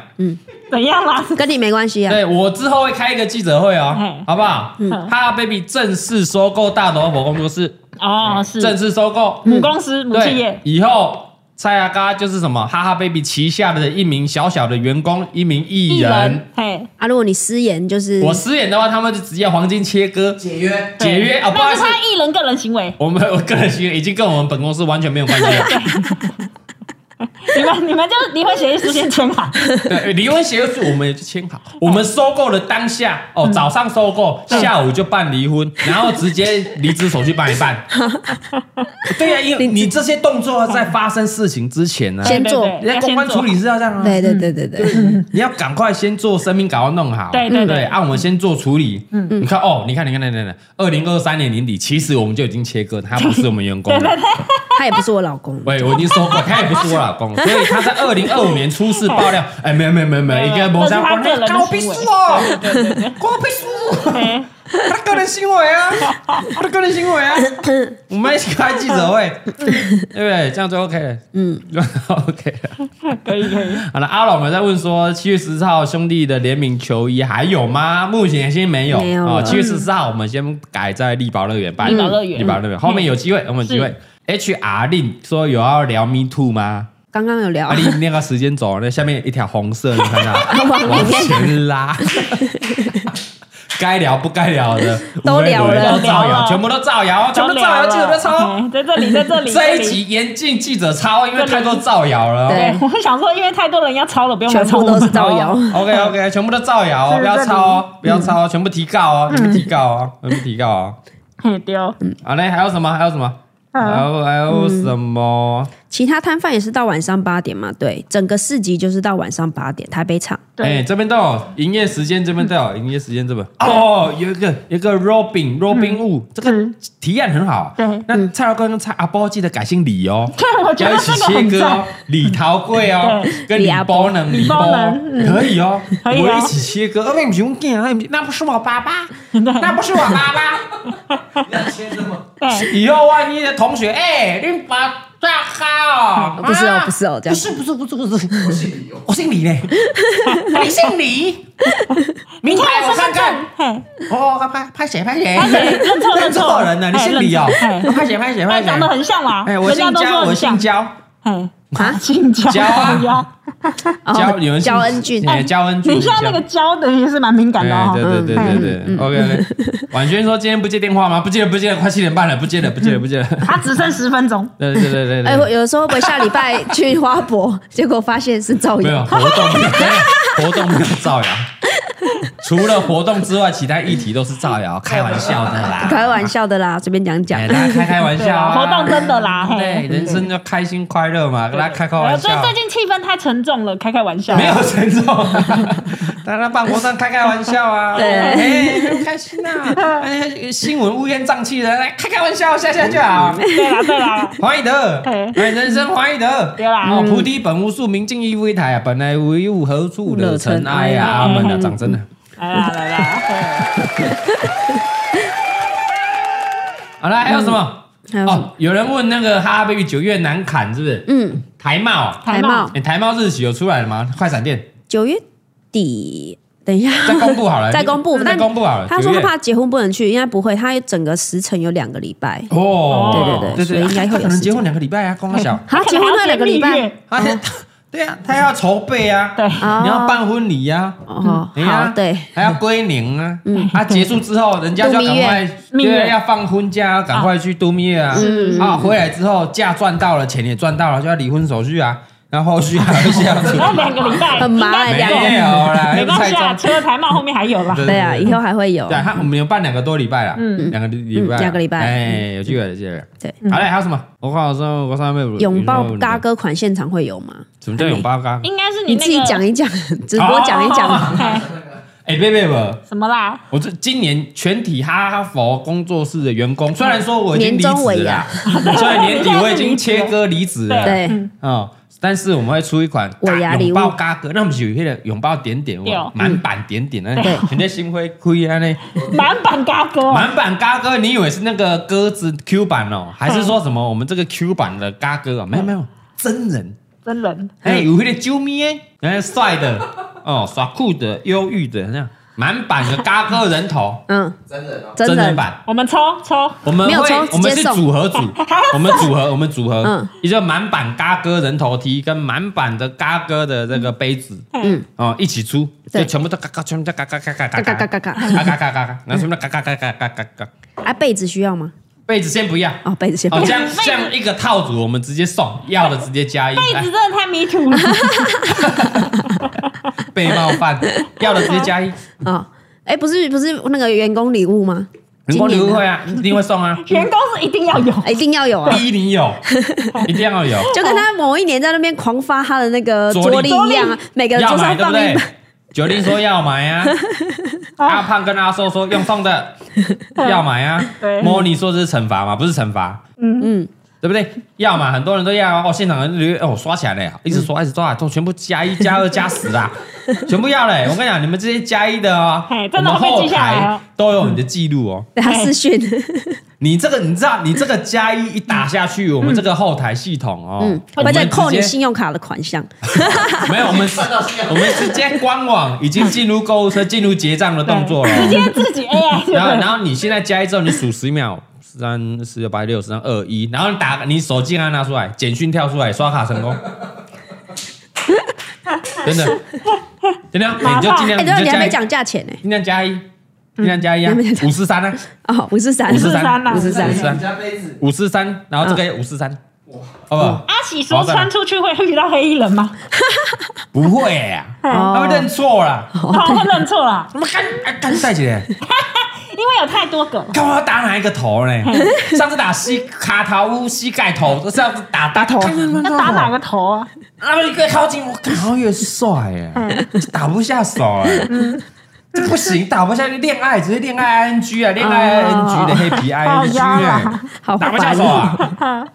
B: 怎样啦？
C: 跟你没关系啊。
A: 对我之后会开一个记者会哦
B: 嗯，
A: 好不好？哈哈 baby 正式收购大头佛工作室，
B: 哦，是
A: 正式收购
B: 母公司母企
A: 对
B: 业，，
A: 以后蔡阿嘎就是什么哈哈 baby 旗下的一名小小的员工，一名艺人。，
B: 嘿，
C: 啊，如果你失言就是
A: 我失言的话，他们就直接黄金切割
D: 解 约，
A: 解约啊！不好
B: 那
A: 意
B: 是
A: 思，
B: 他艺人个人行为，
A: 我们我个人行为已经跟我们本公司完全没有关系了。
B: 你们你们就离婚协议书先签好，
A: 对，离婚协议书我们也就签好，我们收购的当下，哦，早上收购，下午就办离婚，然后直接离职手续办一办。对呀、因为你这些动作啊在发生事情之前呢、
C: 先
B: 对
C: 做
B: 对
A: 人
B: 对
A: 家
B: 要
A: 公
B: 先
A: 关处
B: 做
A: 理是要这样啊，
C: 对对
B: 嗯
C: 对对对，
A: 你要赶快先做生命稿要弄好，
B: 对对对
A: 按、啊我们先做处理。嗯嗯，你看哦，你看你看，等等等，二零二三年年底，其实我们就已经切割，他不是我们员工 了，
C: 他也不是我老公，
A: 喂，我已经说过，他也不是我老公，所以他在二零二五年出事爆料，哎，没有没有没有没有，应该没相关，
B: 这是他个人的
A: 关我屁
B: 行为
A: 事哦，
B: 对对对
A: 关我屁事，
B: 对，
A: 他的个人行为啊，他的个人行为啊，我们一起开记者会，对不对？这样就 OK 了，嗯，OK 了。
B: 可以可以，
A: 好了，阿老们在问说，七月十四号兄弟的联名球衣还有吗？目前先没有。
C: 没有
A: 哦
C: 了
A: 七、月十四号我们先改在力宝乐园办。
B: 力宝乐园
A: 力宝乐园，后面有机会，我们有机会。HR 令说有要聊 Me Too 吗？
C: 刚刚有聊
A: 啊，，你那个时间轴，那下面一条红色，你看到 往前拉。该聊不该聊的
C: 都聊了
A: 无微不微都造
B: 都聊
A: 谣，
B: 了
A: 全部都造谣，全部都造谣，记者都抄。
B: 嗯在 这里在这 里
A: 这
B: 在
A: 一
B: 这里
A: 集严禁记者抄，因为太多造谣了。
C: 对
B: 对，我想说，因为太多人要抄了，不用来
C: 全
B: 抄
C: 部
B: 我
C: 都是
B: 们。
C: 造谣。嗯
A: OK OK，全部哦都造谣哦，
B: 是
A: 不要抄哦，不要抄哦，全部提告哦，
C: 嗯
A: 全部提告哦，全部提告哦。
B: 嘿，丢，
A: 好嘞，还有什么？还有什么？还有还有什么？
C: 其他摊贩也是到晚上八点嘛，对，整个市集就是到晚上八点，台北场。
A: 哎，
B: 对，嗯
A: 这边都有营业时间，这边都有营业时间，这边哦，有一个有一个 Robin Robin Wu，这个
B: 嗯
A: 提案很好。
B: 对嗯
A: 那蔡老官跟蔡阿波记得改姓李 哦。
B: 对，我觉
A: 要
B: 得
A: 一起
B: 这个
A: 切
B: 很
A: 割
B: 赞
A: 哦，，李桃贵哦，跟李波能、李
B: 李
A: 波
B: 波能
A: 可以哦，
B: 可以哦
A: 我一起切割。那不是我囝，那不是那不是我爸 爸，那不是我爸爸。
D: 要签这么
B: 对，
A: 以后万一的同学，哎、你把大号、
C: 哦不是哦不是哦这
A: 啊
C: 样
A: 不是不是不是不是，
D: 不是理由，
A: 我姓李呢，你姓 李，名牌我看 看，
B: 嘿，
A: 哦，拍拍拍谁拍谁，
B: 拍谁认错
A: 认
B: 认错
A: 错人了，你姓李哦
B: 哎认，错
A: 拍谁拍谁
B: 哎
A: 拍谁
B: 长，得很像啦，
A: 哎，我
B: 人家
A: 姓
B: 都
A: 焦，
B: 说
A: 我
B: 很
A: 姓
B: 像，
A: 焦。
B: 嘿，
C: 啊
B: 姓焦，
A: 焦啊
B: 呀
C: 哦
A: 焦有人姓
C: 焦恩俊，
A: 哎焦恩俊，
B: 你现在那个焦的也是蛮敏感的
A: 哎，
B: 哦
A: 对，对对
C: 嗯
A: 对对，OK OK。婉轩说今天不接电话吗？不接了，不接了，快七点半了，不接了，不接了，不接了。
B: 他只剩十分钟，
A: 对对对对
C: 嗯哎，
A: 对
C: 我，有时候会不会下礼拜去花 博，结果发现是造
A: 没有
C: 谣？
A: 活动，没有活动没有造 谣。除了活动之外，其他议题都是造谣，开玩笑的啦，
C: 开玩笑的啦，随便讲 讲
A: 哎，。大家开开玩
B: 对
A: 笑啊
B: 啊，活动真的啦，
A: 对，
B: 嘿，
A: 人生要开心快乐嘛，跟大家开开
B: 哎
A: 玩
B: 所以
A: 笑
B: 最。近气氛太沉重了，开开玩笑，
A: 没有沉 重，大家办活动开开玩笑啊，
C: 对
A: 哎，很开心啊， 哎，新闻乌烟瘴气的，来开开玩笑，下下就好。
C: 嗯
B: 对啦对啦，
A: 华谊 德，哎
B: 对，
A: 人生华谊德，
B: 对啦
A: 哦，菩提本无树，明镜亦非台啊，本来无一物，何处惹尘埃呀？
C: 嗯
A: 阿门啊，掌声啊！
B: 来啦哎来啦，嘿
A: 好了，还有什么？
C: 还有什么
A: 哦，有人问那个哈哈 baby 九月难砍是不是？
C: 嗯，
A: 台茂，
C: 台茂
A: 哎，台茂日期有出来了吗？快闪店
C: 九月底，等一下
A: 再公布好了，
C: 再公布，
A: 再
C: 但
A: 公布好了。
C: 他说
A: 九
C: 他
A: 月
C: 怕结婚不能去，应该不会，他整个时程有两个礼拜。
A: 哦，
C: 对对对所以应该
A: 他
C: 会有
A: 可能
C: 时
A: 结
C: 间哦
A: 婚两个礼拜啊， 光个小，
C: 他结婚那两个礼拜，
A: 他先对啊，他要筹备啊，
B: 对
C: 哦
A: 你要办婚礼呀，
C: 哦，嗯
A: 哎呀
C: 好，对，
A: 还要归零啊，他结束之后，人家就要赶快，
B: 蜜月蜜
A: 对，
B: 月
A: 要放婚假，要赶快去度蜜月啊，
C: 嗯
A: 啊，回来之后假赚到了，钱也赚到了，就要离婚手续啊，然后后续还有一些要 处理
B: 那两个礼拜
C: 很忙哎
B: 应
A: 没
B: 该
C: 两
B: 不够
C: 个
A: 有啦，
B: 没
A: 又不
B: 关
A: 太
B: 系啊，
A: 赚。
B: 除了台帽后面还有啦，
C: 对啊，以后还会有
A: 对。啊，他我们有办两个多礼拜啦，
B: 嗯
A: 两个礼拜，
C: 嗯两个礼拜嗯
A: 哎，有机会，有机会。
C: 对，
A: 好嘞，还有什么？我看我说，我上面有
C: 拥抱嘎，哥款现场会有吗？
A: 什么叫拥抱嘎？
B: 应该是
C: 你
B: 那
C: 自己
B: 个
C: 讲一讲，直播讲一讲。
B: 嘿
A: 哎，别别别，
B: 什么啦，
A: 我这今年全体哈佛工作室的员工，虽然说我已经离
C: 年终尾
A: 职了
C: 牙
A: 啊， 虽然年底我已经切割离职了，
C: 对，
A: 嗯，但是我们会出一款
C: 尾牙
A: 大
C: 礼
A: 拥
C: 物
A: 抱嘎哥，那我们有一个拥抱点点，
B: 对
A: 哇
B: 哦
A: 满版点点呢，人家心灰灰啊呢，
B: 满版嘎哥哦，
A: 满版嘎哥，你以为是那个鸽子 Q 版哦，还是说什么我们这个 Q 版的嘎哥啊？没有没有，真人。
B: 真人，
C: 嗯
A: 哎，有那个啾咪哎，哎，帅的哦，耍酷的，忧郁的，那样满版的嘎哥人头，
C: 嗯，
D: 真人哦，
C: 真
A: 人
C: 的
A: 版，
B: 我们抽抽，
A: 我们
C: 没有
A: 会
C: 抽
A: 我们
C: 直
A: 是
C: 接送
A: 组合 组，我们组合，我们组合，
C: 嗯
A: 一个满版嘎哥人头梯跟满版的嘎哥的这个杯子，
B: 嗯，
A: 哦，一起出，就
C: 对
A: 全部都嘎嘎，全部都嘎嘎嘎嘎
C: 嘎
A: 嘎
C: 嘎
A: 嘎
C: 嘎
A: 嘎
C: 嘎嘎。
A: 嘎嘎嘎嘎，然后全部都嘎嘎嘎嘎嘎嘎嘎，
C: 啊，被子需要吗？
A: 被子先不要。
C: 哦，被子先不
A: 好，这
C: 要。
A: 样这样一个套组，我们直接送，要的直接加一。
B: 被
A: 哎
B: 子真的太迷途 了，
A: 被冒 犯，要的直接加一。
C: 哦，哎，不是不是那个员工礼物吗？
A: 员工礼
C: 今
A: 物
C: 年的
A: 会啊，一定会送啊，
B: 员工是一定要有。
C: 哎一定要有啊，
A: 逼你 有，一定要有。
C: 就跟他某一年在那边狂发他的那个
A: 桌
C: 桌
A: 历
C: 历一样啊，每个人
A: 要
C: 桌
A: 买对
C: 上
A: 不
C: 放一
A: 对
C: 本。？
A: 九令说要买 啊，阿
B: 啊
A: 胖跟阿寿说用送的，要买啊。
B: 对
A: 莫妮说这是惩罚嘛，不是惩罚，
B: 嗯
C: 嗯，
A: 对不对？要嘛，很多人都要啊。哦，现场人留言哦刷起来了，一直刷一直刷，都全部加一加二加十 啦，全部要嘞。我跟你讲，你们这些加一的哦
B: 嘿，
A: 我
B: 真的
A: 们
B: 会被
A: 后
B: 记下来
A: 台
B: 哦
A: 都有你的记录哦。
C: 对他私讯，
A: 你这个你知道，你这个加一一打下去，我们这个后台系统哦，
C: 嗯，
A: 我
C: 会
A: 们
C: 再扣你
A: 直接
C: 信用卡的款项。
A: 没有，我们是
D: 算到现在
A: 我们直接官网已经进入购物车、进入结账的动作了。
C: 嗯
B: 直接自己 AI 就
A: 然后，然
B: 对了。
A: 后你现在加一之后，你数十秒，三四六八六十三二一，然后你打你手机给它拿出来，简讯跳出来，刷卡成功。 真的，真的，啊你就尽量
C: 哎，
A: 你
C: 对了，
A: 就
C: 你还
A: 加
C: 没
A: 一，
C: 讲价钱呢。
A: 尽量加一，尽量加一啊
C: 你还没，讲
A: 五四三啊，
C: 哦，五十三，
A: 五十三
B: 53啦
C: 五十
D: 那
C: 三啊
D: 你。们家杯子，
A: 五四三，然后这个也五四三，好不好？
C: 哦
B: 阿喜说穿出去会遇到黑衣人吗？
A: 不会呀，
C: 哦
A: 他会认错啦。
B: 他哦会认错啦，
A: 我们干啊干赛姐。
B: 因为有太多 个了。
A: 看我要打哪一个头呢？上次打膝卡头乌膝盖头，这上次打打头，
B: 要
C: 哦
B: 打哪个头啊？
A: 那么你越靠近我，看好像越帅耶，打不下手哎，这不行，打不下去，恋爱只是恋爱 ING 啊，恋爱 ING 的黑皮
B: 好
A: ING
B: 呀
A: 哎
B: 啦，
C: 好
A: 打不下手啊，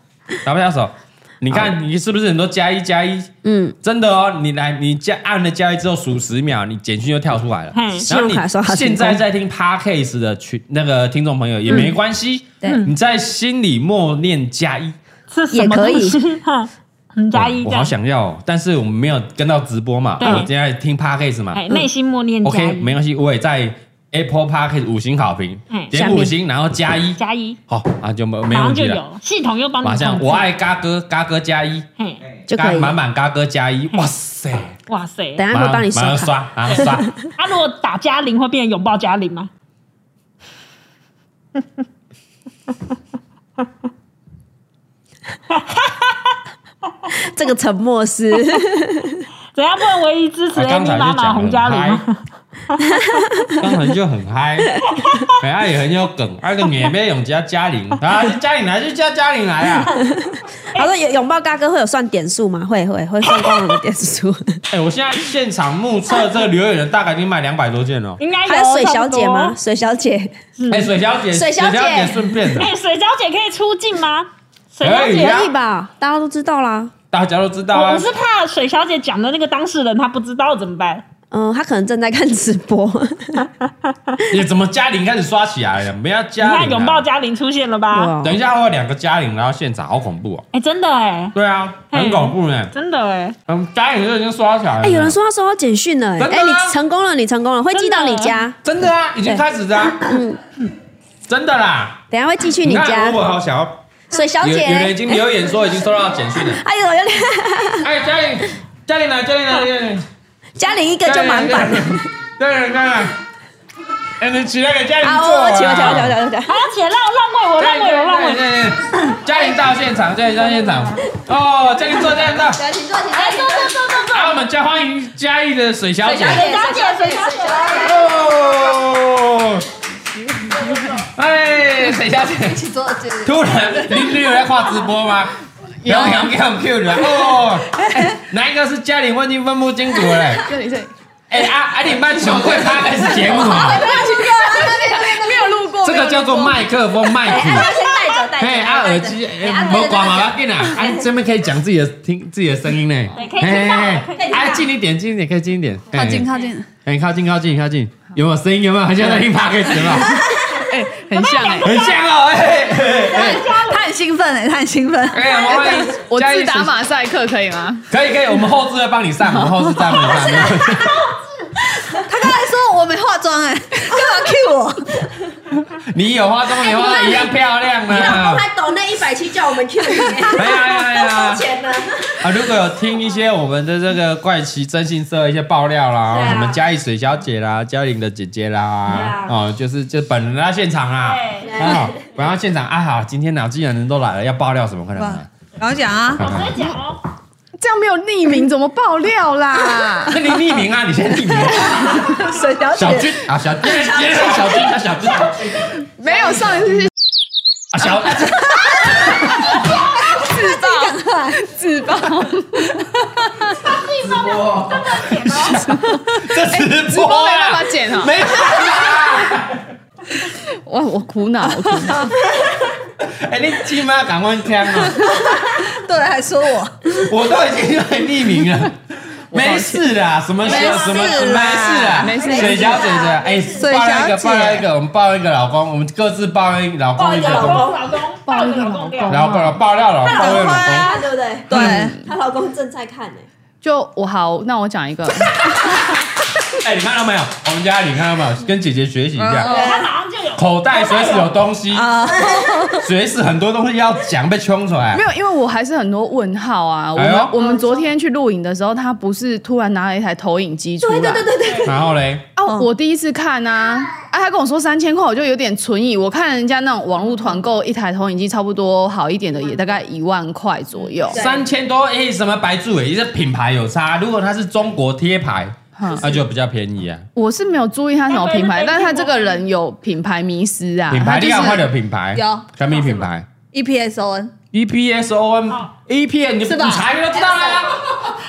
A: 打不下手。你看，你是不是很多加一加一？
C: 嗯，
A: 真的哦，你来，你加按了加一之后数十秒，你简讯就跳出来了。
B: 嘿
A: 然后
C: 嗯信用卡刷卡
A: 你
C: 成
A: 现
C: 功
A: 在在听 podcast 的群那个听众朋友也没关系，
C: 嗯对
A: 你在心里默念加一，
B: 是什么东西？哈，嗯加一
A: 我我
B: 这
A: 好
B: 样。
A: 想要、哦，但是我们没有跟到直播嘛，
B: 对
A: 我现在听 podcast 嘛
B: 哎，内心默念加
A: ，OK，
B: 一，
A: 没关系，我也在 Apple podcast 五星好评
B: 嗯，
A: 点五星，然后加一，
B: 加一，
A: 好啊，就没没问
B: 马上
A: 题
B: 就
A: 了。
B: 有，系统又帮你
A: 马
B: 控制。
A: 上，我爱嘎哥，嘎哥加一，
B: 嘿，
C: 就
A: 嘎
C: 可以。
A: 满
C: 等
A: 满嘎哥加一，哇塞！
B: 哇塞！
C: 一下
A: 马
C: 会
A: 上
C: 帮你
A: 马上
C: 刷卡。
A: 刷，马上刷。
B: 啊，如果打嘉玲会变成拥抱嘉玲吗？
C: 这个沉默 是
B: 怎样不能唯一支持
A: 啊
B: A
A: 刚
B: B
A: 才
B: 妈
A: 就
B: 妈
A: 讲
B: 洪
A: 很
B: 嘉玲
A: 嗨
B: 吗？，
A: 刚才就很嗨，哎，他也很有梗，啊那个也没用加嘉玲啊，嘉玲来就叫嘉玲来啊！
C: 他说拥抱嘎哥会有算点数吗？会会会算光荣的点数。
A: 哎，我现在现场目测这个留言的大概已经卖两百多件了。
B: 应该啊
C: 还有水
B: 差
C: 小
B: 不多
C: 姐吗？？水小姐，
A: 哎，水小姐，
C: 水小
A: 小
C: 姐
A: 顺 便的，
B: 哎，水小姐可以出镜吗？水小
A: 可以
B: 姐
A: 啊
C: 可以吧？大家都知道啦。
A: 大家都知道
B: 哦我
A: 啊
B: 我。是怕水小姐讲的那个当事人她不知道怎么办？
C: 嗯，他可能正在看直 播。
A: 你怎么嘉玲开始刷起来了？不要
B: 你
A: 嘉
B: 看
A: 玲
B: 拥抱
A: 啊！
B: 嘉玲出现了吧？
C: 哇
A: 等一下会有两个嘉玲，然后现场好恐怖哦。
B: 哎，真的哎，
A: 对啊，很恐怖呢。
B: 真的哎，
A: 嗯，嘉玲都已经刷起来了。
C: 哎，有人说他收到简讯了，哎，
A: 真的
C: 哎
A: 啊
C: 你成功了，你成功了，会寄到你家，
A: 真的啊，已经
C: 对
A: 开始的啊，真的啦。
C: 等一下会寄去
A: 你看，
C: 家
A: 如。果好想要
C: 水小
A: 有
C: 姐，
A: 有人 已经留言说已经收到简讯了。
C: 哎呦，有点
A: 哎，嘉玲，嘉玲来，嘉玲来，嘉玲，
C: 嘉玲一个啊就满版了。
A: 嘉玲来。哎，你起来给嘉玲
C: 好，
A: 坐
C: 我
A: 啊！
C: 我起我起我起我起我起
B: 好，且让让位我，让位我，让位我。
A: 我！嘉玲到现场，嘉玲到现场。哦，嘉玲坐，嘉玲坐。啊
C: 来，请坐，请哎坐，坐坐坐坐。
A: 好，我们家欢迎嘉义的水小姐。
B: 水小姐，水小姐，
A: 哦，哎，水小姐，突然，你你有在画直播吗？有有给我们 Q 的哦，哎哪一个是嘉玲？我已经分不清楚了嘞。
E: 这里这里，
A: 哎啊啊！你们穷会 p o d 节目 啊，
E: 没有录过，
A: 这个叫做麦克风麦
C: 哎，
A: 克。
C: 要先带走，带走。
A: 嘿，啊，耳机，哎，
C: 没
A: 没关嘛，不要紧啦，啊，这边可以讲自己的听自己的声音呢，
B: 对可以听到
A: 嘿
B: 可以听到
A: 哎，近一点，近一点，可以近一点，
E: 靠近
A: 嘿
E: 靠近，
A: 哎，靠近，靠近，靠近，有没有声音？有没有？很像在听 podcast 有没有？
E: 哎，很像哎，
A: 很像哦，哎哎哎
E: 他很兴奋哎，他很兴奋。
A: 哎，我们欢迎
E: 我
A: 嘉
E: 自
A: 义
E: 打
A: 水
E: 马赛克可以吗？
A: 可以可以，我们后置会帮你上，我们后置再帮你上没有问题。
E: 他刚才说我没化妆哎，干嘛 Q
A: 你有化妆，你化的一样漂亮
C: 老
A: 啊
C: 公！还抖那一百七叫我们 Q 你，
A: 哎呀哎呀哎
C: 都
A: 呀
C: 收！钱了。
A: 啊，如果有听一些我们的这个怪奇征信社的一些爆料啦，
C: 对啊
A: 什么嘉义水小姐啦、嘉玲的姐姐啦，
C: 对啊
A: 哦，就是就本人在现场啦，
B: 哎，
A: 还好，然后现场啊好，今天呢既然人都来了，要爆料什么可能吗？
E: 然后讲啊，
A: 看看
B: 哦
F: 这样没有匿名怎么爆料啦？
A: 那你匿名啊，你先匿名。
F: 谁了
A: 小
F: 解？
A: 军啊，小军，也是小军啊，小军
F: 没有上一次是
A: 啊，小
D: 直播，
A: 这直
F: 直播
A: 播
F: 没办
A: 啊
F: 法，剪啊，
A: 没办法。啊
G: 哇，我苦恼，我苦恼。
A: 哎，你起码赶快听啊！
E: 对，还说我
A: 我都已经来匿名了，没事啦，什么
E: 没事啦
A: 什么没事啦，
G: 没事
A: 水小姐姐，哎，
E: 水
A: 抱了一
E: 小
A: 个，
E: 姐
A: 抱了一个，我们抱一个老公，我们各自抱一个老公一个老
B: 老公
A: 公，
B: 老公抱一个老
A: 老
B: 公，
A: 公爆料老公，爆料老公。
C: 啊对不哎对？
E: 对，
C: 她老公正在看呢，
G: 就我好，那我 讲一个，
A: 哎，你看到没有？我们家你看到没有？跟姐姐学习一下，
B: 他马上就有
A: 口袋随时有东西，
E: 啊，
A: 随时很多东西要讲被冲出来
G: 没。有，因为我还是很多问号啊。我
A: 哎
G: 们
A: 呦
G: 我们昨天去录影的时候，他不是突然拿了一台投影机出来，
C: 对哦对，
A: 然后嘞，
G: 啊，我第一次看啊，啊，他跟我说三千块，我就有点存疑。我看人家那种网络团购，一台投影机差不多好一点的，也大概一万块左右。
A: 三千多，哎，什么白柱哎，这品牌有差。如果它是中国贴牌，
G: 嗯
A: 那就比较便宜啊。
G: 我是没有注意他什么品牌，
B: 该不会是
G: 但是他这个人有品牌迷失啊，
A: 品牌
G: 他
A: 你
G: 就
A: 赶快
G: 是
A: 的品牌，
E: 有
A: 产品品牌 E
E: EPSON
A: EPSON EPN，你 E
E: 是吧
A: 你查一个就知道了呀。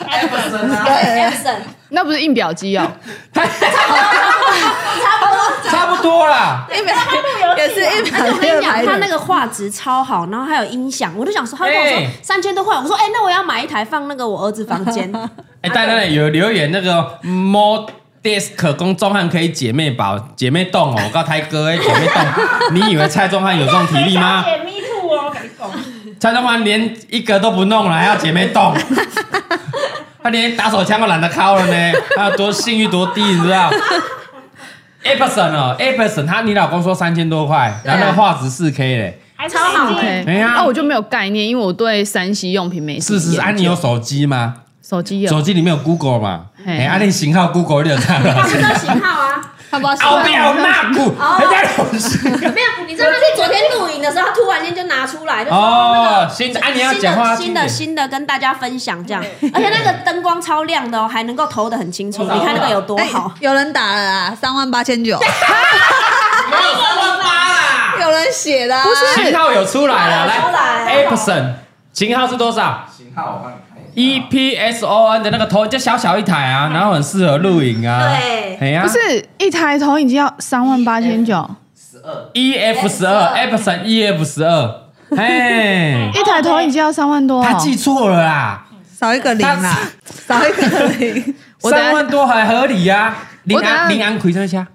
C: Epson
G: 那不是印表机 哦，
A: 差不多啦，
E: 一秒也是一秒
C: 我跟
E: 六
C: 你讲，
E: 台的
C: 他哎那个画质超好，然后还有音响，我就想说，他就跟我
A: 哎
C: 说三千多块，我说哎、那我要买一台放那个我儿子房 间，
A: 哎，大
G: 啊
A: 家有留言那个 Mo Desk 跟钟汉可以姐妹宝姐妹洞哦，我告台哥 哎姐妹洞，你以为蔡宗汉有这种体力吗？
B: 姐 me too 哦，跟你讲，
A: 蔡宗汉连一个都不弄了，还要姐妹 洞，他连打手枪都懒得敲了呢，他有多信誉多低，你知道 e p s o n 哦 e p s o n 他你老公说三千多块，然后那个画质四 K 嘞。
B: 还是
C: 超好
B: 手机
G: 对，
A: 哎呀
G: 啊，我就没有概念，因为我对山西用品没什么
A: 事实，啊，
G: 研
A: 你
G: 究
A: 有手机吗？
G: 手机有
A: 手机里面有 Google 嘛？
G: 嘿
A: 哎，啊，你型号 Google 你就看了。
C: 这个型号啊，
E: 他 不知道是
A: 奥比奥纳古，人家有型。
C: 没有，你知道他是昨天录影的时候，他突然间就拿出来，就说那
A: 哦
C: 个，
A: 新的啊，你要
C: 新
A: 讲话
C: 的
A: 要
C: 新的
A: 轻
C: 新的跟大家分享 这样，而且那个灯光超亮的哦，还能够投的很清楚，你看那个有多
E: 哎
C: 好，
E: 有人打了啊，三万八千九，有人写的啊，不
A: 一点型号有出来了，
C: 出
A: 来
C: 来
A: ，Epson 型号是多少
D: 型号我帮你看一
A: ？E
D: 下。
A: P S O N 的那个头就小小一台啊，然后很适合露营啊。
C: 对
A: 哎呀，
G: 不是一台投影机要三万八千九，
D: 十二，
A: E F 十二，Epson E F 十二，哎，
G: 一台投影机要三万多、哦。
A: 他记错了啦，
E: 少一个零啦，少一个零，
G: 我等 下
A: 三万多还合理呀。林
G: 我等下
A: 安林安奎 上下，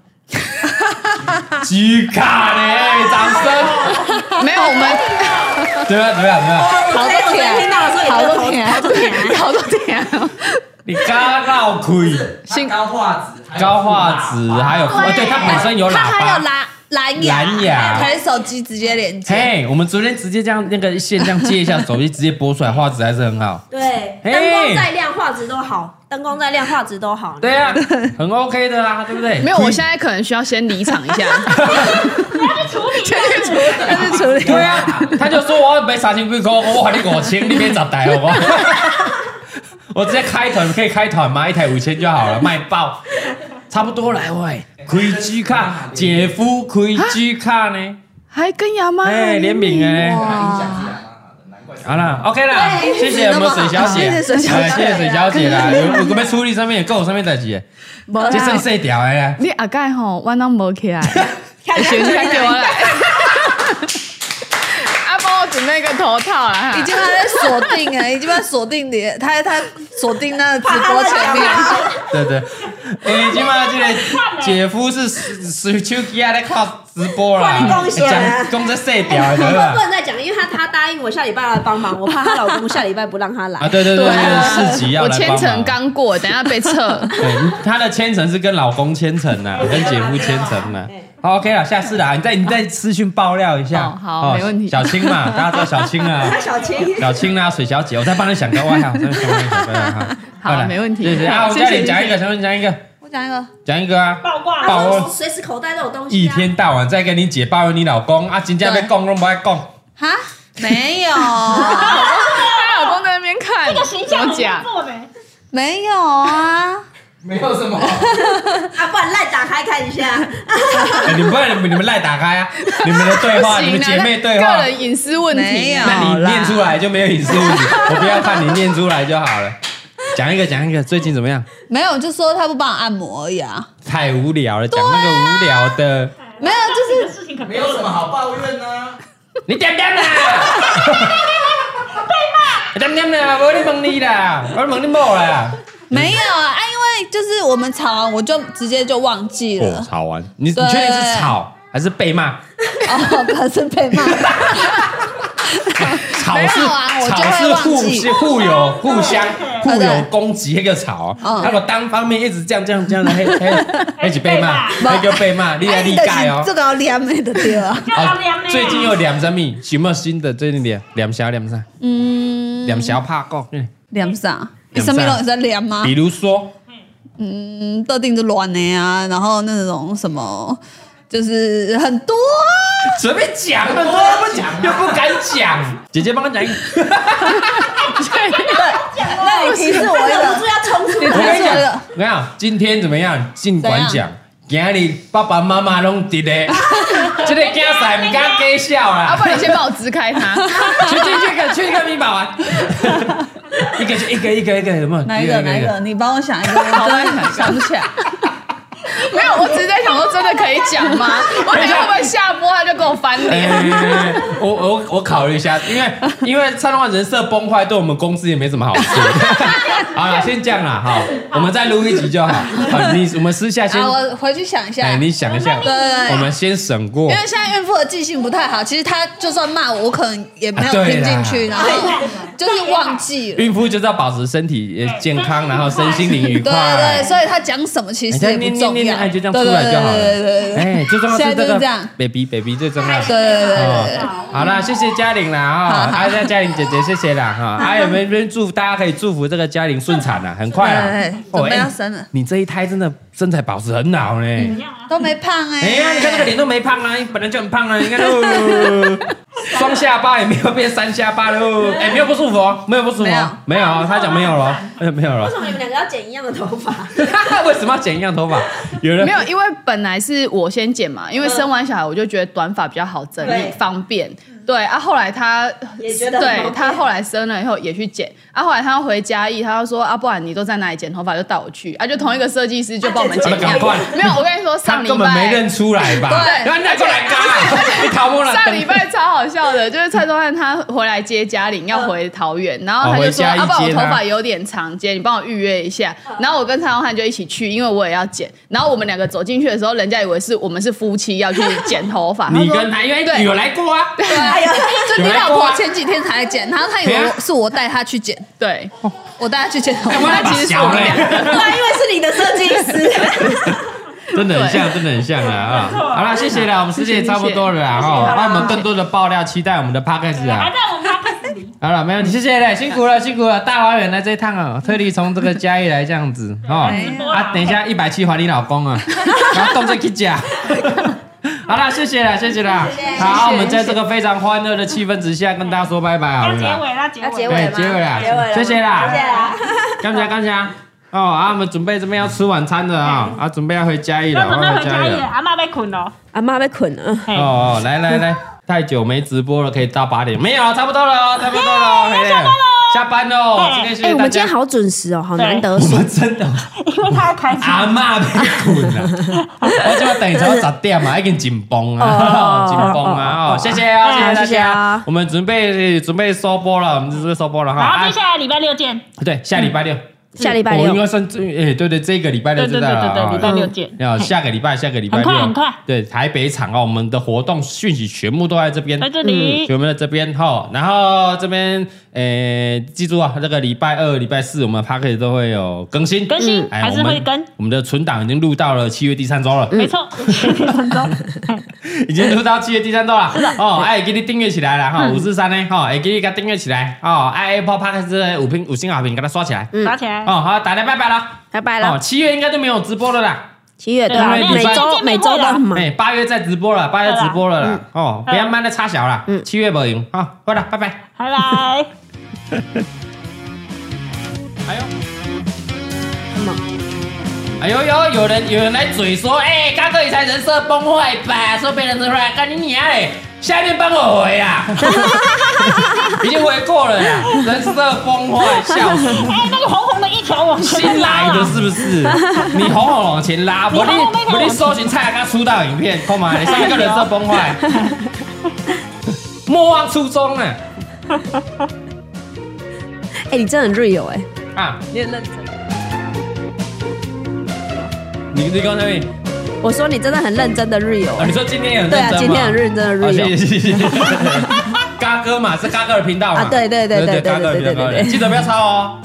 A: 举卡呢，掌声。
G: 没有，我们
A: 怎么样？怎么样？怎么样？
E: 好多
C: 啊
E: 钱，
G: 好多天，好多天哦，
A: 你刚绕亏，
D: 新高画质，
A: 高画质，还有哦，对，它本身有喇
E: 他还有
A: 叭。
E: 蓝蓝牙，
A: 蓝牙
E: 还有手机直接连接，
A: 嘿，我们昨天直接这样那个线这样接一下，手机直接播出来，画质还是很好。
C: 对，
A: 嘿
C: 灯光再亮，画质都好，灯光再亮，画质都好，
A: 对啊，很 OK 的啊啦，对不对？
G: 没有，我现
A: 在
G: 在可能需要先离场一 下。
E: 但是处理
A: 对啊，他就说我要买三千几块，我喊你五千，你别咋带好不好？ 我直接开团可以开团吗？一台五千就好了，卖爆，差不多来喂。开 G 卡，姐夫开 G 卡呢？
G: 还跟亚妈
A: 哎，联名哎。
D: 音响是雅马哈的，难怪。
A: 好啦 o k 啦，谢谢我们水小
E: 谢
A: 姐，
E: 谢水小姐
A: 哎谢谢水小姐啦，有有个要处理上面也够上面代志，
G: 没啦
A: 这算细条的啊。
G: 你阿盖吼，我拢无起来，选一下给我来。啊，帮我准备一个头套啦！
E: 已
G: 哈
E: 经把它锁定 了，已经把它锁定你，他他锁定那个直播前面，
A: 对对，哎，今嘛这个姐夫是是手机啊在靠直播啦，
C: 恭喜啊
A: 讲讲这细条的
C: 不
A: 对吧
C: 不？能再讲，因为她她答应我下礼拜来帮忙，我怕她老公下礼拜不让她
A: 啊，
C: 来。
A: 对对对对，市集要
G: 我
A: 来帮
G: 千
A: 忙
G: 层刚过，等一下被撤。
A: 对，她的千层是跟老公千层呐，跟姐夫千层呐。好 OK 了，下次啦，你再你再私讯爆料一下，
G: 哦好没问题
A: 小青嘛，大家叫小青啊，
C: 小青，
A: 小青啦、水小姐，我再帮你想个外号，再帮你想个外号。
G: 好没问题
A: 对对，啊，我
G: 好
A: 们家
G: 谢谢
A: 里讲一个，小青讲一个。
E: 我我讲一个，
A: 讲一个啊，
B: 爆
A: 爆
B: 挂
C: 他
A: 哦
C: 说随时口袋都有东西、啊。
A: 一天到晚在跟你姐抱怨你老公啊，真正被供都不爱供。
E: 哈，没有，
G: 她老公在那边看，
B: 这个形象
G: 怎
B: 很
G: 么讲
B: 不？错呢，
E: 没有啊，
D: 没有什么，
C: 啊，不然赖打开看一下。
A: 哎你们不然你们你们赖打开啊，你们的对话，你们姐妹对话
G: 个，人隐私问
E: 没
G: 题
E: 有。
A: 那你
E: 啦
A: 念出来就没有隐私问 题，我不要看你念出来就好了。讲一个，讲一个，最近怎么样？
E: 没有，就说他不帮我按摩而已啊，
A: 太无聊了，讲那个无聊的，
E: 没有，就是
B: 哎这个事情可能
D: 没有什么好抱怨呢。
A: 你点点啦，点点啦，我咧问你啦，我咧问你某啦。
E: 没有啊，啊，因为就是我们吵完，我就直接就忘记
A: 哦，
E: 了，
A: 吵完，你你
E: 对
A: 确定是吵还是被骂？
E: 哦，可是被 骂，
A: 吵
E: 没
A: 是
E: 有啊我就
A: 吵
E: 会
A: 是
E: 忘
A: 互
E: 记
A: 是互有互相互有
E: 对
A: 攻击那个吵，
E: 嗯
A: 他果单方面一直这样这样这样的，嘿嘿，那就被骂，
B: 被
E: 骂
A: 那就被骂，你来理解哦
E: 哎这。个要连没得对 啊，
B: 要
A: 好
B: 当娘的，
A: 最近又两什么？有没有新的？最近两两小两啥？
E: 嗯，
A: 两小怕讲，嗯
E: 连啥？你
A: 连
E: 身边
A: 啥
E: 都有在连吗
A: 比？如说
E: 嗯，特定的乱的啊，然后那种什么，就是很多啊、
A: 随便讲，又不讲，又不敢讲。姐姐帮他讲一个，
E: 那你提示我一
C: 忍不
E: 个，
C: 住要冲出
E: 你提
A: 我跟
E: 示我
A: 你讲
E: 一个，，
A: 我跟你讲，今天怎么样？尽管
E: 怎
A: 讲，今日爸爸妈妈拢伫咧，这个囝婿唔敢假笑
G: 要
A: 啦
G: 不。然你先帮我支开他。
A: 去去去个去个米宝啊！一个一个一个一个有没有？
E: 哪一个？哪一个？？你帮我想一个， 我真的想不起来。
G: 没有，我只是在想说，真的可以讲吗？我等一下会不会下播他就给我翻
A: 哎
G: 脸？
A: 我我我考虑一下，因为因为蔡东华人设崩坏，对我们公司也没什么好处。好了，先这样啦，好，我们再录一集就好。好，你我们私下先
E: 啊，，我回去想一下。
A: 哎，你想一下
E: 对，对
A: 我
E: 对。
A: 们先审过
E: 因。为现在孕妇的记性不太好，其实她就算骂我，我可能也没
A: 啊
E: 有
A: 对
E: 听进
A: 啦
E: 去，然后就是忘记了。
A: 孕妇就是要保持身体呃健康，然后身心灵愉
E: 对对，
A: 快。
E: 所以她讲什么其实
A: 哎
E: 也不重要，
A: 哎，
E: 对
A: 就
E: 对对
A: 这样出来就好
E: 对对
A: 了。
E: 对
A: 哎，最重要
E: 现
A: 是
E: 在就
A: 这
E: 是
A: 个
E: 这样
A: baby baby 最重要。
E: 对对对。
A: 哦，好啦，谢谢嘉玲啦啊，啊，那嘉玲姐姐谢谢啦哈，啊，有没有人祝大家可以祝福这个嘉玲顺产啦，啊很快
E: 对
A: 啦
E: 对，
A: 哦
E: 准备要
A: 哎
E: 生了
A: 你这一胎真的身材保持很好呢。
B: 啊
E: 都没胖哎、
A: 哎呀，你看这个脸都没胖啊，你本来就很胖啊，你 看哦，双下巴也没有变三下巴喽，哎，没有不舒服哦，没有不舒服
E: 没有
A: 哦，没有哦，他讲没有了哦，哎，没有了
C: 为。什么你们两个要剪一样的头发？
A: 为什么要剪一样头 发？有 人
G: 没有，因为本来是我先剪嘛，因为生完小孩我就觉得短发比较好整理
C: 对，
G: 方便。对啊，后来他
C: 也觉得很方
G: 对
C: 便
G: 他后来生了以后也去剪，啊，后来他要回嘉义，他就说啊，不然你都在哪里剪头发，就带我去，啊，就同一个设计师就帮我们剪一
A: 啊
G: 样
A: 赶快。
G: 没有，我跟你说，
A: 他
G: 上礼
A: 根本没
G: 拜
A: 认出来吧？
G: 对
A: 然后你再过来干嘛， 你逃 摸了。
G: 上礼拜超好笑的，就是蔡宗翰他回来接嘉玲，要回桃园，然后他就说：“
A: 哦回嘉义
G: 要、不然我
A: 接
G: 头
A: 他
G: 发有点长，接你帮我预约一下。”
E: 嗯
G: 然后我跟蔡宗翰就一起去，因为我也要剪。然后我们两个走进去的时候，人家以为是我们是夫妻要去剪头发。
A: 你
G: 他说
A: 跟他因为
G: 对
A: 有来过啊，
E: 对，就哎你
A: 有来
E: 老
A: 过啊
E: 婆前几天才来剪，然后她以
A: 对
E: 为
A: 啊
E: 是我带她去剪，
G: 对，
E: 我带她去剪头
A: 干嘛
E: 发
A: 那。其实是我们两个
C: 对，因为是你的设计师。
A: 真的很像，真的很像啊！啊，好啦，谢谢啦，我们时间也差不多了啦哈，那我们更多的爆料，期待我们的 podcast
B: 还
A: 啊！
B: 在我们 podcast 里，
A: 好了，没问题，谢谢嘞，辛苦了，辛苦了，大花园来这一趟啊，特地从这个嘉义来这样子哦
B: 直播啦
A: 啊，等一下一百七还你老公啊，然后动这去讲。 好啦，谢谢啦，谢谢啦，好，我们在这个非常欢乐的气氛之下跟大家说拜拜好
B: 要
A: 了
B: 结
A: 啦。
B: 尾，要结
C: 要啊结
B: 尾，
C: 尾
A: 对，
C: 吗？
A: 结尾啦，
C: 结尾了，
A: 谢谢啦，
C: 谢谢啦。
A: 干啥干啥？哦，啊，我们准备这边要吃晚餐的啊，啊，准备要回家义了，
B: 要准备
A: 要
B: 回家
A: 义
B: 了，。阿妈被捆了，
C: 阿妈被捆了，
B: 嘿，
A: 哦哦，来来来，太久没直播了，可以到八点，没有，差不多了哦，差不多了，嘿下班喽，今天谢
C: 哎、
A: 谢
C: 我
A: 大
C: 们今
A: 家
C: 天。好准时哦，好
B: 对
C: 难 得
A: 我。们真的
B: 因为他要开始。
A: 阿嬷被困了，我今晚等超十点嘛，已经紧绷啊， 紧绷啊！哦，谢谢哦，谢谢大
C: 谢谢
A: 家
C: 啊，
A: 我们准备准备收播了，我们准备收播了哈。
B: 然
A: 啊
B: 后接，下来礼拜六见，
A: 对，下礼拜六，
C: 下嗯礼拜
A: 我
C: 六
A: 应该算最，哎，对对，这个礼拜六
B: 对对
A: 知
B: 对
A: 道了
B: 对对，礼
A: 啊
B: 拜。六见。
A: 要
B: 嘿
A: 下个礼拜，下个礼拜
B: 很
A: 六，
B: 快很快
A: 对，台北场哦，我嗯们的活动讯息全部都在这边，
B: 在这里
A: 全部在这边哈。然后这边，哎、诶，记住啊，这个礼拜二、礼拜四我们 p a c k a g e 都会有更新，
B: 更新
A: 哎
B: 还是
A: 我们
B: 会更嗯
A: 我们的存档已经录到了七月第三周了，
B: 没错， 一分钟，
A: 已经录到七月第三周 了。哦，哎，给你订阅起来了
B: 嗯
A: 哈，五四三呢，哈，哎，给你给它订阅起来哦，哎，Apple p a c k a g e 五评五星好评给它刷起来。
B: 打起来。
A: 哦，好，大家拜拜了。
C: 拜拜
A: 哦，
C: 了，
A: 七月应该就没有直播了啦。
C: 七月
B: 对
C: 对
B: 啊
C: 啊，
A: 因为
C: 每
A: 礼拜
C: 周每周都很忙，
A: 哎，八月再直播了，八月直播了啦。哦，
B: 嗯
A: 不要慢的插小啦。七月不赢。好，好了，拜拜。
B: 拜拜。
A: 哦哎呦，哎呦呦，有人有人来嘴说，哎、刚哥你才人设崩坏吧？说别人人坏，干你娘嘞！下面帮我回 啊，已经回过了啦，人设崩坏，笑死！
B: 哎，那个红红的一条往前
A: 新
B: 面拉
A: 来的
B: 啊，
A: 是不是？你红红往前拉，
B: 你
A: 我
B: 红
A: 你
B: 红那条
A: 我
B: 往
A: 你
B: 前
A: 搜寻蔡雅刚出道影片，看 嘛，你上一个人设崩坏，莫忘初衷啊！
C: 哎，你真的很 real 哎，
A: 啊，
C: 你很认真，
A: 你你刚才那边
C: 我说你真的很认真的 real，
A: 啊，
C: 哎
A: 你说今天也很
C: 对
A: 认真
C: 啊，
A: 吗
C: 今天很认真的
A: 好，谢谢
C: real，
A: 谢谢。 嘎哥嘛，是嘎哥的频道嘛？
C: 啊对对对对对
A: 嘎哥的频道
C: 对对对对对
A: 记得不要抄哦。